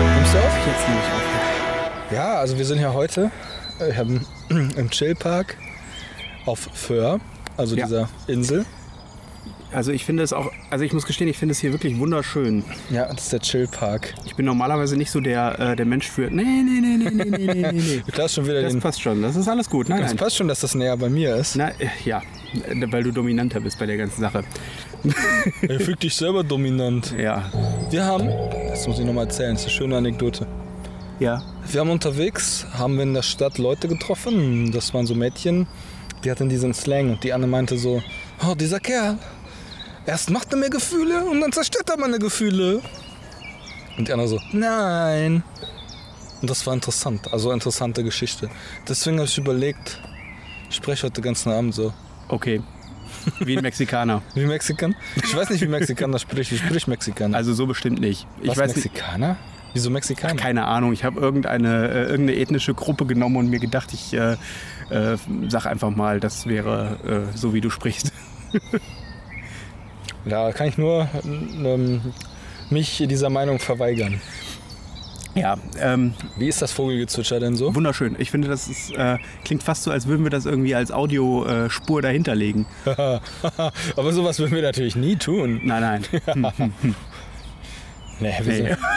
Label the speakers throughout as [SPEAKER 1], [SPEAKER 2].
[SPEAKER 1] ich jetzt nämlich aufhören.
[SPEAKER 2] Ja, also wir sind ja heute ähm, im Chillpark auf Föhr, also
[SPEAKER 1] Ja.
[SPEAKER 2] dieser Insel.
[SPEAKER 1] Also ich finde es auch, also ich muss gestehen, ich finde es hier wirklich wunderschön.
[SPEAKER 2] Ja, das ist der Chillpark.
[SPEAKER 1] Ich bin normalerweise nicht so der, äh, der Mensch für, nee, nee, nee, nee, nee, nee, nee, nee.
[SPEAKER 2] Du hast schon wieder
[SPEAKER 1] Das
[SPEAKER 2] den.
[SPEAKER 1] passt schon, das ist alles gut. Nein,
[SPEAKER 2] Es
[SPEAKER 1] nein.
[SPEAKER 2] passt schon, dass das näher bei mir ist.
[SPEAKER 1] Na, äh, ja, äh, weil du dominanter bist bei der ganzen Sache.
[SPEAKER 2] Er fühlt Äh, dich selber dominant.
[SPEAKER 1] Ja.
[SPEAKER 2] Wir haben, das muss ich nochmal erzählen, das ist eine schöne Anekdote.
[SPEAKER 1] Ja.
[SPEAKER 2] Wir haben unterwegs, haben wir in der Stadt Leute getroffen, das waren so Mädchen, die hatten diesen Slang und die Anne meinte so, oh, dieser Kerl, erst macht er mir Gefühle und dann zerstört er meine Gefühle. Und die Anne so, nein. Und das war interessant, also interessante Geschichte. Deswegen habe ich überlegt, ich spreche heute den ganzen Abend so.
[SPEAKER 1] Okay. Wie ein Mexikaner.
[SPEAKER 2] Wie Mexikan? Ich weiß nicht, wie Mexikaner spricht. Ich sprich Mexikaner.
[SPEAKER 1] Also so bestimmt nicht. Ich
[SPEAKER 2] Was,
[SPEAKER 1] weiß nicht.
[SPEAKER 2] Mexikaner? Wieso Mexikaner?
[SPEAKER 1] Keine Ahnung, ich habe irgendeine, äh, irgendeine ethnische Gruppe genommen und mir gedacht, ich äh, äh, sag einfach mal, das wäre äh, so, wie du sprichst.
[SPEAKER 2] Da kann ich nur ähm, mich dieser Meinung verweigern.
[SPEAKER 1] Ja, ähm,
[SPEAKER 2] Wie ist das Vogelgezwitscher denn so?
[SPEAKER 1] wunderschön. Ich finde, das ist, äh, klingt fast so, als würden wir das irgendwie als Audiospur dahinterlegen.
[SPEAKER 2] Aber sowas würden wir natürlich nie tun.
[SPEAKER 1] Nein, nein.
[SPEAKER 2] Nee, wir
[SPEAKER 1] Nee.
[SPEAKER 2] sind-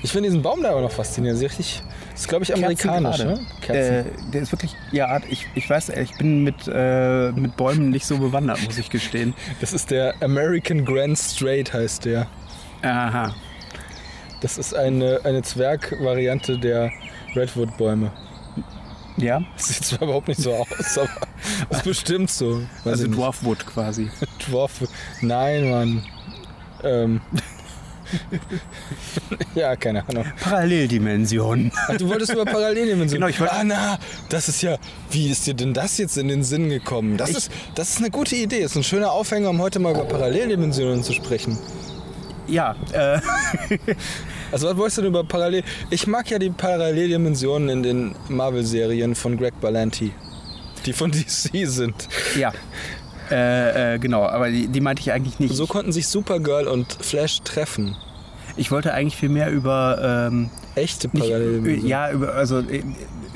[SPEAKER 2] Ich finde diesen Baum da aber noch faszinierend. Sie richtig, das ist, glaube ich, amerikanisch. Ne?
[SPEAKER 1] Äh, der ist wirklich, ja, ich, ich weiß, ich bin mit, äh, mit Bäumen nicht so bewandert, muss ich gestehen.
[SPEAKER 2] Das ist der American Grand Straight, heißt der.
[SPEAKER 1] Aha.
[SPEAKER 2] Das ist eine, eine Zwergvariante der Redwood-Bäume.
[SPEAKER 1] Ja,
[SPEAKER 2] Sieht zwar überhaupt nicht so aus, aber ist bestimmt so. Weiß
[SPEAKER 1] also
[SPEAKER 2] ich nicht.
[SPEAKER 1] Dwarfwood quasi.
[SPEAKER 2] Dwarf. Nein, Mann. Ähm. ja, keine Ahnung.
[SPEAKER 1] Paralleldimension.
[SPEAKER 2] Ach, du wolltest über Paralleldimensionen.
[SPEAKER 1] Genau, ich wollte-
[SPEAKER 2] Ah, na, das ist ja. Wie ist dir denn das jetzt in den Sinn gekommen? Das, ist, das ist eine gute Idee. Das ist ein schöner Aufhänger, um heute mal über Paralleldimensionen zu sprechen.
[SPEAKER 1] Ja, äh,
[SPEAKER 2] Also, was wolltest du denn über Parallel. Ich mag ja die Paralleldimensionen in den Marvel-Serien von Greg Berlanti, die von DC sind.
[SPEAKER 1] ja. Äh, äh, genau, aber die, die meinte ich eigentlich nicht.
[SPEAKER 2] So konnten sich Supergirl und Flash treffen.
[SPEAKER 1] Ich wollte eigentlich viel mehr über ähm,
[SPEAKER 2] Echte
[SPEAKER 1] nicht,
[SPEAKER 2] Paralleldimensionen.
[SPEAKER 1] ja, über, also äh,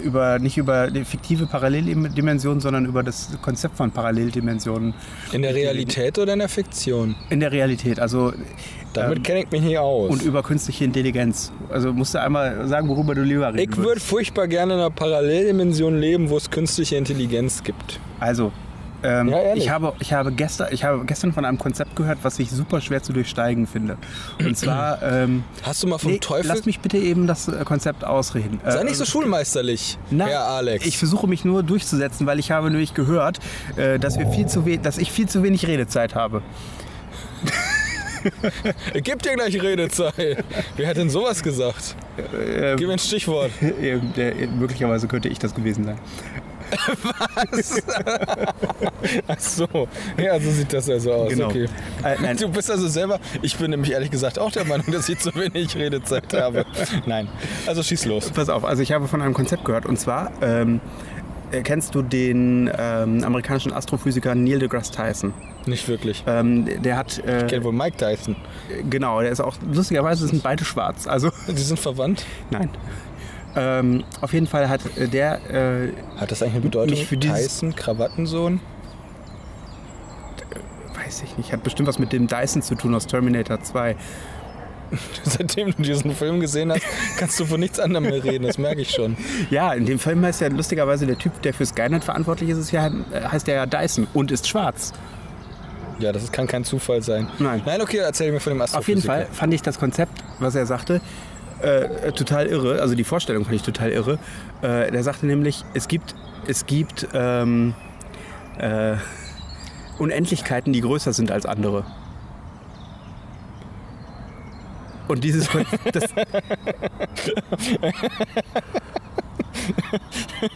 [SPEAKER 1] über nicht über die fiktive Paralleldimension, sondern über das Konzept von Paralleldimensionen
[SPEAKER 2] In der Realität oder in der Fiktion?
[SPEAKER 1] in der Realität. Also
[SPEAKER 2] Damit
[SPEAKER 1] ähm,
[SPEAKER 2] kenne ich mich nicht aus.
[SPEAKER 1] und über künstliche Intelligenz. Also musst du einmal sagen, worüber du lieber reden
[SPEAKER 2] ich würde furchtbar gerne in einer Paralleldimension leben, wo es künstliche Intelligenz gibt.
[SPEAKER 1] Also ähm,
[SPEAKER 2] Ja, ehrlich.
[SPEAKER 1] ich habe ich habe gestern ich habe gestern von einem Konzept gehört, was ich super schwer zu durchsteigen finde. Und zwar ähm,
[SPEAKER 2] Hast du mal vom
[SPEAKER 1] nee,
[SPEAKER 2] Teufel...
[SPEAKER 1] lass mich bitte eben das äh, Konzept ausreden.
[SPEAKER 2] Sei
[SPEAKER 1] Äh,
[SPEAKER 2] nicht so schulmeisterlich,
[SPEAKER 1] Na,
[SPEAKER 2] Herr Alex.
[SPEAKER 1] Ich versuche mich nur durchzusetzen, weil ich habe nämlich gehört, äh, dass, wir viel zu we- dass ich viel zu wenig Redezeit habe.
[SPEAKER 2] Gib dir gleich Redezeit. Wer hat denn sowas gesagt?
[SPEAKER 1] Äh,
[SPEAKER 2] Gib mir ein Stichwort.
[SPEAKER 1] äh, der- möglicherweise könnte ich das gewesen sein.
[SPEAKER 2] Ach so. Ja, so sieht das also aus.
[SPEAKER 1] Genau.
[SPEAKER 2] Okay.
[SPEAKER 1] Äh, nein.
[SPEAKER 2] Du bist also selber... Ich bin nämlich ehrlich gesagt auch der Meinung, dass ich zu wenig Redezeit habe. Nein. Also schieß los.
[SPEAKER 1] Pass auf, also ich habe von einem Konzept gehört und zwar ähm, äh, kennst du den ähm, amerikanischen Astrophysiker Neil deGrasse Tyson.
[SPEAKER 2] Nicht wirklich.
[SPEAKER 1] Ähm, der hat äh,
[SPEAKER 2] Kennt wohl Mike Tyson.
[SPEAKER 1] genau, der ist auch lustigerweise sind beide schwarz. Also
[SPEAKER 2] Die sind verwandt.
[SPEAKER 1] nein. Ähm, auf jeden Fall hat äh, der äh,
[SPEAKER 2] Hat das eigentlich eine Bedeutung?
[SPEAKER 1] Mich für dieses-
[SPEAKER 2] Tyson, Krawattensohn?
[SPEAKER 1] weiß ich nicht, hat bestimmt was mit dem Dyson zu tun aus Terminator 2.
[SPEAKER 2] Seitdem du diesen Film gesehen hast, kannst du von nichts anderem mehr reden, das merke ich schon.
[SPEAKER 1] Ja, in dem Film heißt ja lustigerweise der Typ, der für Skynet verantwortlich ist, ist ja, äh, heißt der ja Dyson und ist schwarz.
[SPEAKER 2] Ja, das ist- kann kein Zufall sein.
[SPEAKER 1] Nein.
[SPEAKER 2] Nein, okay, erzähl mir von dem
[SPEAKER 1] Auf jeden
[SPEAKER 2] Astrophysiker.
[SPEAKER 1] Fall fand ich das Konzept, was er sagte, äh, äh, total irre. Also die Vorstellung fand ich total irre. Äh, der sagte nämlich, es gibt, es gibt ähm, äh, Unendlichkeiten, die größer sind als andere. Und dieses Kon- das,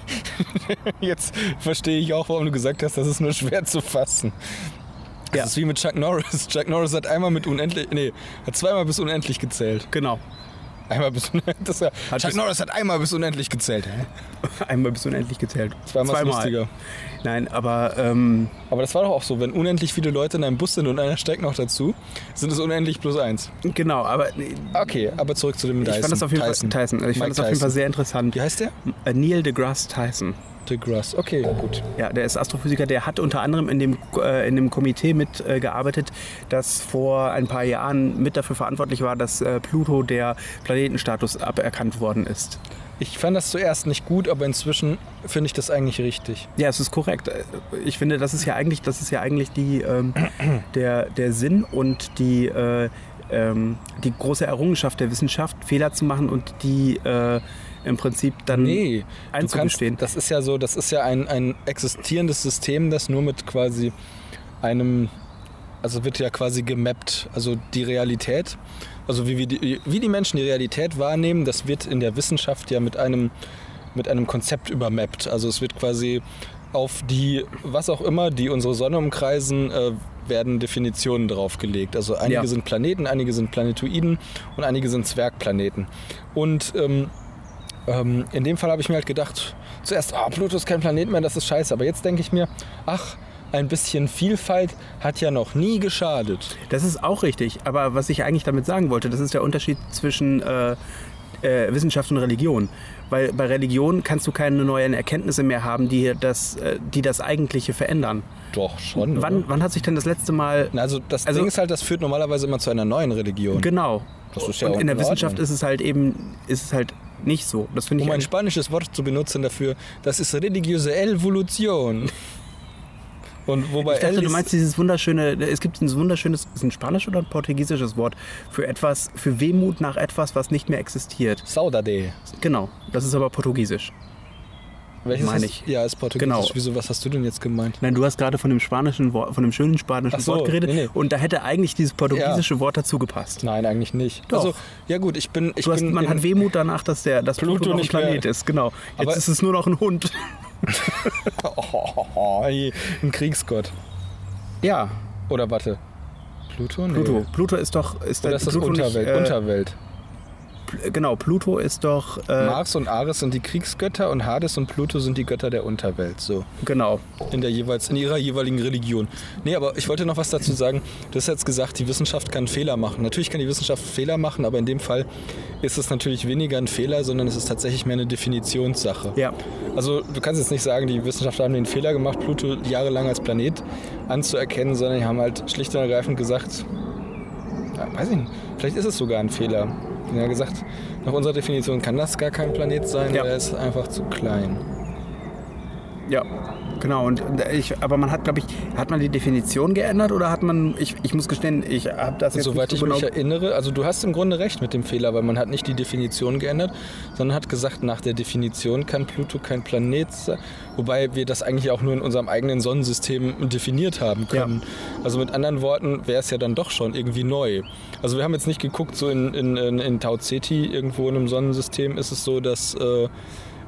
[SPEAKER 2] Jetzt verstehe ich auch, warum du gesagt hast, das ist nur schwer zu fassen. Das
[SPEAKER 1] Ja.
[SPEAKER 2] ist wie mit Chuck Norris. Chuck Norris hat einmal mit unendlich, nee, hat zweimal bis unendlich gezählt.
[SPEAKER 1] genau.
[SPEAKER 2] Einmal bis unendlich. Das ist ja,
[SPEAKER 1] Hat
[SPEAKER 2] Chuck
[SPEAKER 1] bis-
[SPEAKER 2] Norris hat einmal bis unendlich gezählt. Hä?
[SPEAKER 1] Einmal bis unendlich gezählt.
[SPEAKER 2] Zweimal, Zweimal. Ist lustiger.
[SPEAKER 1] Nein, aber ähm,
[SPEAKER 2] Aber das war doch auch so, wenn unendlich viele Leute in einem Bus sind und einer steigt noch dazu, sind es unendlich plus eins.
[SPEAKER 1] genau, aber nee,
[SPEAKER 2] Okay, aber zurück zu dem Dyson.
[SPEAKER 1] ich fand das auf jeden
[SPEAKER 2] Tyson. Also
[SPEAKER 1] Fall Tyson. Also Ich
[SPEAKER 2] Mike
[SPEAKER 1] fand das auf jeden
[SPEAKER 2] Tyson.
[SPEAKER 1] Fall sehr interessant.
[SPEAKER 2] Wie heißt der?
[SPEAKER 1] Äh, Neil deGrasse Tyson.
[SPEAKER 2] DeGrasse. Okay, gut.
[SPEAKER 1] Ja, der ist Astrophysiker, der hat unter anderem in dem, äh, in dem Komitee mitgearbeitet, äh, gearbeitet, das vor ein paar Jahren mit dafür verantwortlich war, dass äh, Pluto der Planetenstatus aberkannt worden ist.
[SPEAKER 2] Ich fand das zuerst nicht gut, aber inzwischen finde ich das eigentlich richtig.
[SPEAKER 1] Ja, es ist korrekt. Äh, Ich finde, das ist ja eigentlich, das ist ja eigentlich die, ähm, der, der Sinn und die, äh, ähm, die große Errungenschaft der Wissenschaft, Fehler zu machen und die äh, im Prinzip dann
[SPEAKER 2] Nee, du kannst,
[SPEAKER 1] einzugestehen.
[SPEAKER 2] das ist ja so, das ist ja ein, ein existierendes System, das nur mit quasi einem, also wird ja quasi gemappt, also die Realität, also wie, wir die, wie die Menschen die Realität wahrnehmen, das wird in der Wissenschaft ja mit einem, mit einem Konzept übermappt. Also es wird quasi auf die, was auch immer, die unsere Sonne umkreisen, äh, werden Definitionen draufgelegt. Also einige
[SPEAKER 1] Ja.
[SPEAKER 2] sind Planeten, einige sind Planetoiden und einige sind Zwergplaneten. Und ähm, ähm, in dem Fall habe ich mir halt gedacht, zuerst, ah, Pluto ist kein Planet mehr, das ist scheiße. Aber jetzt denke ich mir, ach, ein bisschen Vielfalt hat ja noch nie geschadet.
[SPEAKER 1] Das ist auch richtig. Aber was ich eigentlich damit sagen wollte, das ist der Unterschied zwischen äh, äh, Wissenschaft und Religion. Weil bei Religion kannst du keine neuen Erkenntnisse mehr haben, die das, äh, die das Eigentliche verändern.
[SPEAKER 2] Doch, schon.
[SPEAKER 1] Wann, wann hat sich denn das letzte Mal.
[SPEAKER 2] Hm, Na, Also das
[SPEAKER 1] Also-
[SPEAKER 2] Ding ist halt, das führt normalerweise immer zu einer neuen Religion.
[SPEAKER 1] Genau.
[SPEAKER 2] Das ist ja
[SPEAKER 1] und
[SPEAKER 2] auch
[SPEAKER 1] in der
[SPEAKER 2] in
[SPEAKER 1] Wissenschaft
[SPEAKER 2] Ordnung.
[SPEAKER 1] ist es halt eben, ist es halt nicht so. Das finde ich
[SPEAKER 2] Um ein
[SPEAKER 1] eigentlich-
[SPEAKER 2] spanisches Wort zu benutzen dafür, das ist religiöse Evolution. Und wobei
[SPEAKER 1] Ich dachte,
[SPEAKER 2] El
[SPEAKER 1] du
[SPEAKER 2] ist-
[SPEAKER 1] meinst dieses wunderschöne, es gibt ein wunderschönes, ist ein spanisch oder ein portugiesisches Wort für etwas, für Wehmut nach etwas, was nicht mehr existiert.
[SPEAKER 2] Saudade.
[SPEAKER 1] Genau, das ist aber portugiesisch.
[SPEAKER 2] Welches
[SPEAKER 1] Meine
[SPEAKER 2] hast-
[SPEAKER 1] ich.
[SPEAKER 2] Ja, ist portugiesisch.
[SPEAKER 1] Genau.
[SPEAKER 2] Wieso, was hast du denn jetzt gemeint?
[SPEAKER 1] Nein, du hast gerade von dem spanischen Wort, von dem schönen spanischen
[SPEAKER 2] Ach so,
[SPEAKER 1] Wort geredet
[SPEAKER 2] nee, nee.
[SPEAKER 1] und da hätte eigentlich dieses portugiesische Wort dazu gepasst.
[SPEAKER 2] Nein, eigentlich nicht.
[SPEAKER 1] Doch.
[SPEAKER 2] Also, ja gut, ich bin... Ich
[SPEAKER 1] Du hast,
[SPEAKER 2] bin
[SPEAKER 1] man
[SPEAKER 2] in-
[SPEAKER 1] hat Wehmut danach, dass der dass Pluto,
[SPEAKER 2] Pluto
[SPEAKER 1] noch ein
[SPEAKER 2] nicht mehr-
[SPEAKER 1] Planet ist, genau. Jetzt
[SPEAKER 2] Aber-
[SPEAKER 1] ist es nur noch ein Hund.
[SPEAKER 2] Oh, ein Kriegsgott.
[SPEAKER 1] Ja,
[SPEAKER 2] Oder warte. Pluto? Nee.
[SPEAKER 1] Pluto. Pluto ist doch ist
[SPEAKER 2] Oder
[SPEAKER 1] der-
[SPEAKER 2] ist das
[SPEAKER 1] Pluto nicht,
[SPEAKER 2] Unterwelt?
[SPEAKER 1] äh,
[SPEAKER 2] Unterwelt.
[SPEAKER 1] Pl- Genau, Pluto ist doch äh,
[SPEAKER 2] Mars und Ares sind die Kriegsgötter und Hades und Pluto sind die Götter der Unterwelt. So.
[SPEAKER 1] genau.
[SPEAKER 2] In der jeweils, in ihrer jeweiligen Religion. Nee, aber ich wollte noch was dazu sagen. Du hast jetzt gesagt, die Wissenschaft kann Fehler machen. Natürlich kann die Wissenschaft Fehler machen, aber in dem Fall ist es natürlich weniger ein Fehler, sondern es ist tatsächlich mehr eine Definitionssache.
[SPEAKER 1] Ja.
[SPEAKER 2] Also du kannst jetzt nicht sagen, die Wissenschaftler haben den Fehler gemacht, Pluto jahrelang als Planet anzuerkennen, sondern die haben halt schlicht und ergreifend gesagt, ja, weiß ich nicht, vielleicht ist es sogar ein Fehler. Die haben gesagt, nach unserer Definition kann das gar kein Planet sein,
[SPEAKER 1] Ja.
[SPEAKER 2] weil er ist einfach zu klein.
[SPEAKER 1] Ja, genau. Und ich, aber man hat, glaube ich, hat man die Definition geändert oder hat man, ich, ich muss gestehen, ich habe das jetzt
[SPEAKER 2] Soweit
[SPEAKER 1] nicht
[SPEAKER 2] ich
[SPEAKER 1] so genau
[SPEAKER 2] mich erinnere, also du hast im Grunde recht mit dem Fehler, weil man hat nicht die Definition geändert, sondern hat gesagt, nach der Definition kann Pluto kein Planet sein. Wobei wir das eigentlich auch nur in unserem eigenen Sonnensystem definiert haben können. Also mit anderen Worten wäre es ja dann doch schon irgendwie neu. Also wir haben jetzt nicht geguckt, so in, in, in, in Tau Ceti irgendwo in einem Sonnensystem ist es so, dass, äh,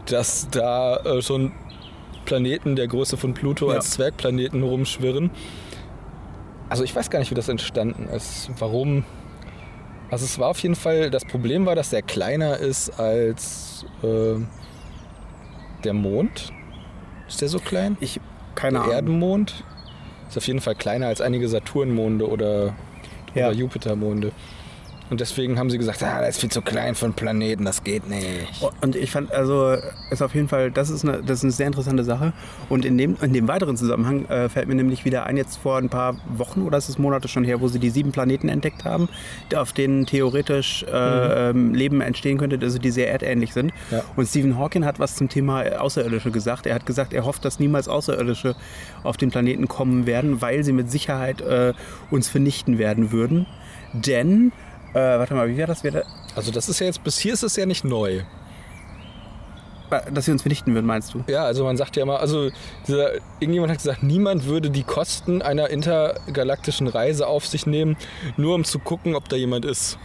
[SPEAKER 2] dass da äh, schon Planeten der Größe von Pluto
[SPEAKER 1] Ja.
[SPEAKER 2] als Zwergplaneten rumschwirren. Also ich weiß gar nicht, wie das entstanden ist. Warum? Also es war auf jeden Fall, das Problem war, dass der kleiner ist als äh, der Mond. Ist der so klein?
[SPEAKER 1] ich, keine
[SPEAKER 2] der
[SPEAKER 1] Ahnung.
[SPEAKER 2] Erdenmond ist auf jeden Fall kleiner als einige Saturnmonde oder,
[SPEAKER 1] Ja.
[SPEAKER 2] oder Jupitermonde. Und deswegen haben sie gesagt, ah, der ist viel zu klein für einen Planeten, das geht nicht.
[SPEAKER 1] Und ich fand, also ist auf jeden Fall, das ist eine, das ist eine sehr interessante Sache. Und in dem, in dem weiteren Zusammenhang äh, fällt mir nämlich wieder ein, jetzt vor ein paar Wochen oder ist es Monate schon her, wo sie die sieben Planeten entdeckt haben, auf denen theoretisch äh, ähm, Leben entstehen könnte, also die sehr erdähnlich sind.
[SPEAKER 2] Ja.
[SPEAKER 1] Und Stephen Hawking hat was zum Thema äh, Außerirdische gesagt. Er hat gesagt, er hofft, dass niemals Außerirdische auf den Planeten kommen werden, weil sie mit Sicherheit äh, uns vernichten werden würden. Denn, äh, warte mal, wie war das? Wie war das?
[SPEAKER 2] Also das ist ja jetzt, bis hier ist es ja nicht neu.
[SPEAKER 1] äh, Dass sie uns vernichten würden, meinst du?
[SPEAKER 2] Ja, also man sagt ja immer, also dieser, irgendjemand hat gesagt, niemand würde die Kosten einer intergalaktischen Reise auf sich nehmen, nur um zu gucken, ob da jemand ist.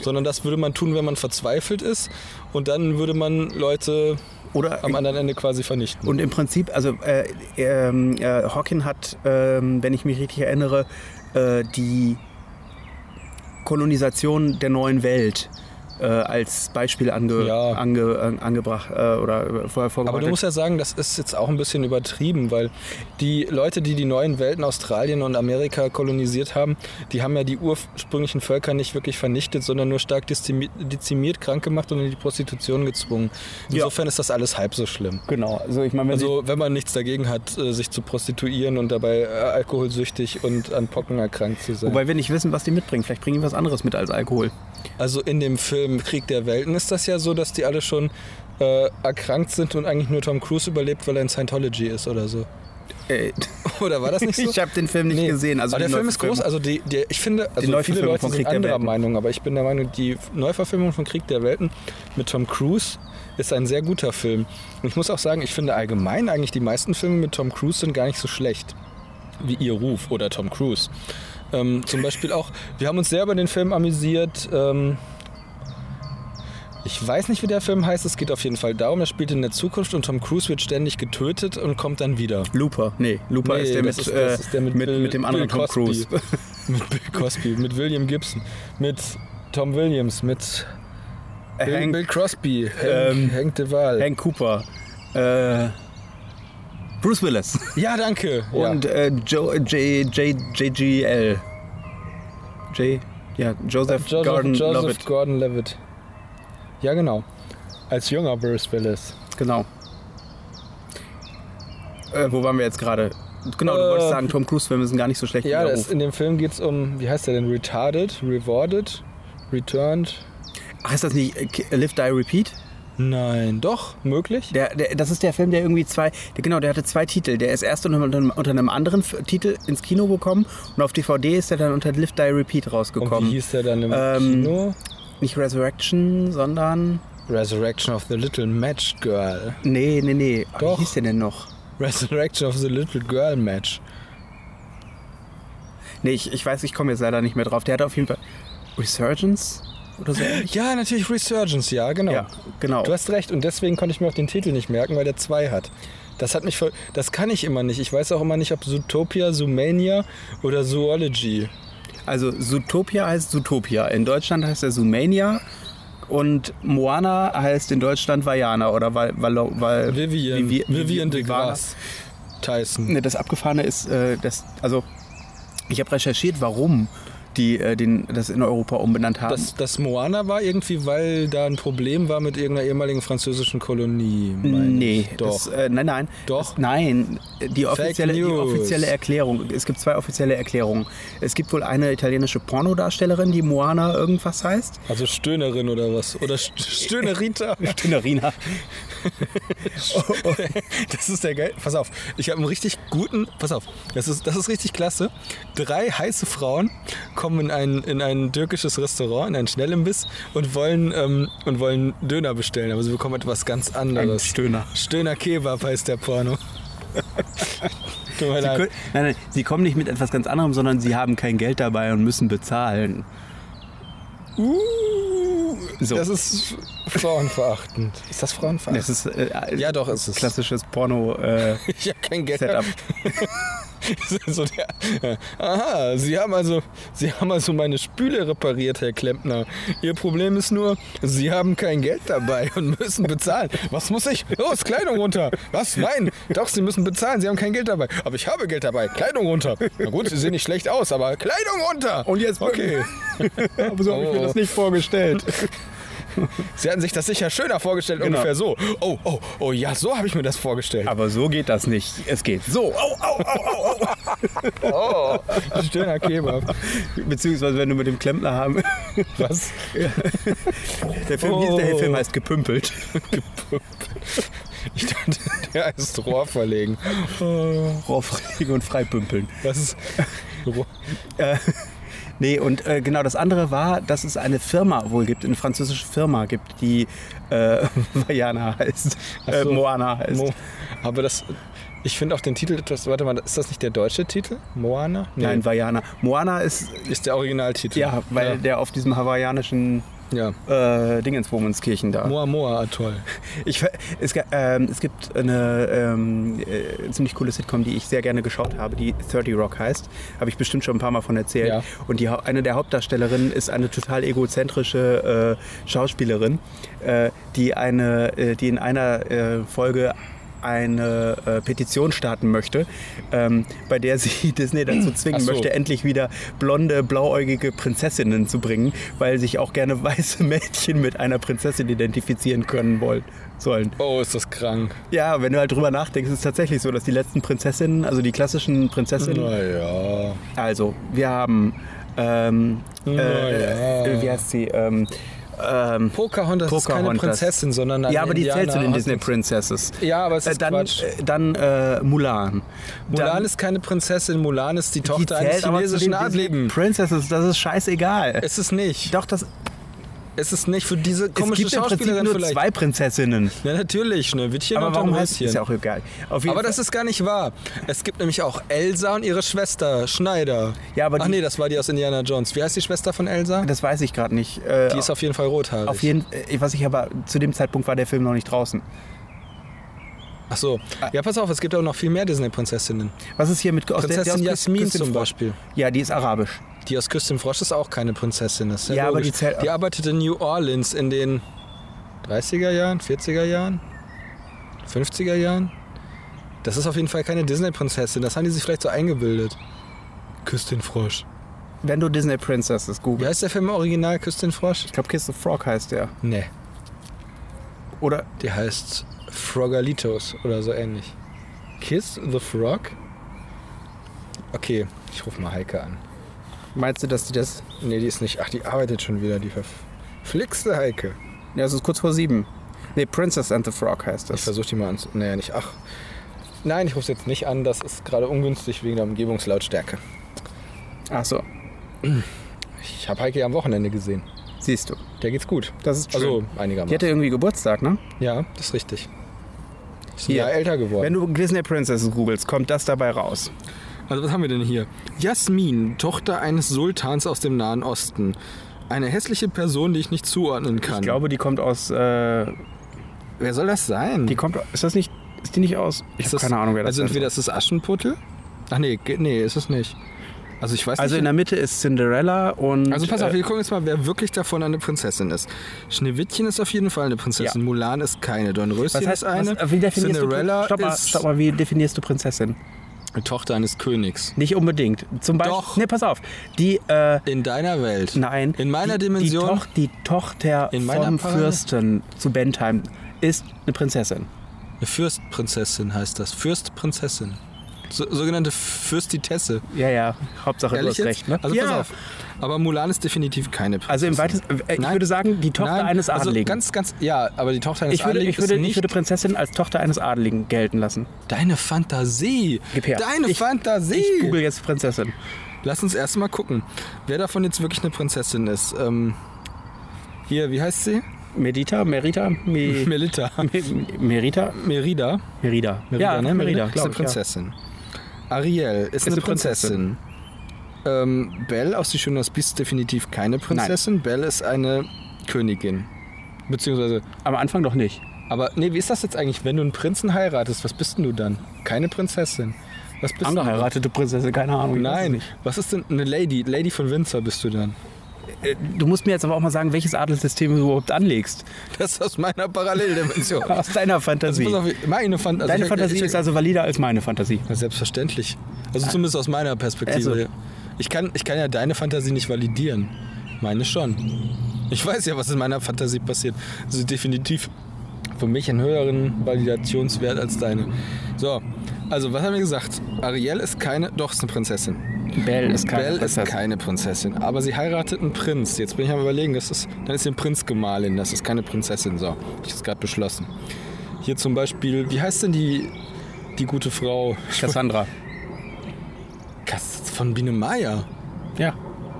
[SPEAKER 2] Sondern das würde man tun, wenn man verzweifelt ist und dann würde man Leute
[SPEAKER 1] Oder
[SPEAKER 2] am anderen Ende quasi vernichten.
[SPEAKER 1] Und im Prinzip, also äh, ähm, äh, Hawking hat, ähm, wenn ich mich richtig erinnere, äh, die Kolonisation der neuen Welt äh, als Beispiel ange,
[SPEAKER 2] Ja.
[SPEAKER 1] ange, an- angebracht äh,
[SPEAKER 2] Aber du
[SPEAKER 1] oder vorher vorbereitet.
[SPEAKER 2] musst ja sagen, das ist jetzt auch ein bisschen übertrieben, weil die Leute, die die neuen Welten Australien und Amerika kolonisiert haben, die haben ja die ursprünglichen Völker nicht wirklich vernichtet, sondern nur stark dezimi- dezimiert, krank gemacht und in die Prostitution gezwungen. Insofern ist das alles halb so schlimm.
[SPEAKER 1] genau, also ich meine, wenn
[SPEAKER 2] Also wenn man nichts dagegen hat, äh, sich zu prostituieren und dabei äh, alkoholsüchtig und an Pocken erkrankt zu
[SPEAKER 1] die,
[SPEAKER 2] sein.
[SPEAKER 1] wobei wir nicht wissen, was die mitbringen. Vielleicht bringen die was anderes mit als Alkohol.
[SPEAKER 2] Also in dem Film Krieg der Welten ist das ja so, dass die alle schon äh, erkrankt sind und eigentlich nur Tom Cruise überlebt, weil er in Scientology ist oder so.
[SPEAKER 1] Äh,
[SPEAKER 2] Oder war das nicht so?
[SPEAKER 1] ich habe den Film nicht
[SPEAKER 2] Nee.
[SPEAKER 1] gesehen. Also
[SPEAKER 2] aber der
[SPEAKER 1] die
[SPEAKER 2] Film
[SPEAKER 1] neue
[SPEAKER 2] ist groß.
[SPEAKER 1] Verfilmung.
[SPEAKER 2] Also die, die, ich finde, also viele
[SPEAKER 1] Neuverfilmung
[SPEAKER 2] Leute
[SPEAKER 1] von
[SPEAKER 2] sind
[SPEAKER 1] Krieg der
[SPEAKER 2] anderer
[SPEAKER 1] Welten.
[SPEAKER 2] Meinung, aber ich bin der Meinung, die Neuverfilmung von Krieg der Welten mit Tom Cruise ist ein sehr guter Film. Und ich muss auch sagen, ich finde allgemein eigentlich die meisten Filme mit Tom Cruise sind gar nicht so schlecht. Wie ihr Ruf oder Tom Cruise. Ähm, zum Beispiel auch, wir haben uns sehr über den Film amüsiert. Ähm, ich weiß nicht, wie der Film heißt. Es geht auf jeden Fall darum, er spielt in der Zukunft und Tom Cruise wird ständig getötet und kommt dann wieder.
[SPEAKER 1] Looper, nee, Looper
[SPEAKER 2] also- Nee,
[SPEAKER 1] ist, der mit,
[SPEAKER 2] das ist- das
[SPEAKER 1] äh,
[SPEAKER 2] ist der mit
[SPEAKER 1] mit, mit,
[SPEAKER 2] Bill-
[SPEAKER 1] dem anderen
[SPEAKER 2] Bill
[SPEAKER 1] Tom
[SPEAKER 2] Cosby.
[SPEAKER 1] Cruise.
[SPEAKER 2] Mit Bill Cosby, mit William Gibson, mit Tom Williams, mit Bill,
[SPEAKER 1] Hank-
[SPEAKER 2] Bill Crosby, Hank,
[SPEAKER 1] ähm,
[SPEAKER 2] Hank DeWal.
[SPEAKER 1] Hank Cooper, äh, Bruce Willis
[SPEAKER 2] Ja, danke.
[SPEAKER 1] und
[SPEAKER 2] ja.
[SPEAKER 1] äh, jo, J, J, JGL. J, ja, Joseph,
[SPEAKER 2] Joseph,
[SPEAKER 1] Gordon
[SPEAKER 2] Joseph
[SPEAKER 1] Levitt.
[SPEAKER 2] Gordon Levitt. Ja, genau. Als junger Bruce Willis.
[SPEAKER 1] Genau. Äh, wo waren wir jetzt gerade? Genau, du
[SPEAKER 2] Äh,
[SPEAKER 1] wolltest sagen, Tom Cruise Filme sind gar nicht so schlecht. wie
[SPEAKER 2] Ja,
[SPEAKER 1] der
[SPEAKER 2] das,
[SPEAKER 1] Ruf.
[SPEAKER 2] in dem Film geht es um, wie heißt der denn? Retarded, Rewarded, Returned.
[SPEAKER 1] heißt das nicht äh, Ki- Live, Die, Repeat?
[SPEAKER 2] Nein, doch, möglich.
[SPEAKER 1] Der, der, das ist der Film, der irgendwie zwei, der, genau, der hatte zwei Titel. Der ist erst unter, einem- unter einem anderen F Titel ins Kino gekommen und auf DVD ist er dann unter Live, Die, Repeat
[SPEAKER 2] Und wie
[SPEAKER 1] rausgekommen.
[SPEAKER 2] hieß der dann im
[SPEAKER 1] Ähm,
[SPEAKER 2] Kino?
[SPEAKER 1] Nicht Resurrection, sondern
[SPEAKER 2] Resurrection of the Little Match Girl.
[SPEAKER 1] Nee, nee, nee. Ach,
[SPEAKER 2] Doch.
[SPEAKER 1] Wie hieß der denn noch?
[SPEAKER 2] Resurrection of the Little Girl Match.
[SPEAKER 1] Nee, ich, ich weiß, ich komme jetzt leider nicht mehr drauf. Der hatte auf jeden Fall Resurgence oder so ähnlich.
[SPEAKER 2] Ja, natürlich Resurgence, ja, genau.
[SPEAKER 1] Ja, genau.
[SPEAKER 2] Du hast recht und deswegen konnte ich mir auch den Titel nicht merken, weil der zwei hat. Das hat mich voll, das kann ich immer nicht. Ich weiß auch immer nicht, ob Zootopia, Zoomania oder Zoology.
[SPEAKER 1] Also Zootopia heißt Zootopia. In Deutschland heißt er Zoomania und Moana heißt in Deutschland Vajana oder Val, Val, Val,
[SPEAKER 2] Vivian,
[SPEAKER 1] Vivi-
[SPEAKER 2] Vivian de
[SPEAKER 1] Vivana.
[SPEAKER 2] Gras. Tyson.
[SPEAKER 1] Ne, das Abgefahrene ist, äh, dass, also ich habe recherchiert, warum die äh, den, das in Europa umbenannt haben.
[SPEAKER 2] Das, das Moana war irgendwie, weil da ein Problem war mit irgendeiner ehemaligen französischen Kolonie. meine
[SPEAKER 1] Nee,
[SPEAKER 2] ich.
[SPEAKER 1] Das,
[SPEAKER 2] doch.
[SPEAKER 1] äh, nein, nein.
[SPEAKER 2] Doch.
[SPEAKER 1] Das, nein, die offizielle, die
[SPEAKER 2] News.
[SPEAKER 1] offizielle Erklärung. Es gibt zwei offizielle Erklärungen. Es gibt wohl eine italienische Pornodarstellerin, die Moana irgendwas heißt.
[SPEAKER 2] Also Stöhnerin oder was? Oder St- Stöhnerita.
[SPEAKER 1] Stönerina.
[SPEAKER 2] Das ist der geil. Pass auf, ich habe einen richtig guten. Pass auf, das ist, das ist richtig klasse. Drei heiße Frauen kommen in ein, in ein türkisches Restaurant, in einen Schnellimbiss und wollen, ähm, und wollen Döner bestellen. Aber sie bekommen etwas ganz anderes.
[SPEAKER 1] Ein Stöhner.
[SPEAKER 2] Stöhner Kebab heißt der Porno. Tut mir
[SPEAKER 1] Nein,
[SPEAKER 2] leid.
[SPEAKER 1] nein, sie kommen nicht mit etwas ganz anderem, sondern sie haben kein Geld dabei und müssen bezahlen.
[SPEAKER 2] Uh,
[SPEAKER 1] So.
[SPEAKER 2] Das ist frauenverachtend. Ist das frauenverachtend?
[SPEAKER 1] Das ist äh,
[SPEAKER 2] Ja, doch, ist es.
[SPEAKER 1] klassisches Porno. Äh,
[SPEAKER 2] Ich habe kein Geld.
[SPEAKER 1] Setup.
[SPEAKER 2] so der, äh, aha, Sie haben, also, Sie haben also meine Spüle repariert, Herr Klempner. Ihr Problem ist nur, Sie haben kein Geld dabei und müssen bezahlen. Was muss ich? Los, Kleidung runter. Was? Nein. Doch, Sie müssen bezahlen. Sie haben kein Geld dabei. Aber ich habe Geld dabei. Kleidung runter. Na gut, Sie sehen nicht schlecht aus, aber Kleidung runter.
[SPEAKER 1] Und jetzt-
[SPEAKER 2] Okay.
[SPEAKER 1] aber so habe
[SPEAKER 2] ich mir das
[SPEAKER 1] nicht vorgestellt.
[SPEAKER 2] Sie hatten sich das sicher schöner vorgestellt,
[SPEAKER 1] Genau. Ah.
[SPEAKER 2] ungefähr so. Oh, oh, oh, ja, so habe ich mir das vorgestellt.
[SPEAKER 1] Aber so geht das nicht. Es geht so. Au, au, au, au, au.
[SPEAKER 2] Oh, schöner Kebab.
[SPEAKER 1] Beziehungsweise wenn du mit dem Klempner haben.
[SPEAKER 2] Was?
[SPEAKER 1] Der Film, hieß- der Film heißt gepümpelt.
[SPEAKER 2] Ich dachte, der heißt Rohr verlegen.
[SPEAKER 1] Rohrfreigen und Freipümpeln.
[SPEAKER 2] Was ist Rohr?
[SPEAKER 1] Äh, nee, und äh, genau das andere war, dass es eine Firma wohl gibt, eine französische Firma gibt, die äh, Vajana heißt. Äh,
[SPEAKER 2] so.
[SPEAKER 1] Moana heißt.
[SPEAKER 2] Mo Aber das. Ich finde auch den Titel etwas. Warte mal, ist das nicht der deutsche Titel? Moana? Nee,
[SPEAKER 1] Nein, Vajana. Moana ist,
[SPEAKER 2] ist der Originaltitel.
[SPEAKER 1] ja, weil
[SPEAKER 2] Ja.
[SPEAKER 1] der auf diesem hawaiianischen
[SPEAKER 2] Ja.
[SPEAKER 1] äh, Dingensbomenskirchen da.
[SPEAKER 2] Moa Moa Atoll.
[SPEAKER 1] Ich, ver- es, ge- ähm, es gibt eine ähm, äh, ziemlich coole Sitcom, die ich sehr gerne geschaut habe, die 30 Rock heißt. Habe ich bestimmt schon ein paar Mal von erzählt.
[SPEAKER 2] Ja.
[SPEAKER 1] Und die, Hau- eine der Hauptdarstellerinnen ist eine total egozentrische äh, Schauspielerin, äh, die, eine, äh, die in einer äh, Folge eine äh, Petition starten möchte, ähm, bei der sie Disney dazu zwingen
[SPEAKER 2] Ach so.
[SPEAKER 1] möchte, endlich wieder blonde, blauäugige Prinzessinnen zu bringen, weil sich auch gerne weiße Mädchen mit einer Prinzessin identifizieren können wollen sollen.
[SPEAKER 2] Oh, ist das krank.
[SPEAKER 1] Ja, wenn du halt drüber nachdenkst, ist es tatsächlich so, dass die letzten Prinzessinnen, also die klassischen Prinzessinnen,
[SPEAKER 2] Naja.
[SPEAKER 1] also wir haben, ähm,
[SPEAKER 2] Ja,
[SPEAKER 1] äh,
[SPEAKER 2] ja.
[SPEAKER 1] wie heißt sie, ähm, ähm,
[SPEAKER 2] Pocahontas, ist keine
[SPEAKER 1] Pocahontas.
[SPEAKER 2] Prinzessin, sondern eine
[SPEAKER 1] ja, aber die
[SPEAKER 2] Indianer
[SPEAKER 1] zählt zu den
[SPEAKER 2] aus-
[SPEAKER 1] Disney Princesses.
[SPEAKER 2] Ja, aber es
[SPEAKER 1] Äh,
[SPEAKER 2] ist
[SPEAKER 1] dann
[SPEAKER 2] Quatsch.
[SPEAKER 1] äh, dann äh, Mulan.
[SPEAKER 2] Mulan
[SPEAKER 1] dann,
[SPEAKER 2] ist keine Prinzessin, Mulan ist die
[SPEAKER 1] die
[SPEAKER 2] Tochter eines
[SPEAKER 1] zählt aber zu
[SPEAKER 2] chinesischen
[SPEAKER 1] den Disney
[SPEAKER 2] Adligen.
[SPEAKER 1] Princesses, das ist scheißegal.
[SPEAKER 2] Es ist nicht.
[SPEAKER 1] Doch, das,
[SPEAKER 2] Es ist nicht für diese
[SPEAKER 1] es
[SPEAKER 2] komische
[SPEAKER 1] gibt im Prinzip
[SPEAKER 2] Schauspielerin
[SPEAKER 1] nur
[SPEAKER 2] vielleicht.
[SPEAKER 1] zwei Prinzessinnen.
[SPEAKER 2] Ja, natürlich, Schneewittchen
[SPEAKER 1] Aber
[SPEAKER 2] und
[SPEAKER 1] warum heißt
[SPEAKER 2] Dornröschen.
[SPEAKER 1] es ja auch egal. Auf jeden
[SPEAKER 2] aber das ist gar nicht wahr. Es gibt nämlich auch Elsa und ihre Schwester, Schneider.
[SPEAKER 1] Ja, aber
[SPEAKER 2] Ach
[SPEAKER 1] die-
[SPEAKER 2] nee, das war die aus Indiana Jones. Wie heißt die Schwester von Elsa?
[SPEAKER 1] Fall, das weiß ich gerade nicht. Äh,
[SPEAKER 2] Die ist auf jeden Fall rothaarig.
[SPEAKER 1] auf jeden äh, was ich aber zu dem Zeitpunkt war der Film noch nicht draußen.
[SPEAKER 2] Ach so. Ja, pass auf, es gibt auch noch viel mehr Disney-Prinzessinnen.
[SPEAKER 1] Was ist hier mit aus der-
[SPEAKER 2] Prinzessin
[SPEAKER 1] der- aus
[SPEAKER 2] Jasmin
[SPEAKER 1] Christine
[SPEAKER 2] zum
[SPEAKER 1] Frosch?
[SPEAKER 2] Beispiel.
[SPEAKER 1] Ja, die ist arabisch.
[SPEAKER 2] Die aus Küstin Frosch ist auch keine Prinzessin. Das ist ja,
[SPEAKER 1] Ja, aber
[SPEAKER 2] logisch.
[SPEAKER 1] die zählt-
[SPEAKER 2] die arbeitet in New Orleans in den 30er Jahren, 40er Jahren, 50er Jahren. Das ist auf jeden Fall keine Disney-Prinzessin. Das haben die sich vielleicht so eingebildet. Küstin Frosch.
[SPEAKER 1] Wenn du Disney Princesses
[SPEAKER 2] Wie
[SPEAKER 1] googelst.
[SPEAKER 2] heißt der Film im Original? Küstin Frosch?
[SPEAKER 1] Ich glaube, Kiss the Frog heißt der.
[SPEAKER 2] Nee,
[SPEAKER 1] Oder
[SPEAKER 2] die heißt Frogalitos oder so ähnlich. Kiss the Frog? Okay, ich rufe mal Heike an.
[SPEAKER 1] meinst du, dass die das.
[SPEAKER 2] Nee, die ist nicht. Ach, die arbeitet schon wieder, die verflixte Heike.
[SPEAKER 1] Ja, es ist kurz vor sieben. Nee, Princess and the Frog heißt
[SPEAKER 2] Ich
[SPEAKER 1] das.
[SPEAKER 2] versuche die mal anzu... Naja, nicht. Ach. Nein, ich rufe jetzt nicht an. Das ist gerade ungünstig wegen der Umgebungslautstärke.
[SPEAKER 1] Ach so,
[SPEAKER 2] Ich habe Heike ja am Wochenende gesehen.
[SPEAKER 1] siehst du.
[SPEAKER 2] Der geht's gut.
[SPEAKER 1] Das ist schön.
[SPEAKER 2] Also
[SPEAKER 1] die
[SPEAKER 2] einigermaßen.
[SPEAKER 1] hatte irgendwie Geburtstag, ne?
[SPEAKER 2] Ja, das ist richtig. Ist ein
[SPEAKER 1] Hier.
[SPEAKER 2] Jahr älter geworden.
[SPEAKER 1] Wenn du Disney Princesses googelst, kommt das dabei raus.
[SPEAKER 2] Also was haben wir denn hier? Jasmin, Tochter eines Sultans aus dem Nahen Osten. Eine hässliche Person, die ich nicht zuordnen kann.
[SPEAKER 1] Ich glaube, die kommt aus. Äh,
[SPEAKER 2] wer soll das sein?
[SPEAKER 1] die kommt. Ist das nicht. Ist die nicht aus. Ich
[SPEAKER 2] Ist
[SPEAKER 1] habe
[SPEAKER 2] das-
[SPEAKER 1] keine Ahnung, wer das
[SPEAKER 2] Also
[SPEAKER 1] ist.
[SPEAKER 2] entweder ist es Aschenputtel? Ach nee, ge- nee, ist es nicht. Also ich weiß
[SPEAKER 1] Also
[SPEAKER 2] nicht.
[SPEAKER 1] in der Mitte ist Cinderella und.
[SPEAKER 2] Also pass auf,
[SPEAKER 1] äh,
[SPEAKER 2] wir gucken jetzt mal, wer wirklich davon eine Prinzessin ist. Schneewittchen ist auf jeden Fall eine Prinzessin.
[SPEAKER 1] Ja.
[SPEAKER 2] Mulan ist keine. Dornröschen
[SPEAKER 1] was heißt
[SPEAKER 2] ist eine.
[SPEAKER 1] Was, wie definierst
[SPEAKER 2] Cinderella
[SPEAKER 1] du, stopp mal,
[SPEAKER 2] ist
[SPEAKER 1] stopp mal, wie definierst du Prinzessin?
[SPEAKER 2] Tochter eines Königs.
[SPEAKER 1] Nicht unbedingt. Zum Beispiel.
[SPEAKER 2] Doch.
[SPEAKER 1] Nee, pass auf. Die, äh,
[SPEAKER 2] In deiner Welt.
[SPEAKER 1] nein.
[SPEAKER 2] In meiner
[SPEAKER 1] die,
[SPEAKER 2] Dimension.
[SPEAKER 1] Die, Toch, die Tochter
[SPEAKER 2] In meiner
[SPEAKER 1] vom
[SPEAKER 2] Parallel-
[SPEAKER 1] Fürsten zu Bentheim ist eine Prinzessin.
[SPEAKER 2] Eine Fürstprinzessin heißt das. Fürstprinzessin. So, sogenannte Fürstitesse.
[SPEAKER 1] Ja, ja. Hauptsache
[SPEAKER 2] Ehrlich
[SPEAKER 1] du hast
[SPEAKER 2] jetzt?
[SPEAKER 1] recht, ne?
[SPEAKER 2] Also
[SPEAKER 1] ja.
[SPEAKER 2] pass auf. Aber Mulan ist definitiv keine Prinzessin.
[SPEAKER 1] Also im weitesten, äh, ich
[SPEAKER 2] Nein.
[SPEAKER 1] würde sagen, die Tochter
[SPEAKER 2] Nein,
[SPEAKER 1] eines
[SPEAKER 2] also
[SPEAKER 1] Adeligen.
[SPEAKER 2] ganz, ganz, ja, aber die Tochter eines
[SPEAKER 1] ich würde,
[SPEAKER 2] Adeligen
[SPEAKER 1] ich, würde,
[SPEAKER 2] ist nicht
[SPEAKER 1] ich würde Prinzessin als Tochter eines Adeligen gelten lassen.
[SPEAKER 2] deine Fantasie.
[SPEAKER 1] Gib her.
[SPEAKER 2] Deine
[SPEAKER 1] Ich-
[SPEAKER 2] Fantasie.
[SPEAKER 1] Ich google jetzt Prinzessin.
[SPEAKER 2] Lass uns erstmal gucken, wer davon jetzt wirklich eine Prinzessin ist. Ähm, hier, wie heißt sie?
[SPEAKER 1] Medita, Merita, Me,
[SPEAKER 2] Melita.
[SPEAKER 1] Me- Merita,
[SPEAKER 2] Merida.
[SPEAKER 1] Merida. ja,
[SPEAKER 2] ne?
[SPEAKER 1] Merida,
[SPEAKER 2] ist eine
[SPEAKER 1] glaube ich. Ja.
[SPEAKER 2] Prinzessin. Ariel ist, eine
[SPEAKER 1] eine
[SPEAKER 2] Prinzessin. Ähm, Belle aus Die Schöne und das Biest definitiv keine Prinzessin. Belle ist eine Königin. Beziehungsweise,
[SPEAKER 1] Am Anfang doch nicht.
[SPEAKER 2] aber nee, wie ist das jetzt eigentlich? Wenn du einen Prinzen heiratest, was bist denn du dann? Keine Prinzessin. Was bist
[SPEAKER 1] Angeheiratete Prinzessin, keine
[SPEAKER 2] du?
[SPEAKER 1] Ahnung. ich weiß es
[SPEAKER 2] Nein,
[SPEAKER 1] nicht.
[SPEAKER 2] was ist denn eine Lady? Lady von Windsor bist du dann.
[SPEAKER 1] Äh, Du musst mir jetzt aber auch mal sagen, welches Adelssystem du überhaupt anlegst.
[SPEAKER 2] Das ist aus meiner Paralleldimension.
[SPEAKER 1] Aus deiner
[SPEAKER 2] Also
[SPEAKER 1] Fantasie.
[SPEAKER 2] pass auf, meine Fan- also
[SPEAKER 1] Deine
[SPEAKER 2] ich-
[SPEAKER 1] Fantasie
[SPEAKER 2] ich-
[SPEAKER 1] ist also valider als meine Fantasie.
[SPEAKER 2] Ja, Selbstverständlich. Also zumindest aus meiner Perspektive.
[SPEAKER 1] Also.
[SPEAKER 2] Ich, kann, ich kann ja deine Fantasie nicht validieren. Meine schon. Ich weiß ja, was in meiner Fantasie passiert. Also definitiv für mich einen höheren Validationswert als deine. So, also was haben wir gesagt? Ariel ist keine, doch ist eine Prinzessin.
[SPEAKER 1] Belle ist keine
[SPEAKER 2] Belle ist
[SPEAKER 1] Prinzessin.
[SPEAKER 2] keine Prinzessin, aber sie heiratet einen Prinz. Jetzt bin ich am überlegen, das ist, dann ist sie ein Prinzgemahlin, das ist keine Prinzessin. So, hab ich jetzt gerade beschlossen. Hier zum Beispiel, wie heißt denn die, die gute Frau?
[SPEAKER 1] Cassandra.
[SPEAKER 2] Kas- Von Biene Meier.
[SPEAKER 1] Ja.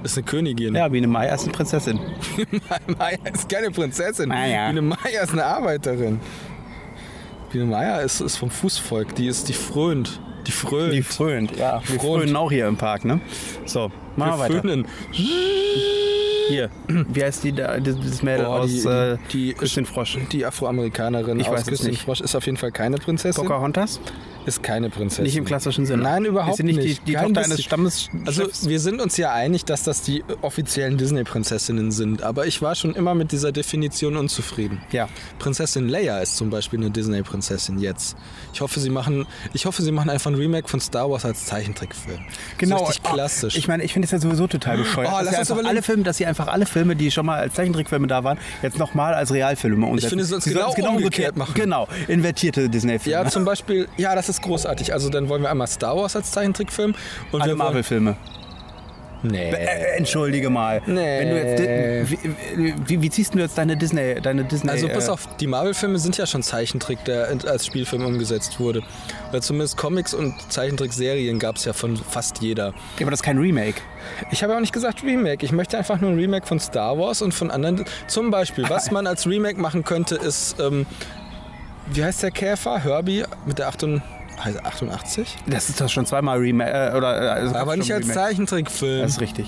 [SPEAKER 2] Ist eine Königin.
[SPEAKER 1] Ja, Biene Meier ist eine Prinzessin.
[SPEAKER 2] Biene Meier ist keine Prinzessin.
[SPEAKER 1] Meier.
[SPEAKER 2] Biene Meier ist eine Arbeiterin. Biene Meier ist, ist vom Fußvolk. Die ist, die fröhnt. Die fröhnt.
[SPEAKER 1] Die fröhnt, ja. Wir
[SPEAKER 2] Fröhnt.
[SPEAKER 1] frönen auch hier im Park, ne? So, machen wir weiter.
[SPEAKER 2] fröhnen.
[SPEAKER 1] Hier, wie heißt die da, das, das Mädel
[SPEAKER 2] Boah,
[SPEAKER 1] aus
[SPEAKER 2] die-
[SPEAKER 1] äh,
[SPEAKER 2] die- die-
[SPEAKER 1] Christian Frosch?
[SPEAKER 2] Die Afroamerikanerin
[SPEAKER 1] Ich
[SPEAKER 2] aus
[SPEAKER 1] weiß es
[SPEAKER 2] Christine
[SPEAKER 1] nicht.
[SPEAKER 2] Frosch ist auf jeden Fall keine Prinzessin.
[SPEAKER 1] Pocahontas?
[SPEAKER 2] Ist keine Prinzessin.
[SPEAKER 1] Nicht im klassischen Sinne.
[SPEAKER 2] Nein, überhaupt
[SPEAKER 1] ist sie nicht.
[SPEAKER 2] nicht.
[SPEAKER 1] Die, die
[SPEAKER 2] Kein
[SPEAKER 1] Tochter
[SPEAKER 2] bisschen.
[SPEAKER 1] eines Stammes.
[SPEAKER 2] Also wir sind uns ja einig, dass das die offiziellen Disney-Prinzessinnen sind, aber ich war schon immer mit dieser Definition unzufrieden.
[SPEAKER 1] ja.
[SPEAKER 2] Prinzessin Leia ist zum Beispiel eine Disney-Prinzessin jetzt. Ich hoffe, sie machen, ich hoffe, sie machen einfach ein Remake von Star Wars als Zeichentrickfilm. So richtig klassisch.
[SPEAKER 1] Oh, ich meine, ich finde es ja sowieso total bescheuert.
[SPEAKER 2] Oh, lass
[SPEAKER 1] dass, sie
[SPEAKER 2] uns
[SPEAKER 1] einfach
[SPEAKER 2] überlegen.
[SPEAKER 1] alle Filme, dass sie einfach alle Filme, die schon mal als Zeichentrickfilme da waren, jetzt nochmal als Realfilme umsetzen.
[SPEAKER 2] finde, sie sollten es
[SPEAKER 1] sollten
[SPEAKER 2] genau umgekehrt machen.
[SPEAKER 1] Genau, invertierte Disney-Filme.
[SPEAKER 2] ja, zum Beispiel, ja, das ist großartig. Also dann wollen wir einmal Star Wars als Zeichentrickfilm und wir
[SPEAKER 1] alle
[SPEAKER 2] wollen,
[SPEAKER 1] Marvel-Filme.
[SPEAKER 2] Nee.
[SPEAKER 1] Äh, entschuldige mal.
[SPEAKER 2] Nee.
[SPEAKER 1] Wenn du jetzt, wie, wie, wie ziehst du jetzt deine Disney, deine Disney?
[SPEAKER 2] Also pass
[SPEAKER 1] äh,
[SPEAKER 2] auf, die Marvel-Filme sind ja schon Zeichentrick, der in- als Spielfilm umgesetzt wurde. Oder zumindest Comics und Zeichentrickserien gab es ja von fast jeder.
[SPEAKER 1] Ja, aber das ist kein Remake.
[SPEAKER 2] Ich habe auch nicht gesagt Remake. Ich möchte einfach nur ein Remake von Star Wars und von anderen. Zum Beispiel, was man als Remake machen könnte, ist, ähm, wie heißt der Käfer? Herbie mit der 88? heißt er 88?
[SPEAKER 1] Das ist doch schon zweimal Remake. Äh, oder, äh, also
[SPEAKER 2] Aber
[SPEAKER 1] schon
[SPEAKER 2] nicht als
[SPEAKER 1] Remake. Also-
[SPEAKER 2] Zeichentrickfilm.
[SPEAKER 1] Das ist richtig.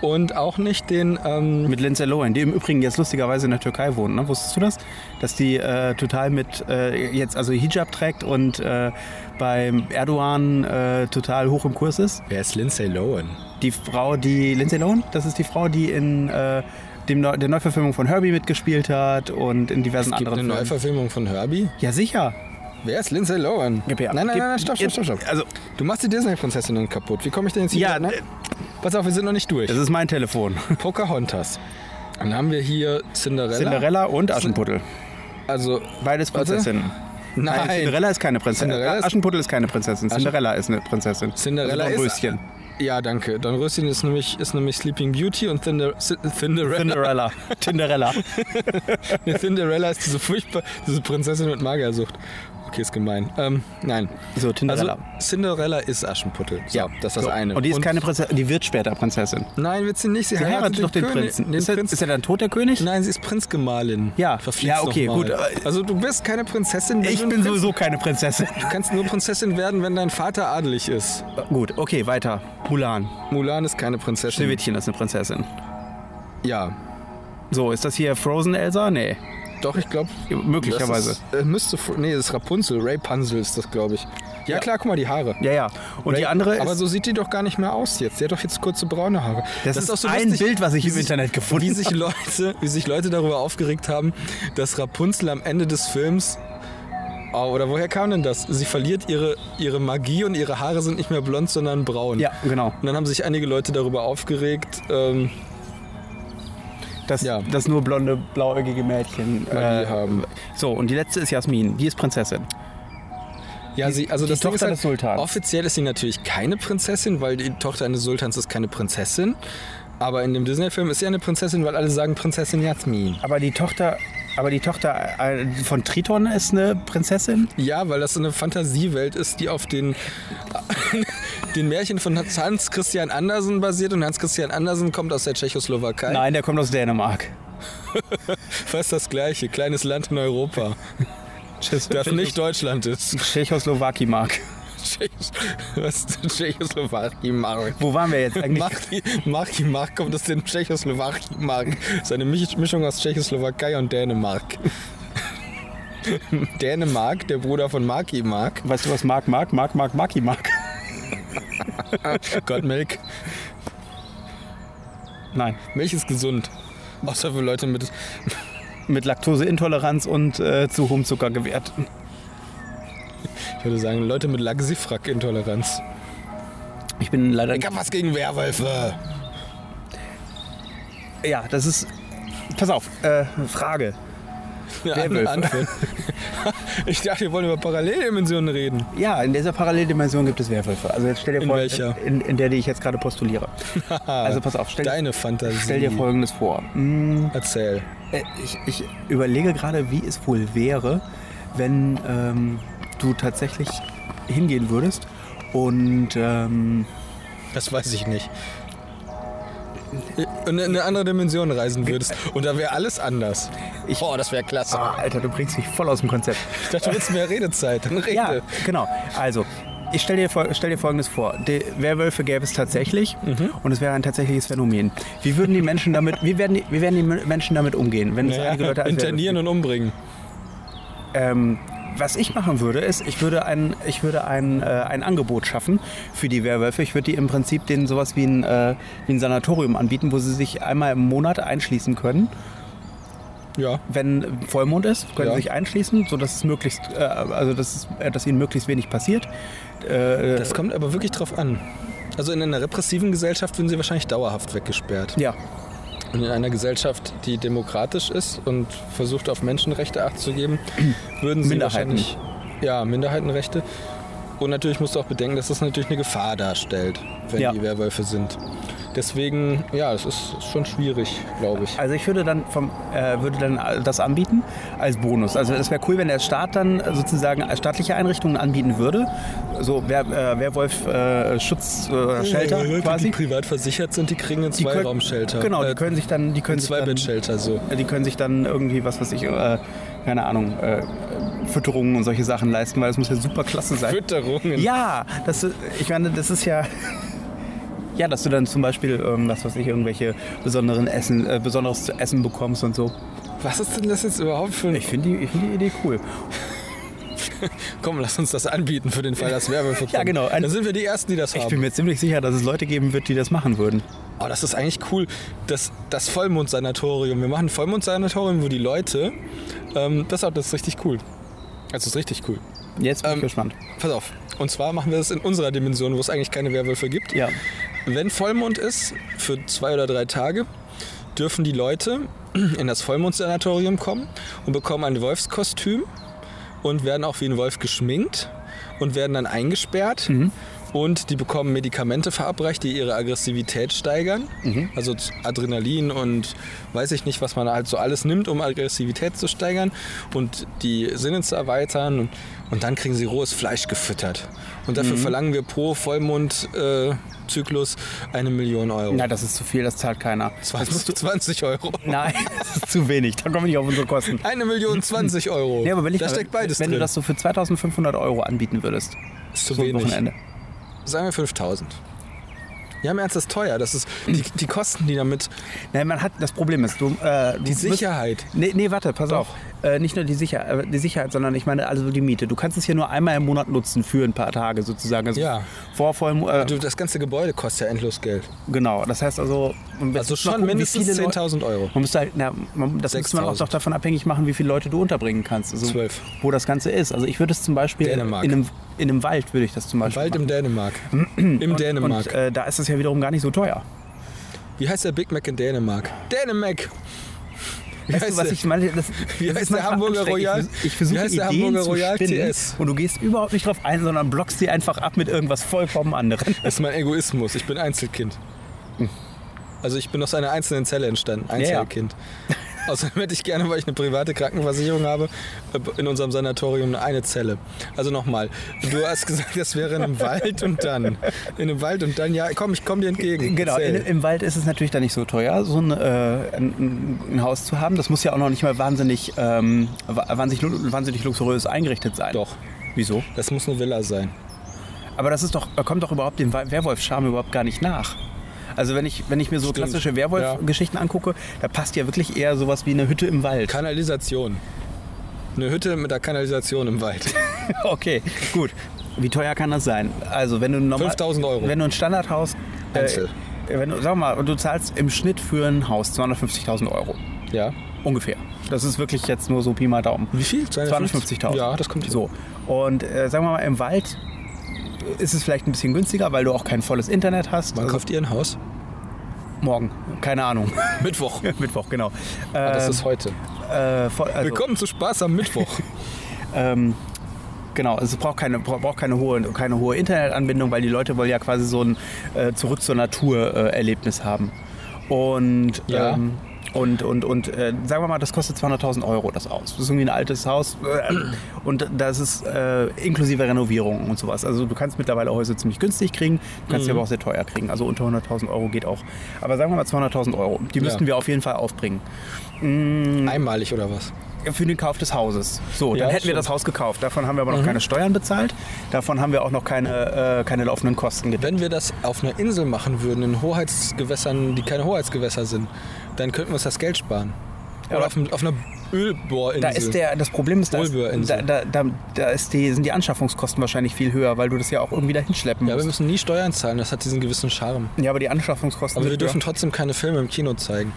[SPEAKER 2] Und auch nicht den. Ähm,
[SPEAKER 1] Mit Lindsay Lohan, die im Übrigen jetzt lustigerweise in der Türkei wohnt. Ne? Wusstest du das? Dass die äh, total mit äh, jetzt also Hijab trägt und äh, beim Erdogan äh, total hoch im Kurs ist.
[SPEAKER 2] Wer ist Lindsay Lohan?
[SPEAKER 1] Die Frau, die Lindsay Lohan, das ist die Frau, die in äh, dem Neu der Neuverfilmung von Herbie mitgespielt hat und in diversen
[SPEAKER 2] Gibt eine
[SPEAKER 1] anderen Filmen.
[SPEAKER 2] Neuverfilmung von Herbie?
[SPEAKER 1] ja sicher.
[SPEAKER 2] Wer ist Lindsay Lohan?
[SPEAKER 1] Gib her.
[SPEAKER 2] Nein, nein,
[SPEAKER 1] Gib-
[SPEAKER 2] nein, nein, stopp, stopp,
[SPEAKER 1] jetzt-
[SPEAKER 2] stopp, stopp.
[SPEAKER 1] Also
[SPEAKER 2] Du machst die Disney-Prinzessinnen kaputt. Wie komme ich denn jetzt hier?
[SPEAKER 1] ja, Also-
[SPEAKER 2] ne?
[SPEAKER 1] äh,
[SPEAKER 2] Pass auf, wir sind noch nicht durch.
[SPEAKER 1] das ist mein Telefon.
[SPEAKER 2] Pocahontas. Dann haben wir hier Cinderella.
[SPEAKER 1] Cinderella und Aschenputtel.
[SPEAKER 2] Also,
[SPEAKER 1] Beides
[SPEAKER 2] Warte.
[SPEAKER 1] Prinzessinnen.
[SPEAKER 2] nein.
[SPEAKER 1] Cinderella ist keine Prinzessin.
[SPEAKER 2] Cinderella ist-
[SPEAKER 1] Aschenputtel ist keine Prinzessin. Cinderella ist eine Prinzessin.
[SPEAKER 2] Cinderella
[SPEAKER 1] also
[SPEAKER 2] ist-
[SPEAKER 1] Röschen.
[SPEAKER 2] Ja, danke. Dornröschen ist nämlich, ist nämlich Sleeping Beauty und Cinder, Cinderella.
[SPEAKER 1] Cinderella. Cinderella.
[SPEAKER 2] Cinderella ist diese furchtbar, diese Prinzessin mit Magersucht. Okay, ist gemein. Ähm, nein.
[SPEAKER 1] So,
[SPEAKER 2] Also,
[SPEAKER 1] Cinderella.
[SPEAKER 2] Cinderella ist Aschenputtel. So, das ist das
[SPEAKER 1] So.
[SPEAKER 2] eine.
[SPEAKER 1] Und die ist keine Prinzessin, die wird später Prinzessin.
[SPEAKER 2] Nein, wird sie nicht. Sie,
[SPEAKER 1] Die
[SPEAKER 2] heiratet
[SPEAKER 1] heiratet doch den
[SPEAKER 2] König-
[SPEAKER 1] Prinzen.
[SPEAKER 2] also Den
[SPEAKER 1] ist, er,
[SPEAKER 2] Prinz.
[SPEAKER 1] ist er dann tot, der König?
[SPEAKER 2] Nein, sie ist Prinzgemahlin.
[SPEAKER 1] Ja.
[SPEAKER 2] Verflixt
[SPEAKER 1] Ja, okay,
[SPEAKER 2] noch mal.
[SPEAKER 1] gut, aber-
[SPEAKER 2] Also, du bist keine Prinzessin. wenn du
[SPEAKER 1] ich
[SPEAKER 2] ein
[SPEAKER 1] bin
[SPEAKER 2] Prinz-
[SPEAKER 1] sowieso keine Prinzessin.
[SPEAKER 2] Du kannst nur Prinzessin werden, wenn dein Vater adelig ist.
[SPEAKER 1] Gut, okay, weiter. Mulan.
[SPEAKER 2] Mulan ist keine Prinzessin.
[SPEAKER 1] Schneewittchen ist eine Prinzessin.
[SPEAKER 2] Ja.
[SPEAKER 1] So, ist das hier Frozen Elsa? Nee,
[SPEAKER 2] Doch, ich glaube.
[SPEAKER 1] möglicherweise.
[SPEAKER 2] Das ist, äh, müsste. fu- Nee, das ist Rapunzel. Rapunzel ist das, glaube ich. Ja,
[SPEAKER 1] Ja.
[SPEAKER 2] klar, guck mal, die Haare.
[SPEAKER 1] ja, ja. Und die andere ist,
[SPEAKER 2] Aber so sieht die doch gar nicht mehr aus jetzt. Sie hat doch jetzt kurze braune Haare.
[SPEAKER 1] das, ist,
[SPEAKER 2] auch so
[SPEAKER 1] ein
[SPEAKER 2] lustig,
[SPEAKER 1] Bild, was ich
[SPEAKER 2] wie
[SPEAKER 1] im
[SPEAKER 2] sich-
[SPEAKER 1] Internet gefunden
[SPEAKER 2] Wie sich, Leute, wie sich Leute darüber aufgeregt haben, dass Rapunzel am Ende des Films. Oh, oder woher kam denn das? Sie verliert ihre, ihre Magie und ihre Haare sind nicht mehr blond, sondern braun.
[SPEAKER 1] Ja, genau.
[SPEAKER 2] Und dann haben sich einige Leute darüber aufgeregt. Ähm,
[SPEAKER 1] Dass,
[SPEAKER 2] Ja.
[SPEAKER 1] dass nur blonde, blauäugige Mädchen
[SPEAKER 2] Magie
[SPEAKER 1] äh,
[SPEAKER 2] haben.
[SPEAKER 1] So, und die letzte ist Jasmin. Die ist Prinzessin.
[SPEAKER 2] Ja, sie, also
[SPEAKER 1] die
[SPEAKER 2] das Ding
[SPEAKER 1] Tochter
[SPEAKER 2] ist halt,
[SPEAKER 1] des Sultans.
[SPEAKER 2] Offiziell ist sie natürlich keine Prinzessin, weil die Tochter eines Sultans ist keine Prinzessin. Aber in dem Disney-Film ist sie eine Prinzessin, weil alle sagen Prinzessin Jasmin.
[SPEAKER 1] Aber die Tochter, aber die Tochter äh, von Triton ist eine Prinzessin?
[SPEAKER 2] Ja, weil das so eine Fantasiewelt ist, die auf den, den Märchen von Hans Christian Andersen basiert. Und Hans Christian Andersen kommt aus der Tschechoslowakei.
[SPEAKER 1] Nein, der kommt aus Dänemark.
[SPEAKER 2] Fast das gleiche, kleines Land in Europa,
[SPEAKER 1] Tschüss.
[SPEAKER 2] das nicht Deutschland ist.
[SPEAKER 1] Tschechoslowakie-Mark.
[SPEAKER 2] Tschechos- Was Tschechoslowakei Mark.
[SPEAKER 1] Wo waren wir jetzt eigentlich?
[SPEAKER 2] Marki, Marki Mark kommt aus dem Tschechoslowakei Mark. Das ist eine Mich- Mischung aus Tschechoslowakei und Dänemark. Dänemark, der Bruder von Marki Mark.
[SPEAKER 1] Weißt du, was Mark mag? Mark, Mark, Marki, Mark.
[SPEAKER 2] Gott, Milch.
[SPEAKER 1] Nein.
[SPEAKER 2] Milch ist gesund. Außer für Leute mit.
[SPEAKER 1] Mit Laktoseintoleranz und äh, zu hohem Zucker gewährt.
[SPEAKER 2] Ich würde sagen, Leute mit Laxifrak-Intoleranz.
[SPEAKER 1] Ich bin leider.
[SPEAKER 2] Ich hab was gegen Werwölfe.
[SPEAKER 1] Ja, das ist. Pass auf, äh, Frage.
[SPEAKER 2] Eine
[SPEAKER 1] Werwölfe.
[SPEAKER 2] Antwort. Ich dachte, wir wollen über Paralleldimensionen reden.
[SPEAKER 1] Ja, in dieser Paralleldimension gibt es Werwölfe. Also jetzt stell dir
[SPEAKER 2] In
[SPEAKER 1] vor,
[SPEAKER 2] welcher?
[SPEAKER 1] In, in der, die ich jetzt gerade postuliere. also pass auf, stell,
[SPEAKER 2] Deine Fantasie.
[SPEAKER 1] stell dir folgendes vor. Mm,
[SPEAKER 2] Erzähl.
[SPEAKER 1] äh, ich, ich überlege gerade, wie es wohl wäre, wenn ähm, du tatsächlich hingehen würdest und ähm,
[SPEAKER 2] Das weiß ich nicht. In eine andere Dimension reisen würdest. Und da wäre alles anders.
[SPEAKER 1] Ich-
[SPEAKER 2] oh, das wäre klasse.
[SPEAKER 1] Ah, Alter, du bringst mich voll aus dem Konzept.
[SPEAKER 2] Ich dachte, du willst mehr Redezeit. Dann rede.
[SPEAKER 1] Ja, genau. Also, ich stell dir, fol- stell dir Folgendes vor. Die Werwölfe gäbe es tatsächlich und es wäre ein tatsächliches Phänomen. Wie würden die Menschen damit, wie werden die, wie werden die M- Menschen damit umgehen, wenn es einige Leute als Werwölfe
[SPEAKER 2] internieren und umbringen.
[SPEAKER 1] Ähm, was ich machen würde, ist, ich würde ein, ich würde ein, äh, ein Angebot schaffen für die Werwölfe. Ich würde die im Prinzip denen sowas wie ein, äh, wie ein Sanatorium anbieten, wo sie sich einmal im Monat einschließen können.
[SPEAKER 2] Ja.
[SPEAKER 1] Wenn Vollmond ist, können
[SPEAKER 2] Ja.
[SPEAKER 1] sie sich einschließen, sodass es möglichst, äh, also dass, es, äh, dass ihnen möglichst wenig passiert. Äh,
[SPEAKER 2] Das kommt aber wirklich drauf an. Also in einer repressiven Gesellschaft würden sie wahrscheinlich dauerhaft weggesperrt.
[SPEAKER 1] ja,
[SPEAKER 2] Und in einer Gesellschaft, die demokratisch ist und versucht auf Menschenrechte Acht zu geben, würden sie
[SPEAKER 1] Minderheiten.
[SPEAKER 2] wahrscheinlich... Ja, Minderheitenrechte. Und natürlich musst du auch bedenken, dass das natürlich eine Gefahr darstellt, wenn
[SPEAKER 1] Ja.
[SPEAKER 2] die Werwölfe sind. Deswegen, ja, es ist schon schwierig, glaube ich.
[SPEAKER 1] Also ich würde dann, vom, äh, würde dann das anbieten als Bonus. Also es wäre cool, wenn der Staat dann sozusagen als staatliche Einrichtungen anbieten würde. So Wer, äh, Werwolf äh, Schutz äh, Shelter
[SPEAKER 2] Leute, Die
[SPEAKER 1] quasi.
[SPEAKER 2] privat versichert sind, die kriegen einen
[SPEAKER 1] Die können-
[SPEAKER 2] Zweiraum-Shelter.
[SPEAKER 1] Genau, die
[SPEAKER 2] äh,
[SPEAKER 1] können sich dann, die können
[SPEAKER 2] einen
[SPEAKER 1] sich dann, äh,
[SPEAKER 2] Zweibett-Shelter, so.
[SPEAKER 1] die können sich dann irgendwie was, weiß ich, äh, keine Ahnung, äh, Fütterungen und solche Sachen leisten, weil das muss ja super klasse sein.
[SPEAKER 2] Fütterungen.
[SPEAKER 1] Ja, das, ist- ich meine, das ist ja. Ja, dass du dann zum Beispiel, ähm, was weiß ich, irgendwelche besonderen Essen, äh, besonderes zu essen bekommst und so.
[SPEAKER 2] Was ist denn das jetzt überhaupt für ein...
[SPEAKER 1] Ich finde die, ich find die Idee cool.
[SPEAKER 2] Komm, lass uns das anbieten für den Fall, dass Werwölfe kommen.
[SPEAKER 1] Ja, genau. Ein-
[SPEAKER 2] Dann sind wir die Ersten, die das
[SPEAKER 1] Ich
[SPEAKER 2] haben.
[SPEAKER 1] bin mir ziemlich sicher, dass es Leute geben wird, die das machen würden.
[SPEAKER 2] Aber das ist eigentlich cool, das, das Vollmond-Sanatorium. Wir machen ein Vollmond-Sanatorium, wo die Leute. Ähm, das, hat- das ist richtig cool. Das ist richtig cool.
[SPEAKER 1] Jetzt bin ich
[SPEAKER 2] Ähm,
[SPEAKER 1] gespannt.
[SPEAKER 2] Pass auf. Und zwar machen wir das in unserer Dimension, wo es eigentlich keine Werwölfe gibt.
[SPEAKER 1] Ja.
[SPEAKER 2] Wenn Vollmond ist, für zwei oder drei Tage, dürfen die Leute in das Vollmondsanatorium kommen und bekommen ein Wolfskostüm und werden auch wie ein Wolf geschminkt und werden dann eingesperrt.
[SPEAKER 1] Mhm.
[SPEAKER 2] Und die bekommen Medikamente verabreicht, die ihre Aggressivität steigern.
[SPEAKER 1] Mhm.
[SPEAKER 2] Also z- Adrenalin und weiß ich nicht, was man halt so alles nimmt, um Aggressivität zu steigern und die Sinne zu erweitern. Und, und dann kriegen sie rohes Fleisch gefüttert. Und dafür
[SPEAKER 1] Mhm.
[SPEAKER 2] verlangen wir pro Vollmond-Zyklus äh, eine Million Euro.
[SPEAKER 1] Na, das ist zu viel, das zahlt keiner.
[SPEAKER 2] 20, 20 Euro.
[SPEAKER 1] Nein, das ist zu wenig. Da kommen wir nicht auf unsere Kosten.
[SPEAKER 2] Eine Million 20 Euro.
[SPEAKER 1] Ja, aber überleg
[SPEAKER 2] da
[SPEAKER 1] mal,
[SPEAKER 2] steckt beides
[SPEAKER 1] Wenn
[SPEAKER 2] drin.
[SPEAKER 1] du das so für 2500 Euro anbieten würdest,
[SPEAKER 2] Ist zu
[SPEAKER 1] so ein
[SPEAKER 2] wenig.
[SPEAKER 1] Wochenende.
[SPEAKER 2] Sagen wir 5000. Ja, im Ernst, das ist teuer. Das ist die, die Kosten, die damit.
[SPEAKER 1] Nein, man hat, das Problem ist, du, äh, du
[SPEAKER 2] Die
[SPEAKER 1] musst-
[SPEAKER 2] Sicherheit.
[SPEAKER 1] Nee, nee, warte, pass
[SPEAKER 2] Doch.
[SPEAKER 1] auf. Äh, nicht nur die, Sicher äh, die Sicherheit, sondern ich meine also die Miete. Du kannst es hier nur einmal im Monat nutzen für ein paar Tage sozusagen. Also
[SPEAKER 2] Ja. Also
[SPEAKER 1] Vor vollem, äh,
[SPEAKER 2] Du, das ganze Gebäude kostet ja endlos Geld.
[SPEAKER 1] genau, das heißt also... und
[SPEAKER 2] Also
[SPEAKER 1] jetzt muss man
[SPEAKER 2] schon
[SPEAKER 1] gucken, wie
[SPEAKER 2] mindestens
[SPEAKER 1] viele Leute-
[SPEAKER 2] 10.000 Euro.
[SPEAKER 1] Man müsste halt, na, man, das müsste man auch
[SPEAKER 2] 6.000.
[SPEAKER 1] doch davon abhängig machen, wie viele Leute du unterbringen kannst. Also,
[SPEAKER 2] Zwölf.
[SPEAKER 1] Wo das Ganze ist. Also ich würde es zum Beispiel
[SPEAKER 2] Dänemark.
[SPEAKER 1] in einem, in einem Wald würde ich das zum Beispiel
[SPEAKER 2] Wald
[SPEAKER 1] machen.
[SPEAKER 2] im Dänemark. Im Dänemark.
[SPEAKER 1] Und äh, da ist es ja wiederum gar nicht so teuer.
[SPEAKER 2] Wie heißt der Big Mac in Dänemark? Dänemark! Wie
[SPEAKER 1] Weißt du, was
[SPEAKER 2] der-
[SPEAKER 1] ich meine? Das,
[SPEAKER 2] Wie
[SPEAKER 1] das
[SPEAKER 2] heißt
[SPEAKER 1] ist
[SPEAKER 2] der
[SPEAKER 1] manchmal
[SPEAKER 2] Hamburger
[SPEAKER 1] anstrengend.
[SPEAKER 2] Royal?
[SPEAKER 1] Ich, vers- ich
[SPEAKER 2] Wie
[SPEAKER 1] versuche
[SPEAKER 2] heißt der
[SPEAKER 1] Ideen
[SPEAKER 2] Hamburger
[SPEAKER 1] zu
[SPEAKER 2] Royal
[SPEAKER 1] spinnen
[SPEAKER 2] TS?
[SPEAKER 1] und du gehst überhaupt nicht drauf ein, sondern blockst die einfach ab mit irgendwas vollkommen anderem.
[SPEAKER 2] Das ist mein Egoismus. Ich bin Einzelkind. Also ich bin aus einer einzelnen Zelle entstanden.
[SPEAKER 1] ja.
[SPEAKER 2] Einzelkind. Außerdem hätte ich gerne, weil ich eine private Krankenversicherung habe, äh, in unserem Sanatorium nur eine Zelle. Also nochmal, du hast gesagt, das wäre in einem Wald und dann. In einem Wald und dann, ja, komm, ich komme dir entgegen.
[SPEAKER 1] Genau, in,
[SPEAKER 2] Zell.
[SPEAKER 1] im Wald ist es natürlich dann nicht so teuer, so ein, äh, ein, ein Haus zu haben. Das muss ja auch noch nicht mal wahnsinnig, ähm, wa- wahnsinnig, lu- wahnsinnig luxuriös eingerichtet sein.
[SPEAKER 2] Doch,
[SPEAKER 1] Wieso?
[SPEAKER 2] das muss eine Villa sein.
[SPEAKER 1] Aber das ist doch, da kommt doch überhaupt dem Wa- Werwolf-Charme überhaupt gar nicht nach. Also wenn ich, wenn ich mir so
[SPEAKER 2] Stimmt,
[SPEAKER 1] klassische Werwolf-Geschichten angucke, da passt ja wirklich eher sowas wie eine Hütte im Wald.
[SPEAKER 2] Kanalisation. Eine Hütte mit einer Kanalisation im Wald.
[SPEAKER 1] Okay, gut. Wie teuer kann das sein? Also wenn du normal,
[SPEAKER 2] 5000 Euro.
[SPEAKER 1] wenn du ein Standardhaus, äh,
[SPEAKER 2] Einzel.
[SPEAKER 1] wenn du, sag mal, und du zahlst im Schnitt für ein Haus 250.000 Euro
[SPEAKER 2] Ja.
[SPEAKER 1] ungefähr. Das ist wirklich jetzt nur so Pi mal Daumen.
[SPEAKER 2] Wie viel?
[SPEAKER 1] 250.000.
[SPEAKER 2] Ja, das kommt hin.
[SPEAKER 1] So. Und äh, sagen wir mal, im Wald ist es vielleicht ein bisschen günstiger, weil du auch kein volles Internet hast. Also
[SPEAKER 2] Wann kauft ihr ein Haus?
[SPEAKER 1] morgen. Keine Ahnung.
[SPEAKER 2] Mittwoch.
[SPEAKER 1] Mittwoch, genau.
[SPEAKER 2] Ah, das
[SPEAKER 1] Ähm,
[SPEAKER 2] ist heute.
[SPEAKER 1] äh, voll, also,
[SPEAKER 2] Willkommen zu Spaß am Mittwoch.
[SPEAKER 1] ähm, genau, also es braucht keine, bra- braucht keine hohe, keine hohe Internetanbindung, weil die Leute wollen ja quasi so ein äh, Zurück zur Natur-Erlebnis haben. Und,
[SPEAKER 2] Ja.
[SPEAKER 1] ähm, und, und, und äh, sagen wir mal, das kostet 200.000 Euro, das Haus. Das ist irgendwie ein altes Haus äh, und das ist äh, inklusive Renovierung und sowas. Also du kannst mittlerweile Häuser ziemlich günstig kriegen, du kannst sie
[SPEAKER 2] Mhm.
[SPEAKER 1] aber auch sehr teuer kriegen. Also unter 100.000 Euro geht auch. Aber sagen wir mal 200.000 Euro, die müssten wir auf jeden Fall aufbringen.
[SPEAKER 2] Einmalig oder was?
[SPEAKER 1] für den Kauf des Hauses. So,
[SPEAKER 2] Ja,
[SPEAKER 1] dann
[SPEAKER 2] das
[SPEAKER 1] hätten wir
[SPEAKER 2] stimmt.
[SPEAKER 1] das Haus gekauft. Davon haben wir aber noch keine Steuern bezahlt. Davon haben wir auch noch keine, äh, keine laufenden Kosten gedeckt.
[SPEAKER 2] Wenn wir das auf einer Insel machen würden, in Hoheitsgewässern, die keine Hoheitsgewässer sind, dann könnten wir uns das Geld sparen.
[SPEAKER 1] aber-
[SPEAKER 2] Oder auf, einem- auf einer Ölbohrinsel.
[SPEAKER 1] Da ist der, das Problem ist, da, ist, da,
[SPEAKER 2] Wohlbührinsel.
[SPEAKER 1] da, da, da ist die, sind die Anschaffungskosten wahrscheinlich viel höher, weil du das ja auch irgendwie dahin schleppen
[SPEAKER 2] ja, wir
[SPEAKER 1] musst.
[SPEAKER 2] müssen nie Steuern zahlen, das hat diesen gewissen Charme.
[SPEAKER 1] Ja, aber die Anschaffungskosten
[SPEAKER 2] Aber wir
[SPEAKER 1] sind
[SPEAKER 2] dürfen trotzdem keine Filme im Kino zeigen.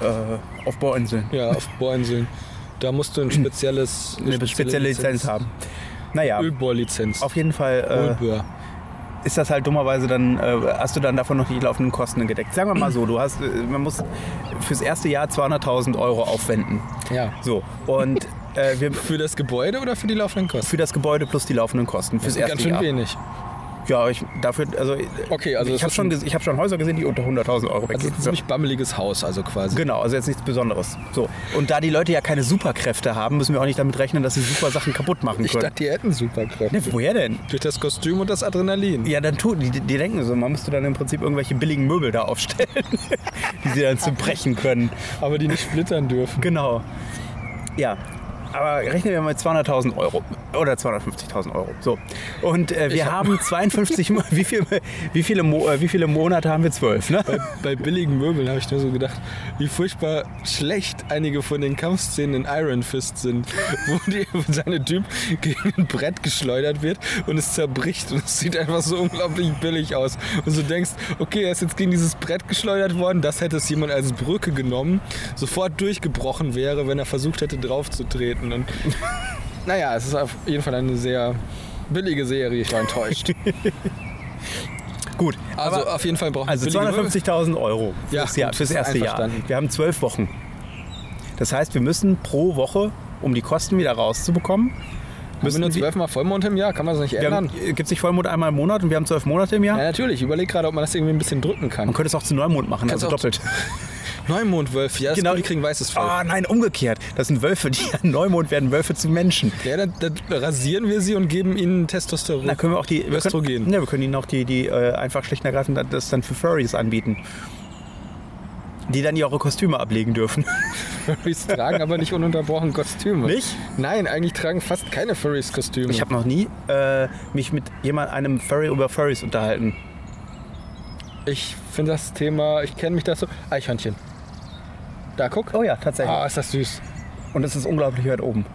[SPEAKER 1] ja, äh, auf Bohrinseln.
[SPEAKER 2] Ja, auf Bohrinseln. Da musst du ein spezielles,
[SPEAKER 1] Eine spezielle Lizenz haben. Naja,
[SPEAKER 2] Ölbohrlizenz.
[SPEAKER 1] auf jeden Fall äh,
[SPEAKER 2] Ölbohr.
[SPEAKER 1] ist das halt dummerweise dann, äh, hast du dann davon noch die laufenden Kosten gedeckt. Sagen wir mal so, du hast, äh, man muss fürs erste Jahr 200.000 Euro aufwenden.
[SPEAKER 2] Ja.
[SPEAKER 1] So, und äh, wir,
[SPEAKER 2] Für das Gebäude oder für die laufenden Kosten?
[SPEAKER 1] für das Gebäude plus die laufenden Kosten fürs erste
[SPEAKER 2] Ganz schön
[SPEAKER 1] Jahr.
[SPEAKER 2] wenig.
[SPEAKER 1] Ja, aber ich dafür, also,
[SPEAKER 2] Okay, also
[SPEAKER 1] ich
[SPEAKER 2] das
[SPEAKER 1] habe
[SPEAKER 2] ist
[SPEAKER 1] schon,
[SPEAKER 2] ein-
[SPEAKER 1] ges- ich hab schon Häuser gesehen, die unter 100.000 Euro
[SPEAKER 2] Also
[SPEAKER 1] weggehen.
[SPEAKER 2] ein ziemlich bammeliges Haus, also quasi.
[SPEAKER 1] Genau, also jetzt nichts Besonderes. So. Und da die Leute ja keine Superkräfte haben, müssen wir auch nicht damit rechnen, dass sie super Sachen kaputt machen
[SPEAKER 2] Ich
[SPEAKER 1] können.
[SPEAKER 2] dachte, die hätten Superkräfte.
[SPEAKER 1] Ne, woher denn?
[SPEAKER 2] Durch das Kostüm und das Adrenalin.
[SPEAKER 1] Ja, dann tun die, die denken so, man müsste dann im Prinzip irgendwelche billigen Möbel da aufstellen, die sie dann zerbrechen können.
[SPEAKER 2] Aber die nicht splittern dürfen.
[SPEAKER 1] Genau. Ja. Aber rechnen wir mal 200.000 Euro oder 250.000 Euro. So. Und äh, wir
[SPEAKER 2] hab-
[SPEAKER 1] haben 52, Mo- wie viele, wie, viele Mo äh, wie viele Monate haben wir? Zwölf, ne?
[SPEAKER 2] Bei, bei billigen Möbeln habe ich nur so gedacht, wie furchtbar schlecht einige von den Kampfszenen in Iron Fist sind, wo die, wo seine Typ gegen ein Brett geschleudert wird und es zerbricht und es sieht einfach so unglaublich billig aus. Und du denkst, okay, er ist jetzt gegen dieses Brett geschleudert worden, das hätte es jemand als Brücke genommen, sofort durchgebrochen wäre, wenn er versucht hätte draufzutreten. Und naja, es ist auf jeden Fall eine sehr billige Serie, ich war enttäuscht.
[SPEAKER 1] Gut.
[SPEAKER 2] Also
[SPEAKER 1] aber,
[SPEAKER 2] auf jeden Fall brauchen wir
[SPEAKER 1] also
[SPEAKER 2] billige Möbel.
[SPEAKER 1] 250.000 Euro
[SPEAKER 2] Ja,
[SPEAKER 1] fürs, Jahr,
[SPEAKER 2] gut,
[SPEAKER 1] fürs erste Jahr.
[SPEAKER 2] einverstanden.
[SPEAKER 1] Wir haben zwölf Wochen. Das heißt, wir müssen pro Woche, um die Kosten wieder rauszubekommen,
[SPEAKER 2] Müssen wir nur
[SPEAKER 1] wir-
[SPEAKER 2] zwölfmal Vollmond im Jahr, kann man das nicht
[SPEAKER 1] wir
[SPEAKER 2] ändern?
[SPEAKER 1] haben, gibt es nicht Vollmond einmal im Monat und wir haben zwölf Monate im Jahr?
[SPEAKER 2] Ja, natürlich. Ich überlege gerade, ob man das irgendwie ein bisschen drücken
[SPEAKER 1] Man
[SPEAKER 2] kann.
[SPEAKER 1] könnte es auch zu Neumond machen,
[SPEAKER 2] Kannst
[SPEAKER 1] also
[SPEAKER 2] auch-
[SPEAKER 1] doppelt.
[SPEAKER 2] Neumondwölfe, ja, das
[SPEAKER 1] Genau.
[SPEAKER 2] genau. die kriegen weißes Fell.
[SPEAKER 1] Ah, nein, umgekehrt. Das sind Wölfe, die an Neumond werden Wölfe zu Menschen.
[SPEAKER 2] Ja, dann, dann rasieren wir sie und geben ihnen Testosteron.
[SPEAKER 1] Da können wir auch die. Wir
[SPEAKER 2] Östrogen.
[SPEAKER 1] Können, ja, wir können ihnen auch die, die äh, einfach schlicht und ergreifend das dann für Furries anbieten. Die dann ihre Kostüme ablegen dürfen.
[SPEAKER 2] Furries tragen aber nicht ununterbrochen Kostüme.
[SPEAKER 1] Nicht?
[SPEAKER 2] Nein, eigentlich tragen fast keine Furries Kostüme.
[SPEAKER 1] Ich habe noch nie äh, mich mit jemand einem Furry über Furries unterhalten.
[SPEAKER 2] ich finde das Thema, ich kenne mich da so. Eichhörnchen. Da guck.
[SPEAKER 1] Oh ja, tatsächlich.
[SPEAKER 2] Ah, ist das süß.
[SPEAKER 1] Und es ist unglaublich weit oben.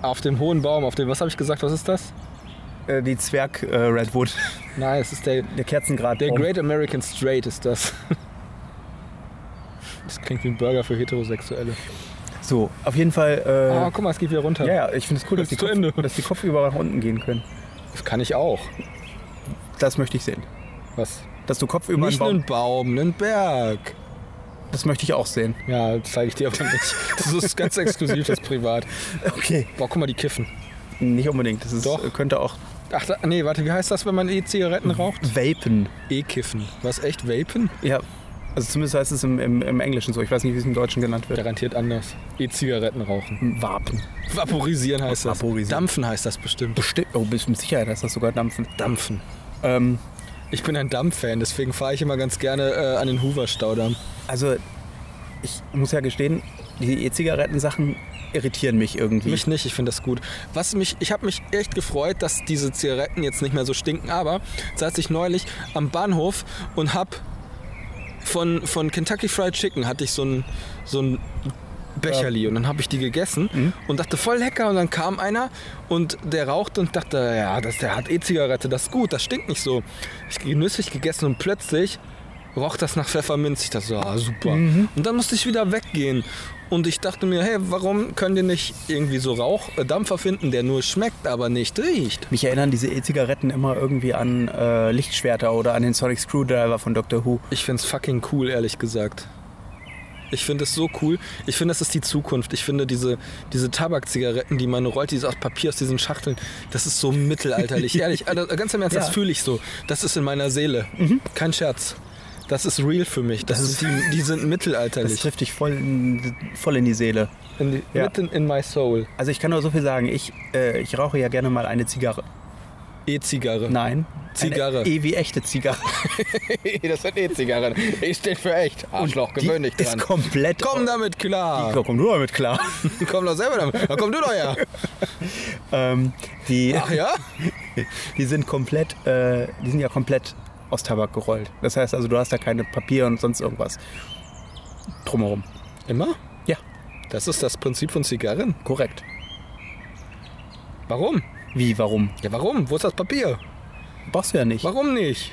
[SPEAKER 2] Auf dem hohen Baum, auf dem, was habe ich gesagt, was ist das?
[SPEAKER 1] Äh, die Zwerg äh, Redwood,
[SPEAKER 2] Nein, es ist der,
[SPEAKER 1] der Kerzengrad.
[SPEAKER 2] der Great American Straight ist das. Das klingt wie ein Burger für Heterosexuelle.
[SPEAKER 1] So, auf jeden Fall. Äh,
[SPEAKER 2] Ah, guck mal, es geht wieder runter.
[SPEAKER 1] ja, ja, ich finde es cool, dass
[SPEAKER 2] Ist
[SPEAKER 1] die,
[SPEAKER 2] zu
[SPEAKER 1] Kopf,
[SPEAKER 2] Ende.
[SPEAKER 1] dass die Kopfüber nach unten gehen können.
[SPEAKER 2] Das kann ich auch.
[SPEAKER 1] Das möchte ich sehen.
[SPEAKER 2] Was?
[SPEAKER 1] Dass du Kopfüber einen
[SPEAKER 2] Nicht
[SPEAKER 1] Baum.
[SPEAKER 2] einen Baum, einen Berg.
[SPEAKER 1] Das möchte ich auch sehen.
[SPEAKER 2] Ja, zeige ich dir aber nicht. Das ist ganz exklusiv, das ist privat.
[SPEAKER 1] Okay.
[SPEAKER 2] Boah, guck mal, die kiffen.
[SPEAKER 1] Nicht unbedingt. Das ist, äh,
[SPEAKER 2] Doch.
[SPEAKER 1] könnte auch
[SPEAKER 2] Ach, da, nee, warte, wie heißt das, wenn man E-Zigaretten raucht?
[SPEAKER 1] Vapen.
[SPEAKER 2] E-Kiffen. Was, echt Vapen?
[SPEAKER 1] Ja. Also zumindest heißt es im, im, im Englischen so. Ich weiß nicht, wie es im Deutschen genannt wird.
[SPEAKER 2] Garantiert anders. E-Zigaretten rauchen.
[SPEAKER 1] Wapen.
[SPEAKER 2] Vaporisieren heißt das.
[SPEAKER 1] Vaporisieren.
[SPEAKER 2] Dampfen heißt das bestimmt.
[SPEAKER 1] Bestimmt. Oh, bist du mit Sicherheit, dass das sogar Dampfen.
[SPEAKER 2] Dampfen.
[SPEAKER 1] Ähm,
[SPEAKER 2] Ich bin ein Dampf-Fan, deswegen fahre ich immer ganz gerne äh, an den Hoover-Staudamm.
[SPEAKER 1] also, ich muss ja gestehen, die E-Zigaretten-Sachen irritieren mich irgendwie.
[SPEAKER 2] Mich nicht, ich finde das gut. Was mich, ich habe mich echt gefreut, dass diese Zigaretten jetzt nicht mehr so stinken, aber saß ich neulich am Bahnhof und hab von, von Kentucky Fried Chicken hatte ich so ein, so ein Becherli und dann habe ich die gegessen und dachte voll lecker und dann kam einer und der rauchte und dachte, ja, das, der hat E-Zigarette, das ist gut, das stinkt nicht so. Ich genüsslich gegessen und plötzlich roch das nach Pfefferminz. Ich dachte, so, ah, super. Und dann musste ich wieder weggehen. Und ich dachte mir, hey, warum können die nicht irgendwie so Rauch, äh, Dampfer finden, der nur schmeckt, aber nicht riecht?
[SPEAKER 1] Mich erinnern diese E-Zigaretten immer irgendwie an äh, Lichtschwerter oder an den Sonic Screwdriver von Doctor Who.
[SPEAKER 2] Ich find's fucking cool, ehrlich gesagt. Ich finde es so cool. Ich finde, das ist die Zukunft. Ich finde diese, diese Tabakzigaretten, die man rollt, die aus Papier aus diesen Schachteln, das ist so mittelalterlich. Ehrlich, Alter, ganz im Ernst,
[SPEAKER 1] Ja.
[SPEAKER 2] das fühle ich so. Das ist in meiner Seele. Kein Scherz. Das ist real für mich. Das,
[SPEAKER 1] Das
[SPEAKER 2] ist, die, die sind
[SPEAKER 1] Das
[SPEAKER 2] mittelalterlich.
[SPEAKER 1] trifft dich voll in, voll in die Seele.
[SPEAKER 2] In die,
[SPEAKER 1] Ja.
[SPEAKER 2] Mitten in my soul.
[SPEAKER 1] Also ich kann nur so viel sagen, ich, äh, ich rauche ja gerne mal eine Zigarre.
[SPEAKER 2] E-Zigarre.
[SPEAKER 1] Nein.
[SPEAKER 2] Zigarre.
[SPEAKER 1] Eine, e wie echte Zigarre.
[SPEAKER 2] das sind E-Zigarren. E steht für echt. Arschloch, gewöhn dich
[SPEAKER 1] Die ist
[SPEAKER 2] dran.
[SPEAKER 1] komplett.
[SPEAKER 2] Komm damit klar.
[SPEAKER 1] komm nur damit klar.
[SPEAKER 2] Komm doch selber damit. Da komm du doch her.
[SPEAKER 1] ähm, die,
[SPEAKER 2] Ach ja?
[SPEAKER 1] die sind komplett, äh, die sind ja komplett aus Tabak gerollt. Das heißt also, du hast da keine Papier und sonst irgendwas drumherum.
[SPEAKER 2] Immer?
[SPEAKER 1] Ja,
[SPEAKER 2] Das ist das Prinzip von Zigarren.
[SPEAKER 1] korrekt.
[SPEAKER 2] Warum?
[SPEAKER 1] Wie, warum?
[SPEAKER 2] Ja, warum? Wo ist das Papier?
[SPEAKER 1] Brauchst du ja nicht.
[SPEAKER 2] Warum nicht?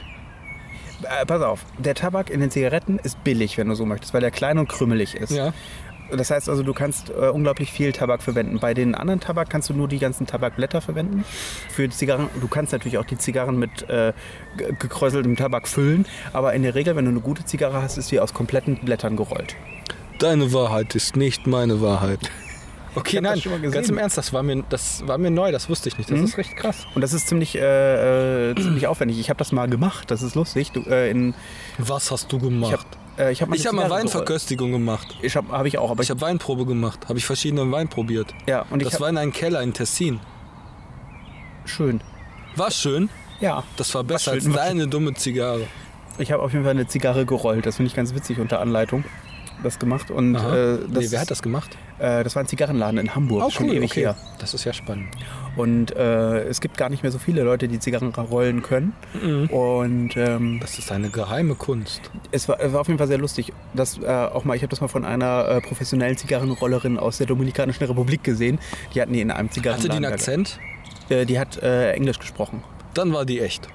[SPEAKER 1] Äh, pass auf, der Tabak in den Zigaretten ist billig, wenn du so möchtest, weil der klein und krümelig ist.
[SPEAKER 2] Ja.
[SPEAKER 1] Das heißt also, du kannst äh, unglaublich viel Tabak verwenden. Bei den anderen Tabak kannst du nur die ganzen Tabakblätter verwenden. Für Zigarren, du kannst natürlich auch die Zigarren mit äh, ge- gekräuseltem Tabak füllen, aber in der Regel, wenn du eine gute Zigarre hast, ist die aus kompletten Blättern gerollt.
[SPEAKER 2] Deine Wahrheit ist nicht meine Wahrheit. Okay,
[SPEAKER 1] hab
[SPEAKER 2] nein,
[SPEAKER 1] das schon mal gesehen.
[SPEAKER 2] ganz im Ernst, das war mir, das war mir neu, das wusste ich nicht. Das ist recht krass.
[SPEAKER 1] Hm? Und das ist ziemlich, äh, äh, ziemlich aufwendig. Ich habe das mal gemacht, das ist lustig. Du, äh, in,
[SPEAKER 2] Was hast du
[SPEAKER 1] ich habe
[SPEAKER 2] gemacht?
[SPEAKER 1] äh, ich hab mal,
[SPEAKER 2] Ich
[SPEAKER 1] eine
[SPEAKER 2] habe mal
[SPEAKER 1] Zigarre gerollt.
[SPEAKER 2] Weinverköstigung gemacht.
[SPEAKER 1] Ich habe hab ich auch, aber
[SPEAKER 2] Ich
[SPEAKER 1] ich,
[SPEAKER 2] habe Weinprobe gemacht. Habe ich verschiedenen Wein probiert.
[SPEAKER 1] ja, und ich
[SPEAKER 2] Das
[SPEAKER 1] hab,
[SPEAKER 2] war in einem Keller in Tessin.
[SPEAKER 1] schön.
[SPEAKER 2] War schön.
[SPEAKER 1] Ja,
[SPEAKER 2] Das war besser
[SPEAKER 1] schön,
[SPEAKER 2] als
[SPEAKER 1] war
[SPEAKER 2] deine dumme Zigarre.
[SPEAKER 1] ich habe auf jeden Fall eine Zigarre gerollt. Das finde ich ganz witzig unter Anleitung. Das gemacht und
[SPEAKER 2] Aha.
[SPEAKER 1] äh, das,
[SPEAKER 2] nee, wer hat das gemacht?
[SPEAKER 1] Äh, das war ein Zigarrenladen in Hamburg,
[SPEAKER 2] Oh,
[SPEAKER 1] schon ewig her.
[SPEAKER 2] Das ist ja spannend.
[SPEAKER 1] Und äh, es gibt gar nicht mehr so viele Leute, die Zigarren rollen können.
[SPEAKER 2] Mhm.
[SPEAKER 1] Und ähm,
[SPEAKER 2] Das ist eine geheime Kunst.
[SPEAKER 1] es, war, es war auf jeden Fall sehr lustig. Das, äh, auch mal, ich habe das mal von einer äh, professionellen Zigarrenrollerin aus der Dominikanischen Republik gesehen. Die hatten die in einem
[SPEAKER 2] Hatte
[SPEAKER 1] Zigarrenladen.
[SPEAKER 2] die einen Akzent?
[SPEAKER 1] Äh, die hat äh, Englisch gesprochen.
[SPEAKER 2] Dann war die echt.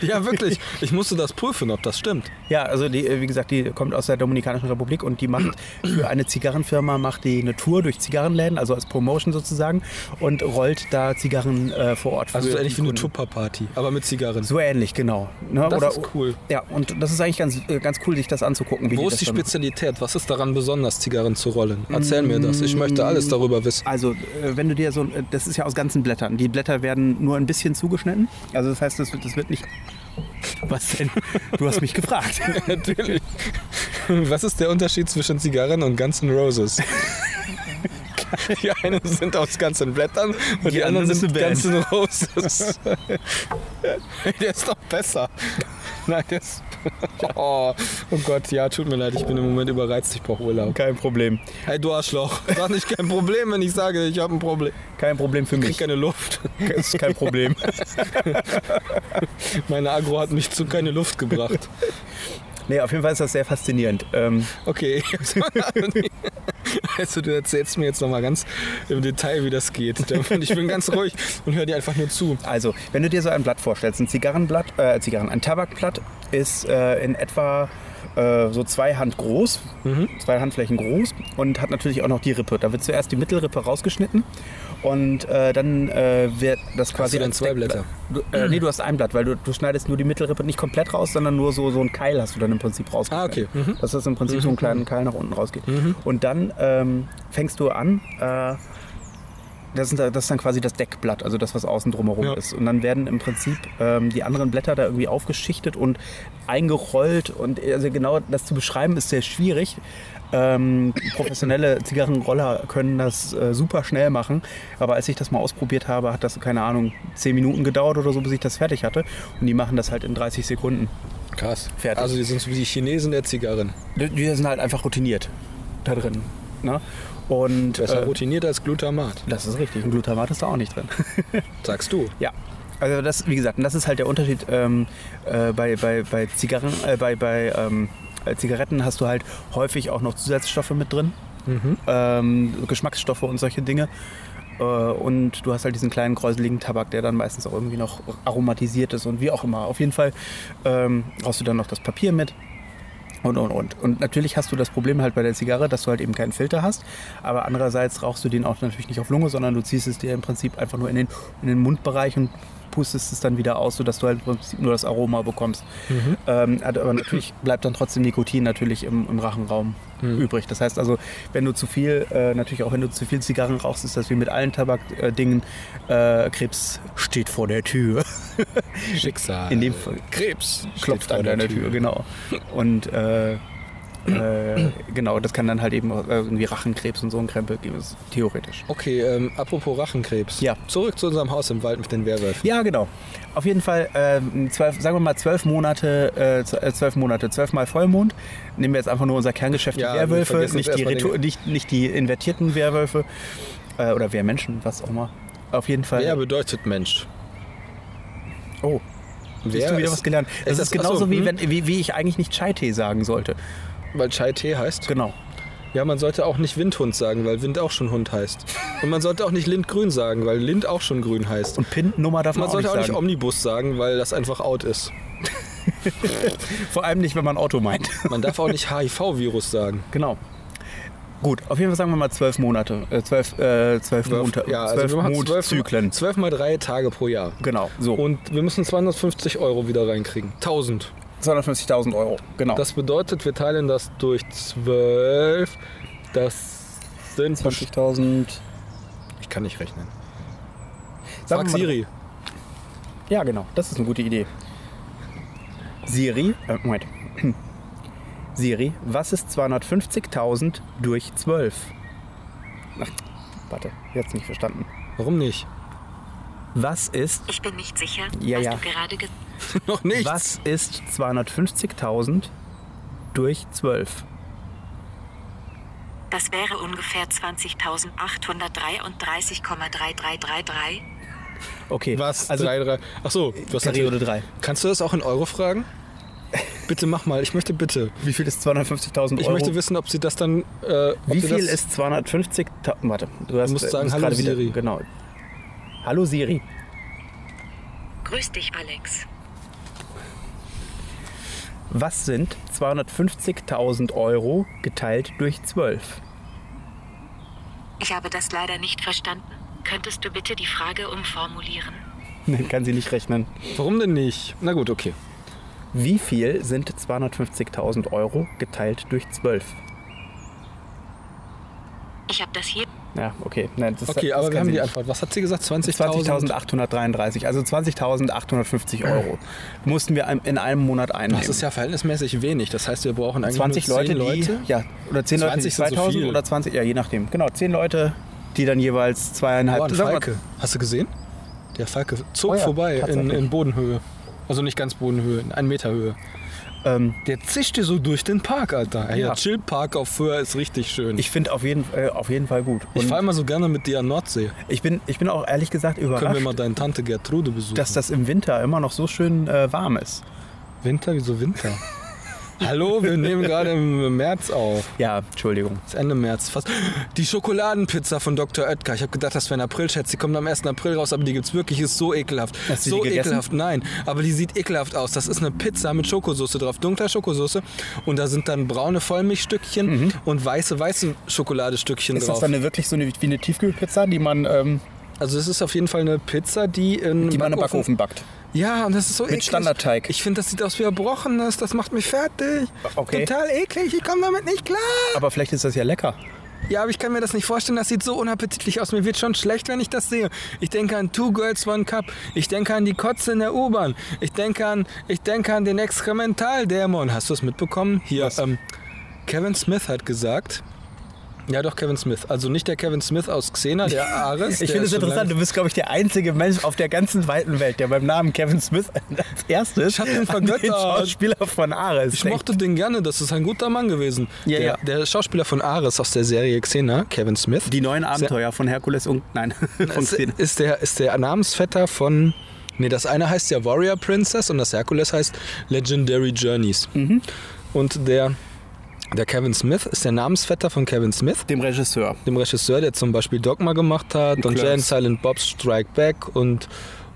[SPEAKER 2] ja, wirklich. Ich musste das prüfen, ob das stimmt.
[SPEAKER 1] Ja, also die, äh, wie gesagt, die kommt aus der Dominikanischen Republik und die macht für eine Zigarrenfirma macht die eine Tour durch Zigarrenläden, also als Promotion sozusagen, und rollt da Zigarren äh, vor Ort.
[SPEAKER 2] Also
[SPEAKER 1] für
[SPEAKER 2] so ähnlich wie
[SPEAKER 1] die
[SPEAKER 2] eine
[SPEAKER 1] Kunden.
[SPEAKER 2] Tupper-Party, aber mit Zigarren.
[SPEAKER 1] So ähnlich, genau. Ne?
[SPEAKER 2] Das ist cool.
[SPEAKER 1] Ja, und das ist eigentlich ganz, äh, ganz cool, sich das anzugucken. Wie
[SPEAKER 2] Wo
[SPEAKER 1] das
[SPEAKER 2] ist die
[SPEAKER 1] dann-
[SPEAKER 2] Spezialität? Was ist daran besonders, Zigarren zu rollen? Erzähl mir das.
[SPEAKER 1] Mm.
[SPEAKER 2] Ich möchte alles darüber wissen.
[SPEAKER 1] Also, äh, wenn du dir so, ein- äh, das ist ja aus ganzen Blättern. Die Blätter werden nur ein bisschen zugeschnitten. Also, das heißt, das wird, das wird nicht. Was denn? Du hast mich gefragt.
[SPEAKER 2] Natürlich. Was ist der Unterschied zwischen Zigarren und Guns N' Roses? Die einen sind aus ganzen Blättern und die,
[SPEAKER 1] Die
[SPEAKER 2] anderen
[SPEAKER 1] andere ist
[SPEAKER 2] sind
[SPEAKER 1] eine Band.
[SPEAKER 2] Guns N' Roses. der ist doch besser. Nein, der ist. Oh, oh Gott, ja, tut mir leid, ich bin im Moment überreizt, ich brauche Urlaub.
[SPEAKER 1] Kein Problem.
[SPEAKER 2] Hey, du Arschloch, sag nicht kein Problem, wenn ich sage, ich habe ein Problem.
[SPEAKER 1] Kein Problem für
[SPEAKER 2] Ich krieg
[SPEAKER 1] mich.
[SPEAKER 2] keine Luft.
[SPEAKER 1] Das ist kein Problem.
[SPEAKER 2] Meine Agro hat mich zu keine Luft gebracht.
[SPEAKER 1] Nee, auf jeden Fall ist das sehr faszinierend. Ähm,
[SPEAKER 2] Okay. Also du erzählst mir jetzt nochmal ganz im Detail, wie das geht. Und ich bin ganz ruhig und höre dir einfach nur zu.
[SPEAKER 1] Also, wenn du dir so ein Blatt vorstellst, ein Zigarrenblatt, äh, Zigarren, ein Tabakblatt ist äh, in etwa äh, so zwei Hand groß,
[SPEAKER 2] Mhm.
[SPEAKER 1] zwei Handflächen groß und hat natürlich auch noch die Rippe. Da wird zuerst die Mittelrippe rausgeschnitten und äh, dann äh, wird das quasi
[SPEAKER 2] du denn
[SPEAKER 1] als
[SPEAKER 2] zwei
[SPEAKER 1] Deckblatt- Du, äh, nee, du hast ein Blatt, weil du, du schneidest nur die Mittelrippe nicht komplett raus, sondern nur so, so einen Keil hast du dann im Prinzip rausgeschnitten.
[SPEAKER 2] Ah, okay.
[SPEAKER 1] Dass das im Prinzip so einen kleinen Keil nach unten rausgeht. Und dann ähm, fängst du an, äh, das ist, da- das ist dann quasi das Deckblatt, also das, was außen drumherum
[SPEAKER 2] Ja.
[SPEAKER 1] ist. Und dann werden im Prinzip ähm, die anderen Blätter da irgendwie aufgeschichtet und eingerollt. Und also genau das zu beschreiben ist sehr schwierig. Ähm, professionelle Zigarrenroller können das äh, super schnell machen. Aber als ich das mal ausprobiert habe, hat das, keine Ahnung, 10 Minuten gedauert oder so, bis ich das fertig hatte. Und die machen das halt in 30 Sekunden.
[SPEAKER 2] Krass.
[SPEAKER 1] Fertig.
[SPEAKER 2] Also die sind so wie die Chinesen der Zigarren.
[SPEAKER 1] Die, die sind halt einfach routiniert da drin. Ne? Und
[SPEAKER 2] Besser
[SPEAKER 1] äh,
[SPEAKER 2] routiniert als Glutamat,
[SPEAKER 1] das ist richtig. Und Glutamat ist da auch nicht drin.
[SPEAKER 2] sagst du.
[SPEAKER 1] Ja. Also das, wie gesagt, und das ist halt der Unterschied ähm, äh, bei, bei, bei Zigarren, äh, bei, bei ähm, äh, Zigaretten hast du halt häufig auch noch Zusatzstoffe mit drin,
[SPEAKER 2] Mhm.
[SPEAKER 1] ähm, Geschmacksstoffe und solche Dinge. Äh, und du hast halt diesen kleinen kräuseligen Tabak, der dann meistens auch irgendwie noch aromatisiert ist und wie auch immer. Auf jeden Fall ähm, brauchst du dann noch das Papier mit. Und, und, und. Und natürlich hast du das Problem halt bei der Zigarre, dass du halt eben keinen Filter hast. Aber andererseits rauchst du den auch natürlich nicht auf Lunge, sondern du ziehst es dir im Prinzip einfach nur in den, in den Mundbereich und pustest es dann wieder aus, sodass du halt im Prinzip nur das Aroma bekommst. Ähm, hat- aber natürlich bleibt dann trotzdem Nikotin natürlich im, im Rachenraum übrig. Das heißt also, wenn du zu viel, äh, natürlich auch wenn du zu viel Zigarren rauchst, ist das wie mit allen Tabakdingen, äh, Krebs steht vor der Tür.
[SPEAKER 2] Schicksal.
[SPEAKER 1] In dem Fall.
[SPEAKER 2] Krebs.
[SPEAKER 1] klopft an deiner Tür, genau. Und äh, äh, genau, das kann dann halt eben auch irgendwie Rachenkrebs und so ein Krempel geben, ist theoretisch.
[SPEAKER 2] Okay, ähm, apropos Rachenkrebs.
[SPEAKER 1] Ja.
[SPEAKER 2] Zurück zu unserem Haus im Wald mit den Werwölfen.
[SPEAKER 1] Ja, genau. Auf jeden Fall, ähm, zwölf, sagen wir mal zwölf Monate, äh, z- äh, zwölf Monate, zwölfmal Vollmond. Nehmen wir jetzt einfach nur unser Kerngeschäft,
[SPEAKER 2] Ja,
[SPEAKER 1] die
[SPEAKER 2] wir
[SPEAKER 1] Werwölfe,
[SPEAKER 2] vergessen
[SPEAKER 1] nicht
[SPEAKER 2] jetzt
[SPEAKER 1] die,
[SPEAKER 2] erstmal
[SPEAKER 1] Retu-
[SPEAKER 2] den-
[SPEAKER 1] nicht, nicht die invertierten Werwölfe äh, oder Wehrmenschen, was auch immer. Auf jeden Fall.
[SPEAKER 2] Wer bedeutet Mensch?
[SPEAKER 1] oh,
[SPEAKER 2] Wer
[SPEAKER 1] hast du wieder
[SPEAKER 2] ist-
[SPEAKER 1] was gelernt. Das
[SPEAKER 2] es
[SPEAKER 1] ist,
[SPEAKER 2] ist-
[SPEAKER 1] genauso
[SPEAKER 2] achso,
[SPEAKER 1] wie,
[SPEAKER 2] hm.
[SPEAKER 1] wenn, wie, wie ich eigentlich nicht Chai-Tee sagen sollte.
[SPEAKER 2] Weil Chai Tee heißt?
[SPEAKER 1] Genau.
[SPEAKER 2] Ja, man sollte auch nicht Windhund sagen, weil Wind auch schon Hund heißt. Und man sollte auch nicht Lindgrün sagen, weil Lind auch schon grün heißt.
[SPEAKER 1] Und PIN-Nummer darf man,
[SPEAKER 2] Man sollte auch nicht
[SPEAKER 1] sagen.
[SPEAKER 2] Omnibus sagen, weil das einfach out ist.
[SPEAKER 1] Vor allem nicht, wenn man Auto meint.
[SPEAKER 2] Man darf auch nicht HIV-Virus sagen.
[SPEAKER 1] Genau. Gut, auf jeden Fall sagen wir mal zwölf Monate, äh, zwölf, äh, zwölf, Monate,
[SPEAKER 2] ja, also
[SPEAKER 1] zwölf
[SPEAKER 2] wir machen zwölf,
[SPEAKER 1] Mondzyklen.
[SPEAKER 2] zwölf mal drei Tage pro Jahr.
[SPEAKER 1] Genau, so.
[SPEAKER 2] Und wir müssen 250 Euro wieder reinkriegen. 1000.
[SPEAKER 1] 250.000 Euro, genau.
[SPEAKER 2] Das bedeutet, wir teilen das durch 12. Das sind.
[SPEAKER 1] 20.000.
[SPEAKER 2] Ich kann nicht rechnen.
[SPEAKER 1] Sagen
[SPEAKER 2] Sag
[SPEAKER 1] wir mal-
[SPEAKER 2] Siri.
[SPEAKER 1] Ja, genau, das ist eine gute Idee. Siri, äh, Moment. Siri, was ist 250.000 durch 12? Ach, warte, jetzt nicht verstanden.
[SPEAKER 2] Warum nicht?
[SPEAKER 1] Was ist,
[SPEAKER 3] Ich bin nicht sicher,
[SPEAKER 1] Ja,
[SPEAKER 3] was
[SPEAKER 1] ja.
[SPEAKER 3] du gerade gesagt
[SPEAKER 2] Noch nicht.
[SPEAKER 1] was ist 250.000 durch 12?
[SPEAKER 3] Das wäre ungefähr 20.833,3333.
[SPEAKER 1] Okay,
[SPEAKER 2] Was?
[SPEAKER 1] also
[SPEAKER 2] drei, drei. Ach so, du hast
[SPEAKER 1] Periode
[SPEAKER 2] natürlich-
[SPEAKER 1] 3.
[SPEAKER 2] Kannst du das auch in Euro fragen? Bitte mach mal, ich möchte bitte.
[SPEAKER 1] Wie viel ist 250.000 Euro?
[SPEAKER 2] Ich möchte wissen, ob sie das dann. Äh, ob
[SPEAKER 1] Wie
[SPEAKER 2] sie
[SPEAKER 1] viel
[SPEAKER 2] das,
[SPEAKER 1] ist 250? Ta- Warte, du hast,
[SPEAKER 2] Du musst
[SPEAKER 1] äh,
[SPEAKER 2] sagen,
[SPEAKER 1] bist
[SPEAKER 2] hallo
[SPEAKER 1] gerade wieder-
[SPEAKER 2] Siri.
[SPEAKER 1] Genau. Hallo Siri.
[SPEAKER 3] Grüß dich, Alex.
[SPEAKER 1] Was sind 250.000 Euro geteilt durch 12?
[SPEAKER 3] Ich habe das leider nicht verstanden. Könntest du bitte die Frage umformulieren?
[SPEAKER 1] Nein, kann sie nicht rechnen.
[SPEAKER 2] Warum denn nicht? Na gut, okay.
[SPEAKER 1] Wie viel sind 250.000 Euro geteilt durch 12?
[SPEAKER 3] Ich habe das hier.
[SPEAKER 1] Ja, okay. Nein, das
[SPEAKER 2] Okay,
[SPEAKER 1] das
[SPEAKER 2] aber
[SPEAKER 1] kann
[SPEAKER 2] wir haben
[SPEAKER 1] sie
[SPEAKER 2] die
[SPEAKER 1] nicht.
[SPEAKER 2] Antwort. Was hat sie gesagt? 20.000?
[SPEAKER 1] 20.833, also 20.850 Euro mussten wir in einem Monat einnehmen.
[SPEAKER 2] Das ist ja verhältnismäßig wenig. Das heißt, wir brauchen eigentlich
[SPEAKER 1] 20
[SPEAKER 2] nur
[SPEAKER 1] Leute,
[SPEAKER 2] 10 Leute.
[SPEAKER 1] die, ja, oder 10 Leute, die
[SPEAKER 2] 20 sind so
[SPEAKER 1] 2000
[SPEAKER 2] viel.
[SPEAKER 1] oder 20, ja, je nachdem. Genau, 10 Leute, die dann jeweils zweieinhalb,
[SPEAKER 2] Oh, ein
[SPEAKER 1] sagen wir-
[SPEAKER 2] Falke. Hast du gesehen? Der Falke zog
[SPEAKER 1] Oh ja,
[SPEAKER 2] vorbei in,
[SPEAKER 1] tatsächlich.
[SPEAKER 2] in Bodenhöhe. Also nicht ganz Bodenhöhe, in 1 Meter Höhe.
[SPEAKER 1] Ähm,
[SPEAKER 2] Der zischte so durch den Park, Alter. Ja,
[SPEAKER 1] Ja.
[SPEAKER 2] Chillpark auf Föhr ist richtig schön.
[SPEAKER 1] ich finde auf jeden, äh, auf jeden Fall gut.
[SPEAKER 2] ich
[SPEAKER 1] Und
[SPEAKER 2] fahre immer so gerne mit dir an Nordsee.
[SPEAKER 1] ich bin, ich bin auch ehrlich gesagt
[SPEAKER 2] Können wir mal
[SPEAKER 1] überrascht,
[SPEAKER 2] deine Tante Gertrude besuchen?
[SPEAKER 1] dass das im Winter immer noch so schön äh, warm ist.
[SPEAKER 2] Winter, wieso Winter? Hallo, wir nehmen gerade im März auf.
[SPEAKER 1] Ja, Entschuldigung.
[SPEAKER 2] Ist Ende März fast. Die Schokoladenpizza von Dr. Oetker. Ich habe gedacht, das wäre ein April-Schätz. Die kommt am 1. April raus, aber die gibt's wirklich. Ist so ekelhaft.
[SPEAKER 1] Hast du die
[SPEAKER 2] so
[SPEAKER 1] gegessen?
[SPEAKER 2] ekelhaft, nein. Aber die sieht ekelhaft aus. Das ist eine Pizza mit Schokosoße drauf. Dunkler Schokosoße. Und da sind dann braune Vollmilchstückchen und weiße, weiße Schokoladestückchen
[SPEAKER 1] Mhm. Ist
[SPEAKER 2] drauf.
[SPEAKER 1] das dann eine, wirklich so eine, wie eine Tiefkühlpizza, die man, ähm,
[SPEAKER 2] also, es ist auf jeden Fall eine Pizza, die in.
[SPEAKER 1] die man im Backofen backt?
[SPEAKER 2] Ja, und das ist so eklig.
[SPEAKER 1] Standardteig.
[SPEAKER 2] Ich finde, das sieht aus wie Erbrochenes. Das macht mich fertig.
[SPEAKER 1] Okay.
[SPEAKER 2] Total eklig. Ich komme damit nicht klar.
[SPEAKER 1] Aber vielleicht ist das ja lecker.
[SPEAKER 2] Ja, aber ich kann mir das nicht vorstellen. Das sieht so unappetitlich aus. Mir wird schon schlecht, wenn ich das sehe. Ich denke an Two Girls One Cup. Ich denke an die Kotze in der U-Bahn. Ich denke an, ich denke an den Exkrementaldämon. Hast du es mitbekommen? Hier, ähm, Kevin Smith hat gesagt. Ja, doch, Kevin Smith. Also nicht der Kevin Smith aus Xena, der Ares. der
[SPEAKER 1] Ich finde es
[SPEAKER 2] schon lange-
[SPEAKER 1] interessant, du bist, glaube ich, der einzige Mensch auf der ganzen weiten Welt, der beim Namen Kevin Smith als erstes
[SPEAKER 2] Ich hab ihn
[SPEAKER 1] an den
[SPEAKER 2] vergöttert.
[SPEAKER 1] Schauspieler von Ares
[SPEAKER 2] Ich
[SPEAKER 1] denkt.
[SPEAKER 2] mochte den gerne. Das ist ein guter Mann gewesen.
[SPEAKER 1] Ja,
[SPEAKER 2] der,
[SPEAKER 1] ja.
[SPEAKER 2] der Schauspieler von Ares aus der Serie Xena, Kevin Smith.
[SPEAKER 1] Die neuen Abenteuer von Herkules und. Nein, von
[SPEAKER 2] ist,
[SPEAKER 1] Xena.
[SPEAKER 2] ist, der, ist der Namensvetter von. Nee, das eine heißt ja Warrior Princess und das Herkules heißt Legendary Journeys.
[SPEAKER 1] Mhm.
[SPEAKER 2] Und der, der Kevin Smith ist der Namensvetter von Kevin Smith,
[SPEAKER 1] Dem Regisseur.
[SPEAKER 2] dem Regisseur, der zum Beispiel Dogma gemacht hat und
[SPEAKER 1] Clerks.
[SPEAKER 2] Jane Silent Bob Strike Back und,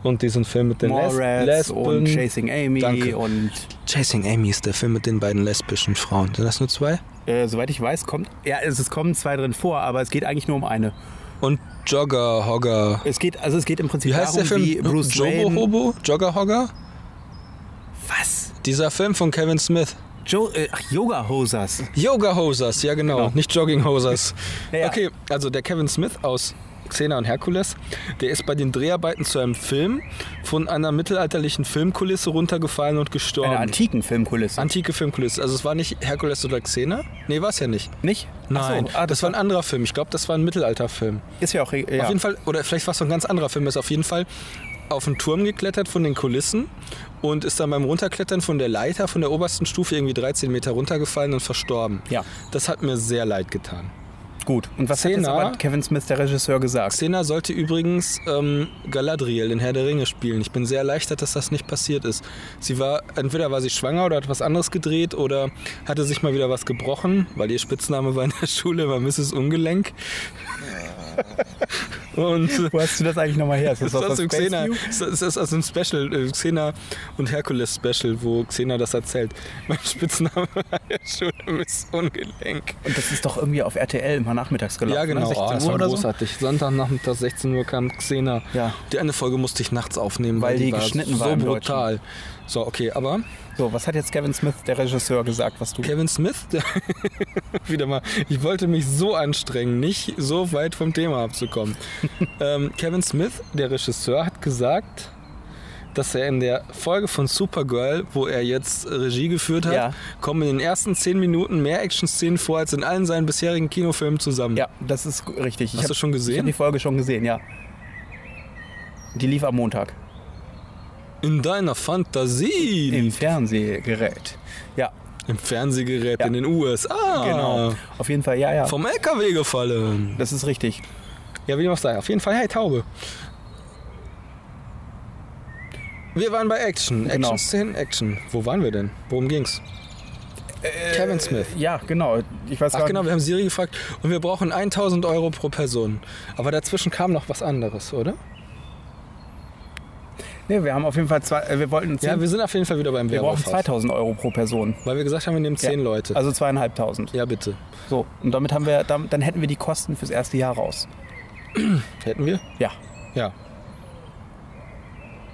[SPEAKER 2] und diesen Film mit den Les
[SPEAKER 1] Mallrats und
[SPEAKER 2] Lesben.
[SPEAKER 1] Chasing Amy
[SPEAKER 2] Danke.
[SPEAKER 1] und.
[SPEAKER 2] Chasing Amy ist der Film mit den beiden lesbischen Frauen. Sind das nur zwei?
[SPEAKER 1] Äh, soweit ich weiß, kommt. Ja, es, es kommen zwei drin vor, aber es geht eigentlich nur um eine.
[SPEAKER 2] Und Jogger Hogger.
[SPEAKER 1] Es geht, also es geht im Prinzip
[SPEAKER 2] Wie heißt
[SPEAKER 1] darum,
[SPEAKER 2] der Film?
[SPEAKER 1] wie Bruce
[SPEAKER 2] Jogo
[SPEAKER 1] Wayne.
[SPEAKER 2] Hobo? Jogger Hogger?
[SPEAKER 1] Was?
[SPEAKER 2] Dieser Film von Kevin Smith.
[SPEAKER 1] Jo, äh, ach, Yoga Hosers.
[SPEAKER 2] Yoga-Hosers, ja genau, nicht Jogging-Hosers.
[SPEAKER 1] Genau. Ja, ja.
[SPEAKER 2] Okay, also der Kevin Smith aus Xena und Herkules, der ist bei den Dreharbeiten zu einem Film von einer mittelalterlichen Filmkulisse runtergefallen und gestorben.
[SPEAKER 1] Eine antiken Filmkulisse.
[SPEAKER 2] Antike Filmkulisse. Also es war nicht Herkules oder Xena? Nee, war es ja nicht.
[SPEAKER 1] Nicht?
[SPEAKER 2] Nein,
[SPEAKER 1] Ach so, ah,
[SPEAKER 2] das war ein anderer Film. Ich glaube, das war ein Mittelalterfilm.
[SPEAKER 1] ist ja auch. re- Ja.
[SPEAKER 2] Auf jeden Fall, oder vielleicht war es noch ein ganz anderer Film, ist auf jeden Fall auf den Turm geklettert von den Kulissen und ist dann beim Runterklettern von der Leiter von der obersten Stufe irgendwie 13 Meter runtergefallen und verstorben.
[SPEAKER 1] Ja.
[SPEAKER 2] Das hat mir sehr leid getan.
[SPEAKER 1] Gut. Und was hat jetzt
[SPEAKER 2] Xena-
[SPEAKER 1] aber Kevin Smith, der Regisseur, gesagt?
[SPEAKER 2] Xena sollte übrigens ähm, Galadriel in Herr der Ringe spielen. Ich bin sehr erleichtert, dass das nicht passiert ist. Sie war, entweder war sie schwanger oder hat was anderes gedreht oder hatte sich mal wieder was gebrochen, weil ihr Spitzname war in der Schule immer Mrs. Ungelenk. und äh,
[SPEAKER 1] Wo hast du das eigentlich nochmal her? Ist
[SPEAKER 2] ist
[SPEAKER 1] aus
[SPEAKER 2] das,
[SPEAKER 1] der
[SPEAKER 2] so
[SPEAKER 1] Space
[SPEAKER 2] Xena,
[SPEAKER 1] View?
[SPEAKER 2] ist das ist also ein Special, äh, Xena und Herkules Special, wo Xena das erzählt. Mein Spitzname war ja schon Miss Ungelenk.
[SPEAKER 1] Und das ist doch irgendwie auf RTL immer nachmittags gelaufen.
[SPEAKER 2] Ja,
[SPEAKER 1] ne?
[SPEAKER 2] genau.
[SPEAKER 1] 16
[SPEAKER 2] Oh, das
[SPEAKER 1] Uhr
[SPEAKER 2] war
[SPEAKER 1] oder so.
[SPEAKER 2] großartig. Sonntagnachmittag 16 Uhr kam Xena.
[SPEAKER 1] Ja.
[SPEAKER 2] Die eine Folge musste ich nachts aufnehmen,
[SPEAKER 1] Weil
[SPEAKER 2] weil,
[SPEAKER 1] die
[SPEAKER 2] war
[SPEAKER 1] geschnitten
[SPEAKER 2] so
[SPEAKER 1] war im
[SPEAKER 2] brutal. So, okay, aber
[SPEAKER 1] So, was hat jetzt Kevin Smith, der Regisseur, gesagt, was du.
[SPEAKER 2] Kevin Smith, der- wieder mal, ich wollte mich so anstrengen, nicht so weit vom Thema abzukommen. ähm, Kevin Smith, der Regisseur, hat gesagt, dass er in der Folge von Supergirl, wo er jetzt Regie geführt hat,
[SPEAKER 1] Ja.
[SPEAKER 2] kommen in den ersten zehn Minuten mehr Action-Szenen vor als in allen seinen bisherigen Kinofilmen zusammen.
[SPEAKER 1] Ja, das ist gu- richtig. Ich
[SPEAKER 2] Hast du schon gesehen?
[SPEAKER 1] Ich habe die Folge schon gesehen, ja. Die lief am Montag.
[SPEAKER 2] In deiner Fantasie,
[SPEAKER 1] Im Fernsehgerät. Ja,
[SPEAKER 2] im Fernsehgerät
[SPEAKER 1] Ja.
[SPEAKER 2] in den USA,
[SPEAKER 1] genau. Auf jeden Fall, ja, ja.
[SPEAKER 2] Ah. vom LKW gefallen.
[SPEAKER 1] Das ist richtig.
[SPEAKER 2] Ja, wie dem auch sei. Auf jeden Fall, hey, Taube. Wir waren bei Action.
[SPEAKER 1] Genau.
[SPEAKER 2] Action-Szenen, Action. Wo waren wir denn? Worum ging's?
[SPEAKER 1] Äh,
[SPEAKER 2] Kevin Smith.
[SPEAKER 1] Ja, genau. Ich weiß
[SPEAKER 2] Ach
[SPEAKER 1] gar
[SPEAKER 2] genau, wir haben Siri gefragt und wir brauchen 1000 Euro pro Person. Aber dazwischen kam noch was anderes, oder?
[SPEAKER 1] Nee, wir haben auf jeden Fall zwei. äh, Wir wollten zehn,
[SPEAKER 2] Ja, wir sind auf jeden Fall wieder beim
[SPEAKER 1] wir brauchen
[SPEAKER 2] Werwolf.
[SPEAKER 1] 2000 Euro pro Person.
[SPEAKER 2] Weil wir gesagt haben, wir nehmen 10
[SPEAKER 1] Ja.
[SPEAKER 2] Leute.
[SPEAKER 1] Also zweieinhalbtausend.
[SPEAKER 2] ja, bitte.
[SPEAKER 1] So. Und damit haben wir, dann, dann hätten wir die Kosten fürs erste Jahr raus.
[SPEAKER 2] Hätten wir?
[SPEAKER 1] Ja.
[SPEAKER 2] Ja.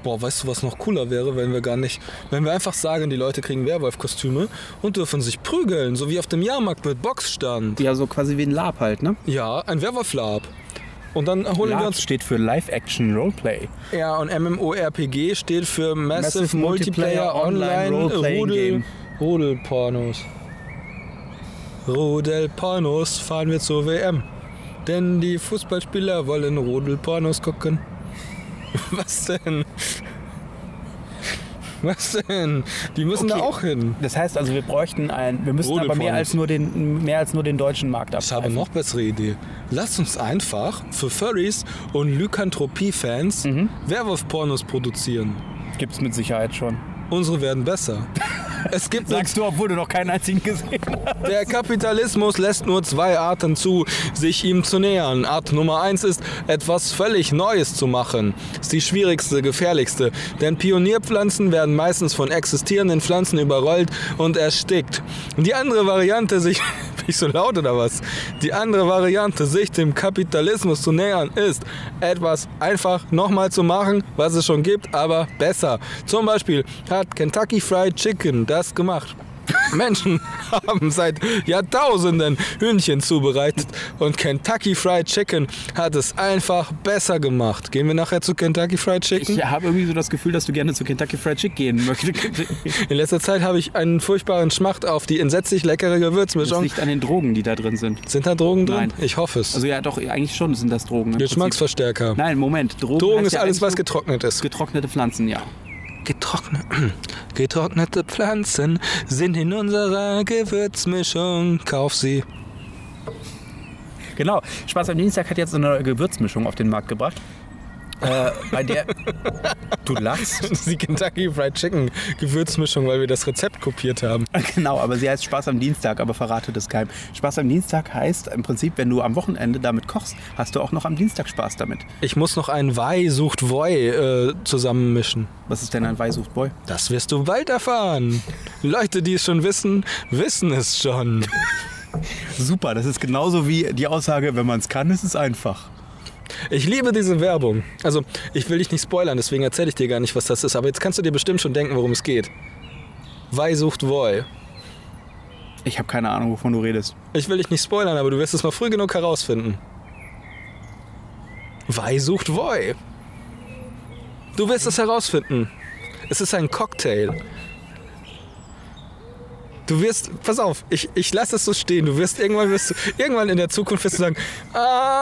[SPEAKER 2] Boah, weißt du, was noch cooler wäre, wenn wir gar nicht, wenn wir einfach sagen, die Leute kriegen Werwolf-Kostüme und dürfen sich prügeln, so wie auf dem Jahrmarkt mit Boxstand.
[SPEAKER 1] Ja, so quasi wie ein Lab halt, ne?
[SPEAKER 2] Ja, ein Werwolf-Lab. Und dann holen wir
[SPEAKER 1] Lab
[SPEAKER 2] uns.
[SPEAKER 1] steht für Live Action Roleplay.
[SPEAKER 2] Ja, und MMORPG steht für Massive,
[SPEAKER 1] Massive
[SPEAKER 2] Multiplayer,
[SPEAKER 1] Multiplayer
[SPEAKER 2] Online
[SPEAKER 1] Online Roleplaying
[SPEAKER 2] Rudel,
[SPEAKER 1] Game.
[SPEAKER 2] Rudelpornos. Rudelpornos fahren wir zur WM. Denn die Fußballspieler wollen Rudelpornos gucken. Was denn? Was denn? Die müssen
[SPEAKER 1] Okay.
[SPEAKER 2] da auch hin.
[SPEAKER 1] Das heißt also, wir bräuchten ein, wir müssten aber mehr
[SPEAKER 2] Rodelfreund.
[SPEAKER 1] als nur den, mehr als nur den deutschen Markt
[SPEAKER 2] Ich habe
[SPEAKER 1] abgreifen.
[SPEAKER 2] noch bessere Idee. Lasst uns einfach für Furries und Lykanthropie-Fans
[SPEAKER 1] Mhm.
[SPEAKER 2] Werwolf-Pornos produzieren.
[SPEAKER 1] Gibt's mit Sicherheit schon.
[SPEAKER 2] Unsere werden besser. Es gibt nur,
[SPEAKER 1] Sagst du, obwohl du noch keinen einzigen gesehen hast.
[SPEAKER 2] der Kapitalismus lässt nur zwei Arten zu, sich ihm zu nähern. Art Nummer eins ist, etwas völlig Neues zu machen. Ist die schwierigste, gefährlichste. Denn Pionierpflanzen werden meistens von existierenden Pflanzen überrollt und erstickt. Die andere Variante, sich bin ich so laut oder was? Die andere Variante, sich dem Kapitalismus zu nähern, ist, etwas einfach nochmal zu machen, was es schon gibt, aber besser. Zum Beispiel hat Kentucky Fried Chicken das gemacht. Menschen haben seit Jahrtausenden Hühnchen zubereitet und Kentucky Fried Chicken hat es einfach besser gemacht. Gehen wir nachher zu Kentucky Fried Chicken?
[SPEAKER 1] Ich habe irgendwie so das Gefühl, dass du gerne zu Kentucky Fried Chicken gehen möchtest.
[SPEAKER 2] In letzter Zeit habe ich einen furchtbaren Schmacht auf die entsetzlich leckere
[SPEAKER 1] Das
[SPEAKER 2] Gewürzmischung.
[SPEAKER 1] liegt an den Drogen, die da drin sind.
[SPEAKER 2] Sind da Drogen drin?
[SPEAKER 1] Nein.
[SPEAKER 2] Ich hoffe es.
[SPEAKER 1] Also ja, doch, eigentlich schon sind das Drogen. im Prinzip.
[SPEAKER 2] Geschmacksverstärker.
[SPEAKER 1] Nein, Moment. Drogen,
[SPEAKER 2] Drogen
[SPEAKER 1] heißt
[SPEAKER 2] ist
[SPEAKER 1] ja
[SPEAKER 2] alles,
[SPEAKER 1] eigentlich
[SPEAKER 2] was
[SPEAKER 1] nur
[SPEAKER 2] getrocknet ist.
[SPEAKER 1] getrocknete Pflanzen, ja.
[SPEAKER 2] Getrocknet, getrocknete Pflanzen sind in unserer Gewürzmischung. Kauf sie.
[SPEAKER 1] Genau. Spaß am Dienstag hat jetzt so eine Gewürzmischung auf den Markt gebracht. Äh, bei der. Du lachst?
[SPEAKER 2] Die Kentucky Fried Chicken Gewürzmischung, weil wir das Rezept kopiert haben.
[SPEAKER 1] Genau, aber sie heißt Spaß am Dienstag, aber verrate das keinem. Spaß am Dienstag heißt im Prinzip, wenn du am Wochenende damit kochst, hast du auch noch am Dienstag Spaß damit.
[SPEAKER 2] Ich muss noch einen Wei sucht Woi äh, zusammenmischen.
[SPEAKER 1] Was ist denn ein Weihsuchtboy?
[SPEAKER 2] Das wirst du bald erfahren. Leute, die es schon wissen, wissen es schon.
[SPEAKER 1] Super, das ist genauso wie die Aussage, wenn man es kann, ist es einfach.
[SPEAKER 2] Ich liebe diese Werbung. Also, ich will dich nicht spoilern, deswegen erzähle ich dir gar nicht, was das ist. Aber jetzt kannst du dir bestimmt schon denken, worum es geht. Wei sucht Woi.
[SPEAKER 1] Ich habe keine Ahnung, wovon du redest.
[SPEAKER 2] Ich will dich nicht spoilern, aber du wirst es noch früh genug herausfinden. Wei sucht Woi. Du wirst es herausfinden. Es ist ein Cocktail. Du wirst, pass auf, ich, ich lasse es so stehen. Du wirst irgendwann, wirst du, irgendwann in der Zukunft wirst du sagen,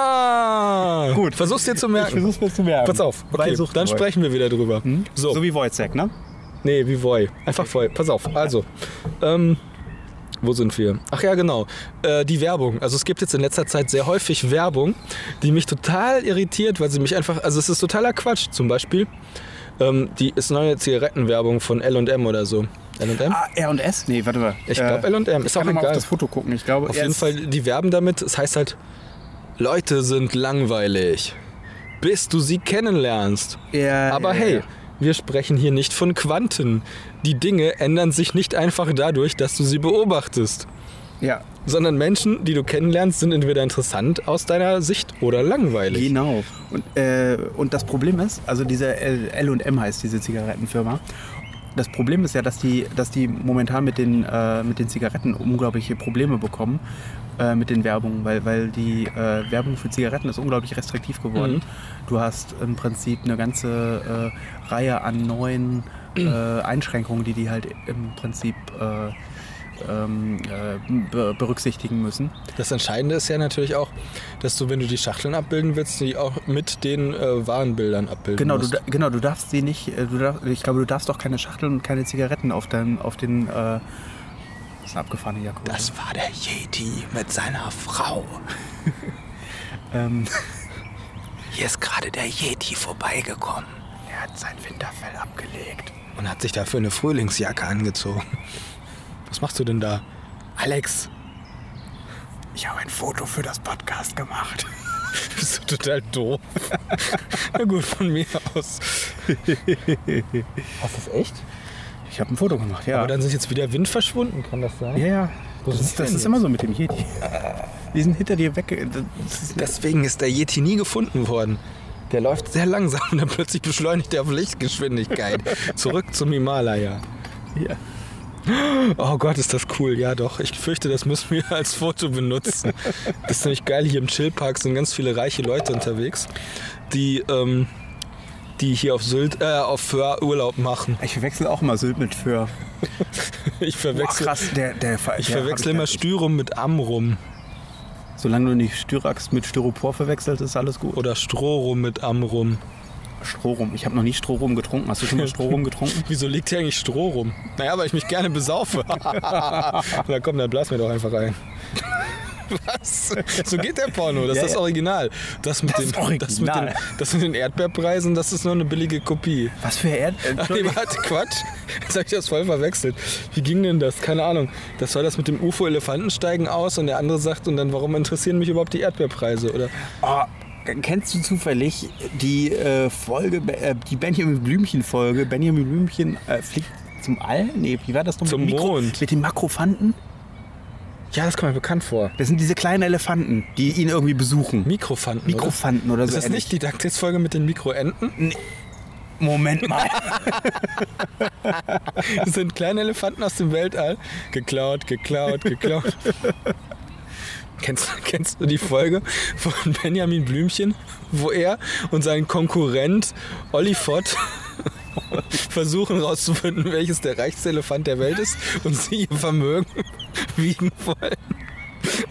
[SPEAKER 2] ah,
[SPEAKER 1] Gut.
[SPEAKER 2] versuch's dir zu merken.
[SPEAKER 1] versuch's mir zu merken.
[SPEAKER 2] Pass auf, okay,
[SPEAKER 1] Weil Sucht
[SPEAKER 2] dann
[SPEAKER 1] Woi.
[SPEAKER 2] sprechen wir wieder drüber. So,
[SPEAKER 1] So wie Wojcek, ne?
[SPEAKER 2] nee, wie Woi. Einfach Woi. Pass auf, also, ähm, wo sind wir? Ach ja, genau, äh, die Werbung. Also es gibt jetzt in letzter Zeit sehr häufig Werbung, die mich total irritiert, weil sie mich einfach, also es ist totaler Quatsch. Zum Beispiel, ähm, die ist neue Zigarettenwerbung von L&M oder so. L&M?
[SPEAKER 1] Ah, R&S? Nee, warte mal. Äh,
[SPEAKER 2] Ich glaub, L&M, ist
[SPEAKER 1] ich kann
[SPEAKER 2] auch
[SPEAKER 1] noch mal auf
[SPEAKER 2] egal.
[SPEAKER 1] das Foto gucken. Ich glaube,
[SPEAKER 2] Auf
[SPEAKER 1] ja,
[SPEAKER 2] jeden
[SPEAKER 1] es-
[SPEAKER 2] Fall, die werben damit. Es heißt halt, Leute sind langweilig, bis du sie kennenlernst.
[SPEAKER 1] Ja,
[SPEAKER 2] Aber
[SPEAKER 1] ja,
[SPEAKER 2] hey,
[SPEAKER 1] ja.
[SPEAKER 2] wir sprechen hier nicht von Quanten. Die Dinge ändern sich nicht einfach dadurch, dass du sie beobachtest.
[SPEAKER 1] Ja,
[SPEAKER 2] Sondern Menschen, die du kennenlernst, sind entweder interessant aus deiner Sicht oder langweilig.
[SPEAKER 1] Genau. Und, äh, und das Problem ist, also diese L- L&M heißt diese Zigarettenfirma. Das Problem ist ja, dass die, dass die momentan mit den, äh, mit den Zigaretten unglaubliche Probleme bekommen äh, mit den Werbungen, weil, weil die äh, Werbung für Zigaretten ist unglaublich restriktiv geworden. Du hast im Prinzip eine ganze äh, Reihe an neuen äh, Einschränkungen, die die halt im Prinzip äh, ähm, äh, be- berücksichtigen müssen.
[SPEAKER 2] Das Entscheidende ist ja natürlich auch, dass du, wenn du die Schachteln abbilden willst, die auch mit den äh, Warenbildern abbilden
[SPEAKER 1] Genau, du,
[SPEAKER 2] musst.
[SPEAKER 1] da- genau, du darfst sie nicht, äh, du darf, ich glaube, du darfst doch keine Schachteln und keine Zigaretten auf, dein, auf den, äh, das ist eine abgefahrene Jacke. oder?
[SPEAKER 2] das war der Yeti mit seiner Frau.
[SPEAKER 1] Ähm,
[SPEAKER 2] Hier ist gerade der Yeti vorbeigekommen
[SPEAKER 1] er hat sein Winterfell abgelegt.
[SPEAKER 2] und hat sich dafür eine Frühlingsjacke angezogen. Was machst du denn da? Alex,
[SPEAKER 1] Ich habe ein Foto für das Podcast gemacht.
[SPEAKER 2] bist du total doof. Na gut, von mir aus. Hast du es echt?
[SPEAKER 1] Ich habe ein Foto gemacht, ja.
[SPEAKER 2] Aber dann sind jetzt wieder Wind verschwunden, kann das sein?
[SPEAKER 1] ja, ja.
[SPEAKER 2] Wo
[SPEAKER 1] Das,
[SPEAKER 2] sind
[SPEAKER 1] ist-
[SPEAKER 2] die
[SPEAKER 1] das
[SPEAKER 2] denn
[SPEAKER 1] ist immer so mit dem Yeti. Die sind hinter dir weg. äh, Das ist,
[SPEAKER 2] Deswegen ist der Yeti nie gefunden worden. Der läuft sehr langsam und dann plötzlich beschleunigt er auf Lichtgeschwindigkeit. Zurück zum Himalaya.
[SPEAKER 1] ja.
[SPEAKER 2] Oh Gott, ist das cool. Ja, doch. Ich fürchte, das müssen wir als Foto benutzen. Das ist nämlich geil. Hier im Chillpark sind ganz viele reiche Leute unterwegs, die, ähm, die hier auf Sylt, äh, auf Föhr Urlaub machen.
[SPEAKER 1] Ich verwechsel auch immer Sylt mit Föhr.
[SPEAKER 2] Ich
[SPEAKER 1] Boah,
[SPEAKER 2] verwechsel,
[SPEAKER 1] krass, der, der, der
[SPEAKER 2] ich verwechsel immer Styrum mit Amrum
[SPEAKER 1] Solange du nicht Styrax mit Styropor verwechselst, ist alles gut.
[SPEAKER 2] oder Strorum mit Amrum.
[SPEAKER 1] Strohrum. Ich habe noch nie Strohrum getrunken. Hast du schon mal Strohrum getrunken?
[SPEAKER 2] Wieso liegt hier eigentlich Stroh rum? Naja, weil ich mich gerne besaufe. Na komm, dann blas mir doch einfach ein. Was? So geht der Porno, das
[SPEAKER 1] Ja,
[SPEAKER 2] ist das
[SPEAKER 1] ja.
[SPEAKER 2] Original. Das mit,
[SPEAKER 1] Das
[SPEAKER 2] den, Das, mit
[SPEAKER 1] Original.
[SPEAKER 2] den, das mit den Erdbeerpreisen, das ist nur eine billige Kopie.
[SPEAKER 1] Was für Erd...
[SPEAKER 2] Ach nee, warte, Quatsch. Jetzt habe ich das voll verwechselt. Wie ging denn das? Keine Ahnung. Das soll das mit dem UFO-Elefantensteigen aus und der andere sagt, und dann warum interessieren mich überhaupt die Erdbeerpreise? Oder
[SPEAKER 1] Oh, kennst du zufällig die äh, Folge, äh, die Benjamin Blümchen-Folge? Benjamin Blümchen äh, fliegt zum All? Nee, wie war das noch?
[SPEAKER 2] Zum
[SPEAKER 1] mit dem
[SPEAKER 2] Mond.
[SPEAKER 1] Mit den Makrophanten?
[SPEAKER 2] Ja, das kommt mir bekannt vor.
[SPEAKER 1] Das sind diese kleinen Elefanten, die ihn irgendwie besuchen.
[SPEAKER 2] Mikrofanten.
[SPEAKER 1] Mikrophanten oder
[SPEAKER 2] oder? Ist
[SPEAKER 1] so.
[SPEAKER 2] das
[SPEAKER 1] ähnlich.
[SPEAKER 2] nicht die Daktis-Folge mit den Mikroenten?
[SPEAKER 1] Moment mal.
[SPEAKER 2] Das sind kleine Elefanten aus dem Weltall. Geklaut, geklaut, geklaut. kennst, kennst du die Folge von Benjamin Blümchen, wo er und sein Konkurrent Olli Fott versuchen herauszufinden, welches der reichste Elefant der Welt ist und sie ihr Vermögen wiegen wollen?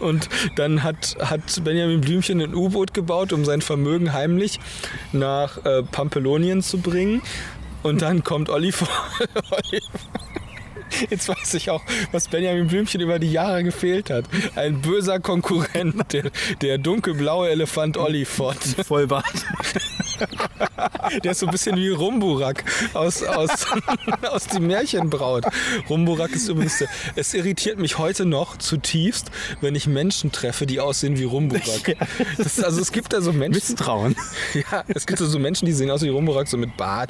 [SPEAKER 2] Und dann hat, hat Benjamin Blümchen ein U-Boot gebaut, um sein Vermögen heimlich nach äh, Pampelonien zu bringen. Und dann kommt Olli vor. Olli Jetzt weiß ich auch, was Benjamin Blümchen über die Jahre gefehlt hat. Ein böser Konkurrent, der, der dunkelblaue Elefant Olli Ford.
[SPEAKER 1] Vollbart.
[SPEAKER 2] Der ist so ein bisschen wie Rumburak aus, aus, aus die Märchenbraut. Rumburak ist übrigens der. Es irritiert mich heute noch zutiefst, wenn ich Menschen treffe, die aussehen wie Rumburak. Das, also es gibt da so Menschen.
[SPEAKER 1] Misstrauen.
[SPEAKER 2] Ja, es gibt da so Menschen, die sehen aus wie Rumburak, so mit Bart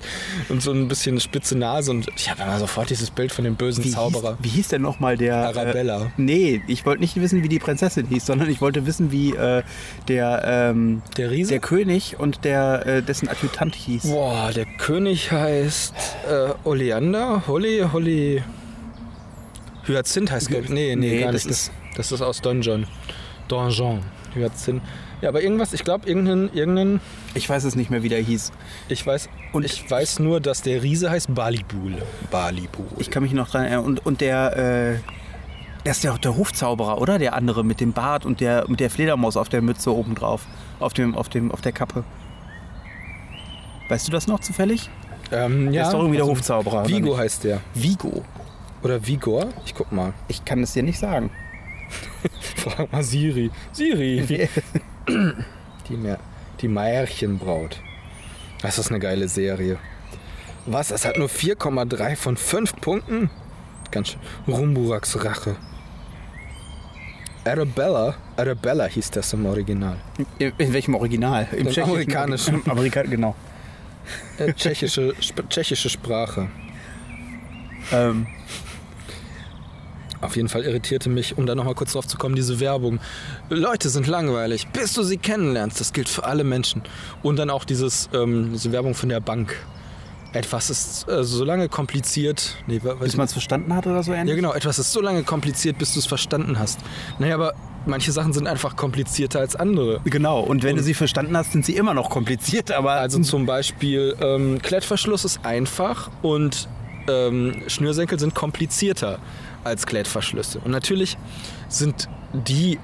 [SPEAKER 2] und so ein bisschen spitze Nase. Und ich habe immer sofort dieses Bild von dem bösen
[SPEAKER 1] Wie
[SPEAKER 2] Zauberer.
[SPEAKER 1] Hieß, wie hieß denn nochmal der...
[SPEAKER 2] Arabella.
[SPEAKER 1] Äh, nee, ich wollte nicht wissen, wie die Prinzessin hieß, sondern ich wollte wissen, wie äh, der, ähm,
[SPEAKER 2] Der Riese?
[SPEAKER 1] der König und der, äh, dessen Adjutant hieß.
[SPEAKER 2] Boah, der König heißt äh, Oleander, Holly, Holly. Hyazinth heißt, glaube ich. Nee, nee,
[SPEAKER 1] Nee,
[SPEAKER 2] gar
[SPEAKER 1] das
[SPEAKER 2] nicht. Das, das ist aus Donjon. Donjon. Hyazinth. Ja, aber irgendwas, ich glaube, irgendein, irgendein,
[SPEAKER 1] Ich weiß es nicht mehr, wie der hieß.
[SPEAKER 2] ich weiß,
[SPEAKER 1] Und-
[SPEAKER 2] ich weiß nur, dass der Riese heißt Balibul. Balibul.
[SPEAKER 1] Ich kann mich noch dran erinnern. Und, und der, äh, das ist ja auch der Hofzauberer, oder? Der andere mit dem Bart und der, mit der Fledermaus auf der Mütze obendrauf. Auf, dem, auf, dem, auf der Kappe. Weißt du das noch zufällig?
[SPEAKER 2] Ähm,
[SPEAKER 1] Der ist doch irgendwie der Hofzauberer, oder
[SPEAKER 2] Vigo
[SPEAKER 1] nicht?
[SPEAKER 2] heißt der.
[SPEAKER 1] Vigo.
[SPEAKER 2] Oder Vigor? Ich guck mal.
[SPEAKER 1] Ich kann es dir nicht sagen.
[SPEAKER 2] Frag mal Siri. Siri. Wie, die, Mä- die Märchenbraut. Das ist eine geile Serie. Was? Es hat nur 4,3 von 5 Punkten? Ganz schön. Rumburaks Rache. Arabella, Arabella hieß das im Original.
[SPEAKER 1] In, in welchem Original? Im, tschechischen-
[SPEAKER 2] amerikanischen.
[SPEAKER 1] Im Amerikan genau.
[SPEAKER 2] Äh, tschechische, Sp tschechische Sprache.
[SPEAKER 1] Ähm,
[SPEAKER 2] Auf jeden Fall irritierte mich, um da nochmal kurz drauf zu kommen, diese Werbung. Leute sind langweilig, bis du sie kennenlernst. Das gilt für alle Menschen. Und dann auch dieses, ähm, diese Werbung von der Bank. Etwas ist äh, so lange kompliziert. Nee, wa-
[SPEAKER 1] bis
[SPEAKER 2] was,
[SPEAKER 1] man es verstanden hat oder so ähnlich?
[SPEAKER 2] ja, genau. Etwas ist so lange kompliziert, bis du es verstanden hast. Naja, aber manche Sachen sind einfach komplizierter als andere.
[SPEAKER 1] Genau, und wenn du sie verstanden hast, sind sie immer noch kompliziert, aber
[SPEAKER 2] Also zum Beispiel ähm, Klettverschluss ist einfach und ähm, Schnürsenkel sind komplizierter als Klettverschlüsse. Und natürlich sind die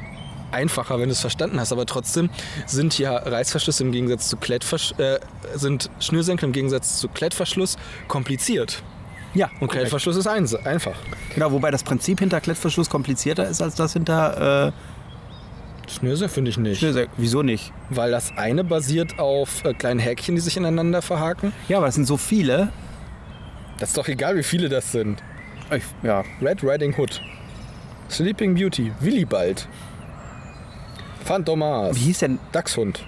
[SPEAKER 2] einfacher, wenn du es verstanden hast, aber trotzdem sind ja Reißverschlüsse im Gegensatz zu Klettversch äh, sind Schnürsenkel im Gegensatz zu Klettverschluss kompliziert.
[SPEAKER 1] ja,
[SPEAKER 2] Und
[SPEAKER 1] korrekt.
[SPEAKER 2] Klettverschluss ist eins, einfach.
[SPEAKER 1] Genau, wobei das Prinzip hinter Klettverschluss komplizierter ist als das hinter äh,
[SPEAKER 2] Schnürsenkel finde ich nicht,
[SPEAKER 1] Schnürsenkel. Wieso nicht?
[SPEAKER 2] weil das eine basiert auf äh, kleinen Häkchen, die sich ineinander verhaken.
[SPEAKER 1] Ja, aber es sind so viele.
[SPEAKER 2] Das ist doch egal, wie viele das sind.
[SPEAKER 1] Ich, ja.
[SPEAKER 2] Red Riding Hood, Sleeping Beauty, Willibald, Phantomas,
[SPEAKER 1] Wie hieß denn,
[SPEAKER 2] Dachshund.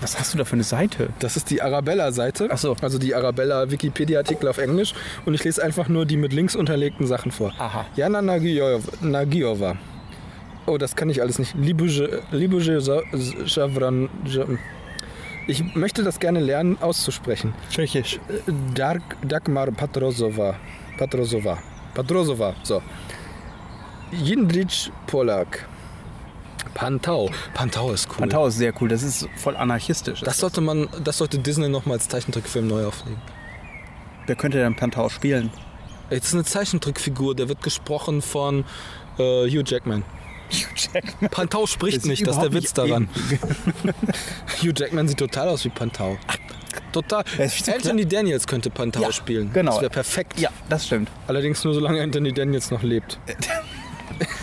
[SPEAKER 1] was hast du da für eine Seite?
[SPEAKER 2] Das ist die Arabella-Seite.
[SPEAKER 1] Ach so.
[SPEAKER 2] Also die Arabella-Wikipedia-Artikel auf Englisch. Und ich lese einfach nur die mit links unterlegten Sachen vor.
[SPEAKER 1] Aha.
[SPEAKER 2] Jana Nagiow- Nagiowa. Oh, das kann ich alles nicht. Libuje Libuje Sa- S- Javran. Ja- Ich möchte das gerne lernen auszusprechen.
[SPEAKER 1] Tschechisch.
[SPEAKER 2] Dark, Dagmar Patrosova. Patrosova. Patrosova, so. Jindrich Polak. Pantau. Pantau ist cool.
[SPEAKER 1] Pantau ist sehr cool, das ist voll anarchistisch.
[SPEAKER 2] Das sollte man, das sollte Disney nochmal als Zeichentrickfilm neu aufnehmen.
[SPEAKER 1] Wer könnte denn Pantau spielen?
[SPEAKER 2] Jetzt ist eine Zeichentrickfigur, der wird gesprochen von äh, Hugh Jackman. Pantau spricht
[SPEAKER 1] Das ist
[SPEAKER 2] nicht, das ist der Witz
[SPEAKER 1] überhaupt nicht
[SPEAKER 2] daran. Hugh Jackman sieht total aus wie Pantau. Total.
[SPEAKER 1] ist viel zu
[SPEAKER 2] Anthony Daniels könnte Pantau
[SPEAKER 1] Ja,
[SPEAKER 2] spielen.
[SPEAKER 1] genau.
[SPEAKER 2] Das wäre perfekt.
[SPEAKER 1] Ja, das stimmt.
[SPEAKER 2] Allerdings nur solange Anthony Daniels noch lebt.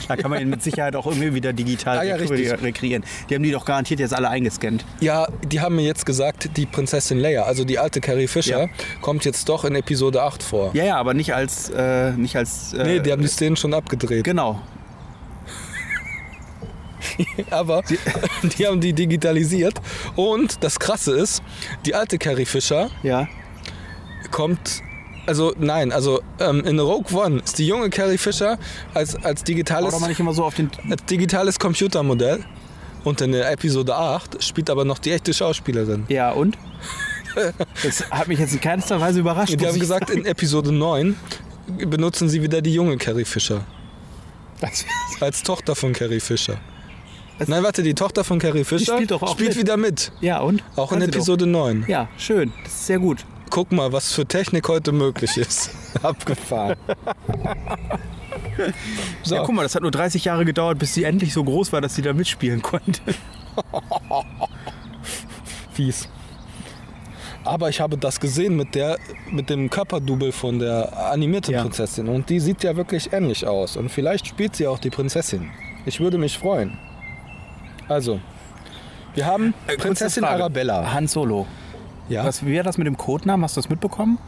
[SPEAKER 1] Da kann man ihn mit Sicherheit auch irgendwie wieder digital
[SPEAKER 2] Ah, ja,
[SPEAKER 1] rekre-
[SPEAKER 2] richtig.
[SPEAKER 1] rekreieren. Die haben die doch garantiert jetzt alle eingescannt.
[SPEAKER 2] Ja, die haben mir jetzt gesagt, die Prinzessin Leia, also die alte Carrie Fisher,
[SPEAKER 1] Ja.
[SPEAKER 2] kommt jetzt doch in Episode 8 vor.
[SPEAKER 1] Ja, ja, aber nicht als, äh, nicht als. Äh,
[SPEAKER 2] Nee, die haben die Szenen schon abgedreht.
[SPEAKER 1] Genau.
[SPEAKER 2] Aber die haben die digitalisiert. Und das Krasse ist, die alte Carrie Fisher
[SPEAKER 1] Ja.
[SPEAKER 2] kommt. Also nein, also ähm, in Rogue One ist die junge Carrie Fisher als, als, digitales,
[SPEAKER 1] Oder man nicht immer so auf den.
[SPEAKER 2] als digitales Computermodell. Und in der Episode 8 spielt aber noch die echte Schauspielerin.
[SPEAKER 1] Ja, und? Das hat mich jetzt in keinster Weise überrascht.
[SPEAKER 2] Die
[SPEAKER 1] muss
[SPEAKER 2] haben
[SPEAKER 1] ich
[SPEAKER 2] gesagt, in Episode 9 benutzen sie wieder die junge Carrie Fisher.
[SPEAKER 1] sagen.
[SPEAKER 2] Als Tochter von Carrie Fisher.
[SPEAKER 1] Was?
[SPEAKER 2] Nein, warte, die Tochter von Carrie Fisher
[SPEAKER 1] spielt doch auch mit.
[SPEAKER 2] wieder mit.
[SPEAKER 1] Ja, und?
[SPEAKER 2] Auch
[SPEAKER 1] Kann
[SPEAKER 2] in
[SPEAKER 1] sie
[SPEAKER 2] Episode 9.
[SPEAKER 1] doch. Ja, schön. Das ist sehr gut.
[SPEAKER 2] Guck mal, was für Technik heute möglich ist. Abgefahren. so,
[SPEAKER 1] Ja, guck mal, das hat nur 30 Jahre gedauert, bis sie endlich so groß war, dass sie da mitspielen konnte.
[SPEAKER 2] fies. Aber ich habe das gesehen mit, der, mit dem Körperdouble von der animierten
[SPEAKER 1] Ja.
[SPEAKER 2] Prinzessin. Und die sieht ja wirklich ähnlich aus. Und vielleicht spielt sie auch die Prinzessin. Ich würde mich freuen. Also, wir haben Prinzessin Arabella.
[SPEAKER 1] Han Solo.
[SPEAKER 2] Ja.
[SPEAKER 1] Äh, Was, wie war das mit dem Codenamen? Hast du das mitbekommen?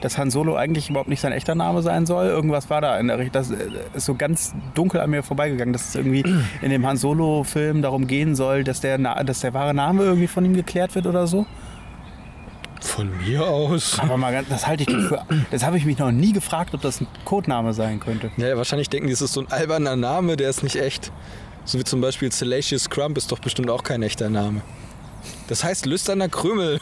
[SPEAKER 1] Dass Han Solo eigentlich überhaupt nicht sein echter Name sein soll. Irgendwas war da. In der, Richt- das äh, ist so ganz dunkel an mir vorbeigegangen, dass es irgendwie in dem Han Solo-Film darum gehen soll, dass der, Na- dass der wahre Name irgendwie von ihm geklärt wird oder so.
[SPEAKER 2] Von mir aus.
[SPEAKER 1] Aber mal ganz, das halte ich für. Das habe ich mich noch nie gefragt, ob das ein Codename sein könnte.
[SPEAKER 2] Ja, ja, wahrscheinlich denken die, es ist so ein alberner Name, der ist nicht echt. So wie zum Beispiel Salacious Crump ist doch bestimmt auch kein echter Name. Das heißt lüsterner Krümel.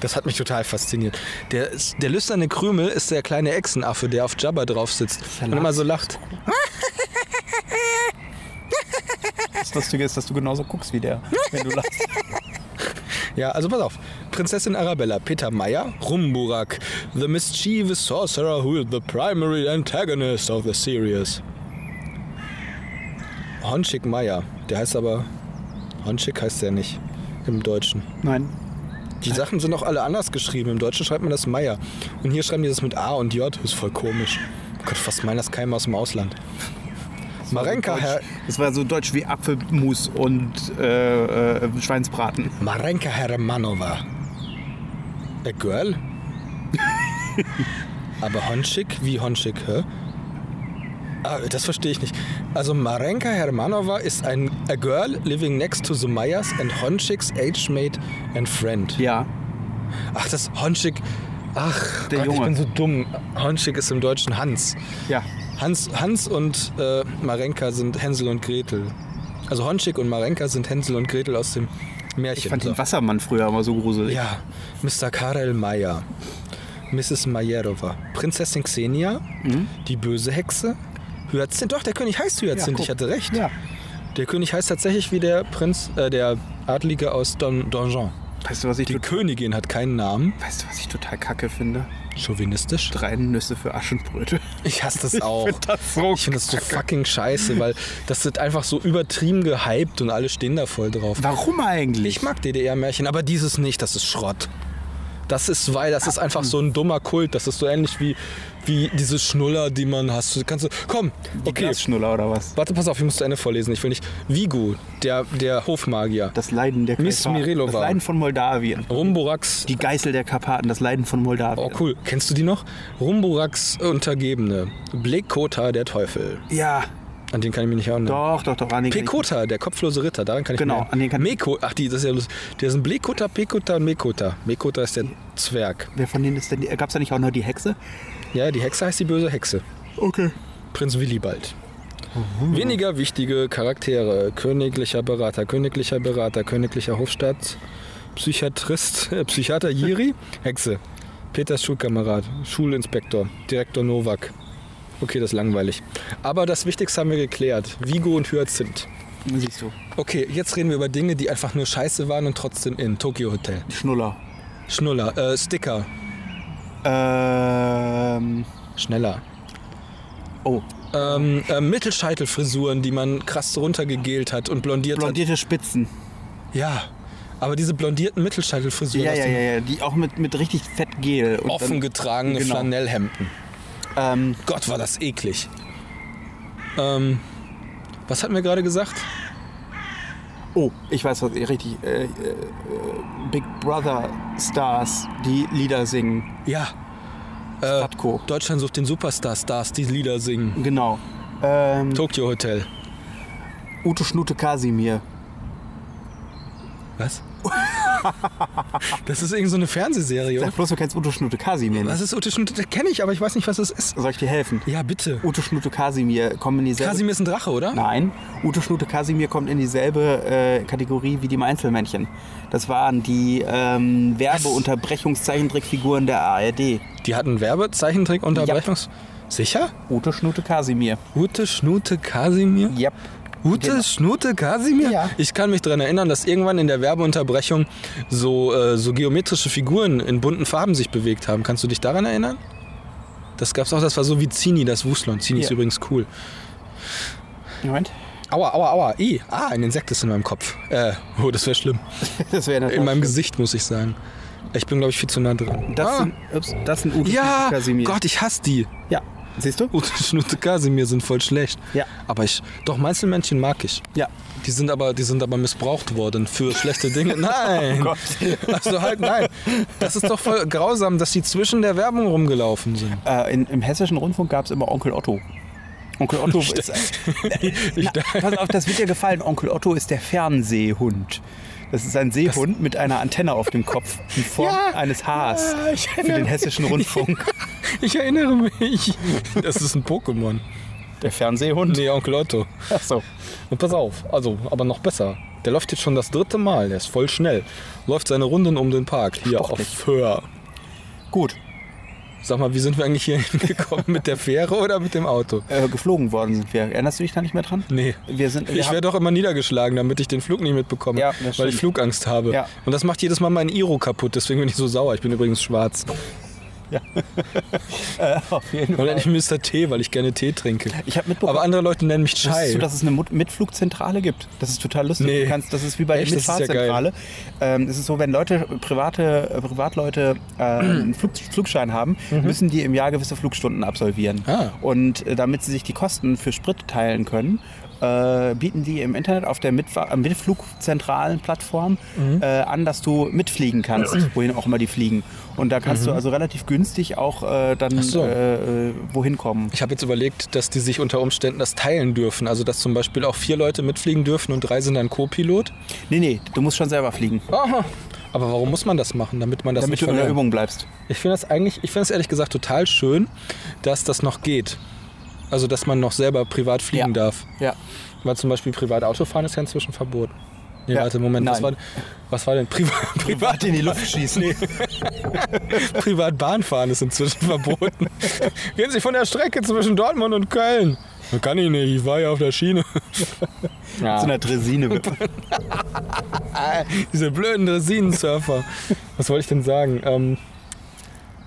[SPEAKER 2] Das hat mich total fasziniert. Der, ist- der lüsterne Krümel ist der kleine Echsenaffe, der auf Jabba drauf sitzt und immer so lacht.
[SPEAKER 1] das Lustige ist, dass du genauso guckst wie der, wenn du lachst.
[SPEAKER 2] Ja, also pass auf. Prinzessin Arabella, Peter Meyer, Rumburak, the mischievous sorcerer who is the primary antagonist of the series. Honschik Meyer, der heißt aber... Honschik heißt der nicht im Deutschen.
[SPEAKER 1] Nein.
[SPEAKER 2] Die Sachen sind auch alle anders geschrieben. Im Deutschen schreibt man das Meyer. Und hier schreiben die das mit A und J. Ist voll komisch. Oh Gott, was meint das keiner aus dem Ausland? Marenka, Herr,
[SPEAKER 1] Das war so deutsch wie Apfelmus und äh, äh, Schweinsbraten.
[SPEAKER 2] Marenka Hermanova. A girl? Aber Honschik? Wie Honschik, hä? Ah, das verstehe ich nicht. Also Marenka Hermanova ist ein a girl living next to the Meyers and Honschik's age mate and friend.
[SPEAKER 1] Ja.
[SPEAKER 2] Ach, das Honschik. Ach,
[SPEAKER 1] Der
[SPEAKER 2] Gott, ich
[SPEAKER 1] Junge.
[SPEAKER 2] bin so dumm. Honschik ist im Deutschen Hans.
[SPEAKER 1] Ja.
[SPEAKER 2] Hans, Hans und äh, Marenka sind Hänsel und Gretel. Also Honschik und Marenka sind Hänsel und Gretel aus dem Märchen.
[SPEAKER 1] Ich fand
[SPEAKER 2] So.
[SPEAKER 1] den Wassermann früher immer so gruselig.
[SPEAKER 2] Ja, Mr. Karel Mayer, Mrs. Majerova, Prinzessin Xenia,
[SPEAKER 1] Mhm.
[SPEAKER 2] die böse Hexe, Hyazinth. Doch, der König heißt Hyazinth, ich
[SPEAKER 1] guck.
[SPEAKER 2] hatte recht.
[SPEAKER 1] Ja.
[SPEAKER 2] Der König heißt tatsächlich wie der Prinz, äh, der Adlige aus Don Donjon.
[SPEAKER 1] Weißt du, was ich
[SPEAKER 2] Die
[SPEAKER 1] tot-
[SPEAKER 2] Königin hat keinen Namen.
[SPEAKER 1] Weißt du, was ich total kacke finde?
[SPEAKER 2] Chauvinistisch.
[SPEAKER 1] Drei Nüsse für Aschenbröte.
[SPEAKER 2] Ich hasse das auch.
[SPEAKER 1] find das so
[SPEAKER 2] Ich finde das so fucking scheiße, weil das wird einfach so übertrieben gehypt und alle stehen da voll drauf.
[SPEAKER 1] Warum eigentlich?
[SPEAKER 2] Ich mag DDR-Märchen, aber dieses nicht, das ist Schrott. Das ist, weil das ist einfach so ein dummer Kult. Das ist so ähnlich wie, wie diese Schnuller, die man hast. Du kannst, komm, okay.
[SPEAKER 1] Glasschnuller oder was?
[SPEAKER 2] Warte, pass auf, ich muss zu Ende vorlesen. Ich will nicht. Vigo, der, der Hofmagier.
[SPEAKER 1] Das Leiden der
[SPEAKER 2] Miss
[SPEAKER 1] Karpaten.
[SPEAKER 2] Mirilova.
[SPEAKER 1] Das Leiden von Moldawien.
[SPEAKER 2] Rumborax.
[SPEAKER 1] Die Geißel der Karpaten, das Leiden von Moldawien.
[SPEAKER 2] Oh, cool. Kennst du die noch? Rumborax Untergebene. Blekota, der Teufel.
[SPEAKER 1] Ja,
[SPEAKER 2] An den kann ich mich nicht erinnern.
[SPEAKER 1] doch, doch, doch. Anni,
[SPEAKER 2] Pekota, der kopflose Ritter, daran kann ich
[SPEAKER 1] Genau,
[SPEAKER 2] mich erinnern.
[SPEAKER 1] an den kann ich-
[SPEAKER 2] Meko, ach, die, das ist ja lustig. Der sind Blekota, Pekota und Mekota. Mekota ist der Zwerg.
[SPEAKER 1] Wer von denen ist denn? Gab es da nicht auch noch die Hexe?
[SPEAKER 2] Ja, die Hexe heißt die böse Hexe.
[SPEAKER 1] Okay.
[SPEAKER 2] Prinz Willibald. Weniger wichtige Charaktere. Königlicher Berater, königlicher Berater, königlicher Hofstaat, Psychiatrist, äh, Psychiater Jiri, Hexe. Peters Schulkamerad, Schulinspektor, Direktor Novak. Okay, das ist langweilig. Aber das Wichtigste haben wir geklärt. Vigo und Hyazinth.
[SPEAKER 1] Siehst du.
[SPEAKER 2] Okay, jetzt reden wir über Dinge, die einfach nur scheiße waren und trotzdem in. Tokyo Hotel.
[SPEAKER 1] Schnuller.
[SPEAKER 2] Schnuller, äh, Sticker.
[SPEAKER 1] Ähm.
[SPEAKER 2] Schneller.
[SPEAKER 1] Oh,
[SPEAKER 2] Ähm, äh, Mittelscheitelfrisuren, die man krass runtergegelt hat und blondiert hat.
[SPEAKER 1] blondierte Spitzen.
[SPEAKER 2] Ja, aber diese blondierten Mittelscheitelfrisuren
[SPEAKER 1] Ja,
[SPEAKER 2] aus
[SPEAKER 1] ja,
[SPEAKER 2] den
[SPEAKER 1] ja, ja. Die auch mit, mit richtig fett Gel. Und
[SPEAKER 2] offen getragene
[SPEAKER 1] genau.
[SPEAKER 2] Flanellhemden.
[SPEAKER 1] Dann, ähm,
[SPEAKER 2] Gott, war das eklig. Ähm, was hatten wir gerade gesagt?
[SPEAKER 1] oh, ich weiß was. Richtig. Äh, äh, äh, Big Brother Stars, die Lieder singen.
[SPEAKER 2] Ja. Äh,
[SPEAKER 1] Fatko.
[SPEAKER 2] Deutschland sucht den Superstar Stars, die Lieder singen.
[SPEAKER 1] Genau. Ähm,
[SPEAKER 2] Tokyo Hotel.
[SPEAKER 1] Ute Schnute Kasimir.
[SPEAKER 2] Was? das ist irgend so eine Fernsehserie, oder?
[SPEAKER 1] Sag bloß, du kennst Ute Schnute Kasimir
[SPEAKER 2] Was
[SPEAKER 1] nicht.
[SPEAKER 2] ist Ute Schnute? Das kenne ich, aber ich weiß nicht, was das ist.
[SPEAKER 1] Soll ich dir helfen?
[SPEAKER 2] Ja, bitte.
[SPEAKER 1] Ute Schnute Kasimir kommen in dieselbe...
[SPEAKER 2] Kasimir ist ein Drache, oder?
[SPEAKER 1] Nein, Ute Schnute Kasimir kommt in dieselbe äh, Kategorie wie die Einzelmännchen. Das waren die ähm, Werbeunterbrechungszeichentrickfiguren der ARD.
[SPEAKER 2] Die hatten Werbezeichentrick Unterbrechungs. Sicher?
[SPEAKER 1] Ute Schnute Kasimir.
[SPEAKER 2] Ute Schnute Kasimir?
[SPEAKER 1] Yep.
[SPEAKER 2] Ute
[SPEAKER 1] Genau.
[SPEAKER 2] Schnute Kasimir?
[SPEAKER 1] Ja.
[SPEAKER 2] Ich kann mich daran erinnern, dass irgendwann in der Werbeunterbrechung so, äh, so geometrische Figuren in bunten Farben sich bewegt haben. Kannst du dich daran erinnern? Das gab's auch, das war so wie Zini, das Wuslon. Zini ist
[SPEAKER 1] Ja.
[SPEAKER 2] übrigens cool.
[SPEAKER 1] Moment.
[SPEAKER 2] Aua, aua, aua. I. Ah, ein Insekt ist in meinem Kopf. Äh, oh, das wäre schlimm.
[SPEAKER 1] Das wäre
[SPEAKER 2] In meinem Gesicht, muss ich sagen. Ich bin, glaube ich, viel zu nah dran.
[SPEAKER 1] Das,
[SPEAKER 2] ah.
[SPEAKER 1] sind, ups, das sind Ute
[SPEAKER 2] ja,
[SPEAKER 1] Schnute Kasimir.
[SPEAKER 2] Gott, ich hasse die.
[SPEAKER 1] Ja. Siehst du?
[SPEAKER 2] Ute Schnute Kasimir sind voll schlecht.
[SPEAKER 1] Ja.
[SPEAKER 2] Aber ich, doch, Meinzelmännchen mag ich.
[SPEAKER 1] Ja.
[SPEAKER 2] Die sind aber, die sind aber missbraucht worden für schlechte Dinge. Nein. Also halt nein. Das ist doch voll grausam, dass die zwischen der Werbung rumgelaufen sind.
[SPEAKER 1] Äh, in, Im hessischen Rundfunk gab es immer Onkel Otto. Onkel Otto ist.
[SPEAKER 2] Ich
[SPEAKER 1] Na, pass auf, das wird dir gefallen. Onkel Otto ist der Fernseehund. Das ist ein Seehund mit einer Antenne auf dem Kopf in Form
[SPEAKER 2] Ja.
[SPEAKER 1] eines Haars
[SPEAKER 2] Ja, ich
[SPEAKER 1] für
[SPEAKER 2] erinnere
[SPEAKER 1] den hessischen Rundfunk.
[SPEAKER 2] Ich erinnere mich. Das ist ein Pokémon.
[SPEAKER 1] Der Fernsehhund.
[SPEAKER 2] Nee, Onkel Otto.
[SPEAKER 1] Achso.
[SPEAKER 2] Und pass auf, also, aber noch besser. Der läuft jetzt schon das dritte Mal, der ist voll schnell. Läuft seine Runden um den Park. Hier auf
[SPEAKER 1] Sportlich.
[SPEAKER 2] Föhr.
[SPEAKER 1] Gut.
[SPEAKER 2] Sag mal, wie sind wir eigentlich hier hingekommen? mit der Fähre oder mit dem Auto?
[SPEAKER 1] Äh, geflogen worden sind wir. Erinnerst du dich da nicht mehr dran?
[SPEAKER 2] Nee.
[SPEAKER 1] Wir sind, wir
[SPEAKER 2] Ich
[SPEAKER 1] haben-
[SPEAKER 2] werde doch immer niedergeschlagen, damit ich den Flug nicht mitbekomme,
[SPEAKER 1] Ja,
[SPEAKER 2] weil
[SPEAKER 1] das
[SPEAKER 2] ich
[SPEAKER 1] stimmt.
[SPEAKER 2] Flugangst habe.
[SPEAKER 1] Ja.
[SPEAKER 2] Und das macht jedes Mal meinen Iro kaputt, deswegen bin ich so sauer. Ich bin übrigens schwarz.
[SPEAKER 1] äh, auf jeden
[SPEAKER 2] Oder
[SPEAKER 1] Fall.
[SPEAKER 2] ich Mr. Tee, weil ich gerne Tee trinke.
[SPEAKER 1] Ich habe mitbekommen,
[SPEAKER 2] Aber andere Leute nennen mich
[SPEAKER 1] Wusstest
[SPEAKER 2] Chai.
[SPEAKER 1] du, dass es eine Mut- Mitflugzentrale gibt? Das ist total lustig.
[SPEAKER 2] Nee.
[SPEAKER 1] Du kannst, das ist wie bei
[SPEAKER 2] Echt?
[SPEAKER 1] der
[SPEAKER 2] Das ist ja
[SPEAKER 1] Mitfahrzentrale. ähm, es ist so, wenn Leute, private, äh, Privatleute äh, einen Flug, Flugschein haben, müssen die im Jahr gewisse Flugstunden absolvieren.
[SPEAKER 2] Mhm. Ah.
[SPEAKER 1] Und äh, damit sie sich die Kosten für Sprit teilen können, äh, bieten die im Internet auf der Mitfa äh, Mitflugzentralen Plattform
[SPEAKER 2] Mhm.
[SPEAKER 1] äh, an, dass du mitfliegen kannst, wohin auch immer die fliegen. Und da kannst du also relativ günstig auch äh, dann
[SPEAKER 2] Mhm. so.
[SPEAKER 1] äh, äh, wohin kommen.
[SPEAKER 2] Ich habe jetzt überlegt, dass die sich unter Umständen das teilen dürfen. Also, dass zum Beispiel auch vier Leute mitfliegen dürfen und drei sind dann Co-Pilot.
[SPEAKER 1] Nee, nee, du musst schon selber fliegen,
[SPEAKER 2] Aha. Aber warum muss man das machen, damit man das
[SPEAKER 1] damit
[SPEAKER 2] nicht
[SPEAKER 1] du in der
[SPEAKER 2] verlernt?
[SPEAKER 1] Übung bleibst.
[SPEAKER 2] Ich finde das eigentlich, ich finde es ehrlich gesagt total schön, dass das noch geht. Also, dass man noch selber privat fliegen
[SPEAKER 1] Ja.
[SPEAKER 2] darf.
[SPEAKER 1] Ja.
[SPEAKER 2] Weil zum Beispiel privat Autofahren ist ja inzwischen verboten. Nee,
[SPEAKER 1] Ja,
[SPEAKER 2] warte, Moment, was war,
[SPEAKER 1] nein.
[SPEAKER 2] was war denn? Privat, privat,
[SPEAKER 1] in die Luft schießen.
[SPEAKER 2] privat Bahnfahren ist inzwischen verboten. Gehen Sie von der Strecke zwischen Dortmund und Köln. Das Kann ich nicht, ich war ja auf der Schiene.
[SPEAKER 1] Zu einer Dresine.
[SPEAKER 2] Diese blöden Resinensurfer. Was wollte ich denn sagen? Ähm,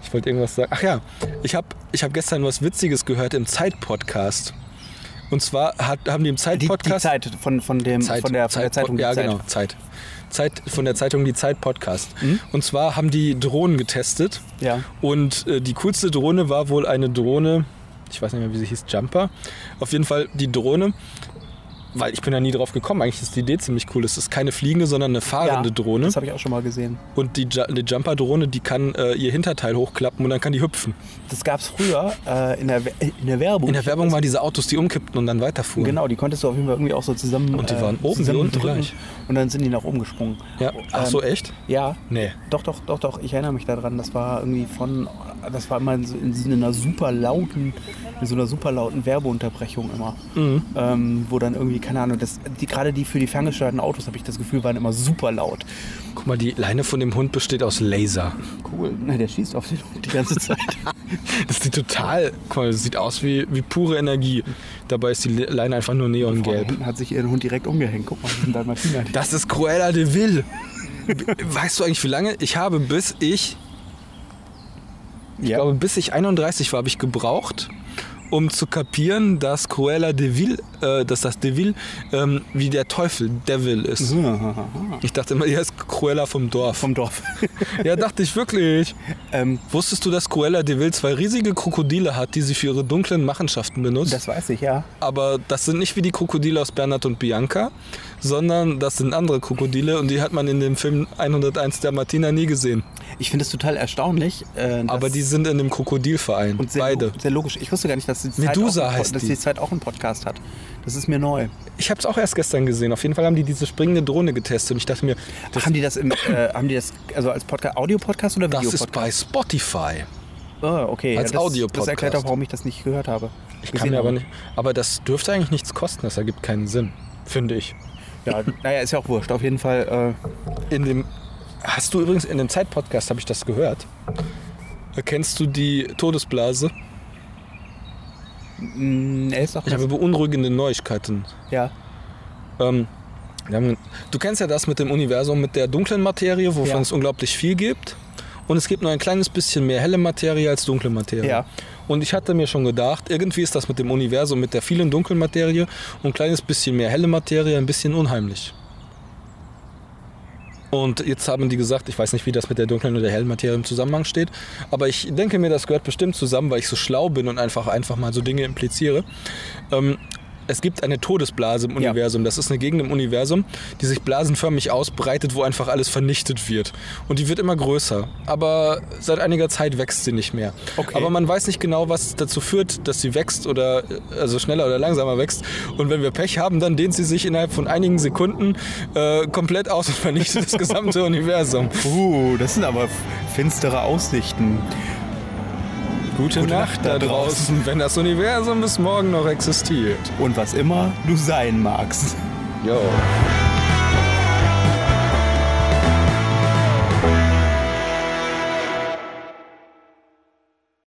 [SPEAKER 2] ich wollte irgendwas sagen. Ach ja, ich habe ich hab gestern was Witziges gehört im Zeit-Podcast. Und zwar hat, haben die im
[SPEAKER 1] Die, die
[SPEAKER 2] Zeit-Podcast.
[SPEAKER 1] Zeit von, von, dem, von, der, von der Zeitung. die
[SPEAKER 2] Ja,
[SPEAKER 1] Zeit.
[SPEAKER 2] genau, Zeit. Zeit. Von der Zeitung Die Zeit Podcast. Und zwar haben die Drohnen getestet.
[SPEAKER 1] Mhm. Ja.
[SPEAKER 2] Und äh, die coolste Drohne war wohl eine Drohne, ich weiß nicht mehr, wie sie hieß, Jumper. Auf jeden Fall die Drohne, weil ich bin ja nie drauf gekommen, eigentlich ist die Idee ziemlich cool. Es ist keine fliegende, sondern eine fahrende Drohne.
[SPEAKER 1] Das habe ich auch schon mal gesehen.
[SPEAKER 2] Und die, Ju- die Jumper-Drohne, die kann äh, ihr Hinterteil hochklappen und dann kann die hüpfen.
[SPEAKER 1] Das gab es früher äh, in, der, We- in der Werbung.
[SPEAKER 2] In der Werbung waren diese Autos, die umkippten und dann weiterfuhren.
[SPEAKER 1] Genau, die konntest du auf jeden Fall irgendwie auch so zusammen.
[SPEAKER 2] Und die waren oben, die
[SPEAKER 1] zusammen
[SPEAKER 2] unten
[SPEAKER 1] drücken.
[SPEAKER 2] gleich.
[SPEAKER 1] Und dann sind die nach oben gesprungen.
[SPEAKER 2] Ja. Ach so,
[SPEAKER 1] Ähm,
[SPEAKER 2] echt?
[SPEAKER 1] Ja.
[SPEAKER 2] Nee.
[SPEAKER 1] Doch, doch, doch, doch. Ich erinnere mich daran. Das war irgendwie von. Das war immer in, so- in so einer super lauten, in so einer super lauten Werbeunterbrechung immer. Ähm, wo dann irgendwie, keine Ahnung, das, die, gerade die für die ferngesteuerten Autos, habe ich das Gefühl, waren immer super laut.
[SPEAKER 2] Guck mal, die Leine von dem Hund besteht aus Laser.
[SPEAKER 1] Cool. Na, der schießt auf den Hund die ganze Zeit.
[SPEAKER 2] Das sieht total, guck mal, das sieht aus wie, wie pure Energie. Dabei ist die Le- Leine einfach nur
[SPEAKER 1] Gelb.
[SPEAKER 2] neongelb.
[SPEAKER 1] Hinten hat sich ihren Hund direkt umgehängt. Guck mal, das ist ein Dalmatiner.
[SPEAKER 2] Das ist Cruella de Vil. Weißt du eigentlich, wie lange? Ich habe bis ich, ich
[SPEAKER 1] Ja.
[SPEAKER 2] glaube, bis ich 31 war, habe ich gebraucht, um zu kapieren, dass Cruella de Vil, äh, dass das de Vil ähm, wie der Teufel, Devil ist. Ich dachte immer, die heißt Cruella vom Dorf.
[SPEAKER 1] Mhm. Vom Dorf.
[SPEAKER 2] Ja, dachte ich wirklich.
[SPEAKER 1] ähm,
[SPEAKER 2] Wusstest du, dass Cruella de Vil zwei riesige Krokodile hat, die sie für ihre dunklen Machenschaften benutzt?
[SPEAKER 1] das weiß ich, ja.
[SPEAKER 2] aber das sind nicht wie die Krokodile aus Bernhard und Bianca, sondern das sind andere Krokodile und die hat man in dem Film 101 der Martina nie gesehen.
[SPEAKER 1] Ich finde es total erstaunlich. Äh, dass-
[SPEAKER 2] Aber die sind in dem Krokodilverein,
[SPEAKER 1] und sehr,
[SPEAKER 2] beide.
[SPEAKER 1] sehr logisch. Ich wusste gar nicht, dass die, Zeit
[SPEAKER 2] Medusa
[SPEAKER 1] auch, einen Po-
[SPEAKER 2] heißt
[SPEAKER 1] dass
[SPEAKER 2] die.
[SPEAKER 1] die Zeit auch einen Podcast hat. Das ist mir neu.
[SPEAKER 2] Ich habe es auch erst gestern gesehen. Auf jeden Fall haben die diese springende Drohne getestet und ich dachte mir, das,
[SPEAKER 1] haben die das im, äh, haben die das also als Podcast, Audio-Podcast oder
[SPEAKER 2] das ist
[SPEAKER 1] Videopodcast?
[SPEAKER 2] bei Spotify.
[SPEAKER 1] Ah, okay.
[SPEAKER 2] als
[SPEAKER 1] das,
[SPEAKER 2] Audio-Podcast.
[SPEAKER 1] Das erklärt auch, warum ich das nicht gehört habe.
[SPEAKER 2] Ich kann mir aber nicht. Aber das dürfte eigentlich nichts kosten. Das ergibt keinen Sinn, finde ich.
[SPEAKER 1] Ja, naja, ist ja auch wurscht. Auf jeden Fall. Äh,
[SPEAKER 2] In dem. Hast du übrigens in dem Zeitpodcast habe ich das gehört? Kennst du die Todesblase?
[SPEAKER 1] mh, mm, er ist doch
[SPEAKER 2] Ich habe beunruhigende Neuigkeiten.
[SPEAKER 1] ja.
[SPEAKER 2] Ähm, wir haben, du kennst ja das mit dem Universum, mit der dunklen Materie, wovon
[SPEAKER 1] Ja.
[SPEAKER 2] es unglaublich viel gibt. Und es gibt nur ein kleines bisschen mehr helle Materie als dunkle Materie.
[SPEAKER 1] Ja.
[SPEAKER 2] Und ich hatte mir schon gedacht, irgendwie ist das mit dem Universum, mit der vielen dunklen Materie und ein kleines bisschen mehr helle Materie ein bisschen unheimlich. Und jetzt haben die gesagt, ich weiß nicht, wie das mit der dunklen und der hellen Materie im Zusammenhang steht, aber ich denke mir, das gehört bestimmt zusammen, weil ich so schlau bin und einfach, einfach mal so Dinge impliziere. Ähm, es gibt eine Todesblase im
[SPEAKER 1] Ja.
[SPEAKER 2] Universum. Das ist eine Gegend im Universum, die sich blasenförmig ausbreitet, wo einfach alles vernichtet wird. Und die wird immer größer. Aber seit einiger Zeit wächst sie nicht mehr.
[SPEAKER 1] Okay.
[SPEAKER 2] Aber man weiß nicht genau, was dazu führt, dass sie wächst oder äh, also schneller oder langsamer wächst. Und wenn wir Pech haben, dann dehnt sie sich innerhalb von einigen Sekunden äh, komplett aus und vernichtet das gesamte Universum.
[SPEAKER 1] Uh, das sind aber finstere Aussichten.
[SPEAKER 2] Gute, Nacht, da draußen, wenn das Universum bis morgen noch existiert.
[SPEAKER 1] Und was immer du sein magst.
[SPEAKER 2] Yo.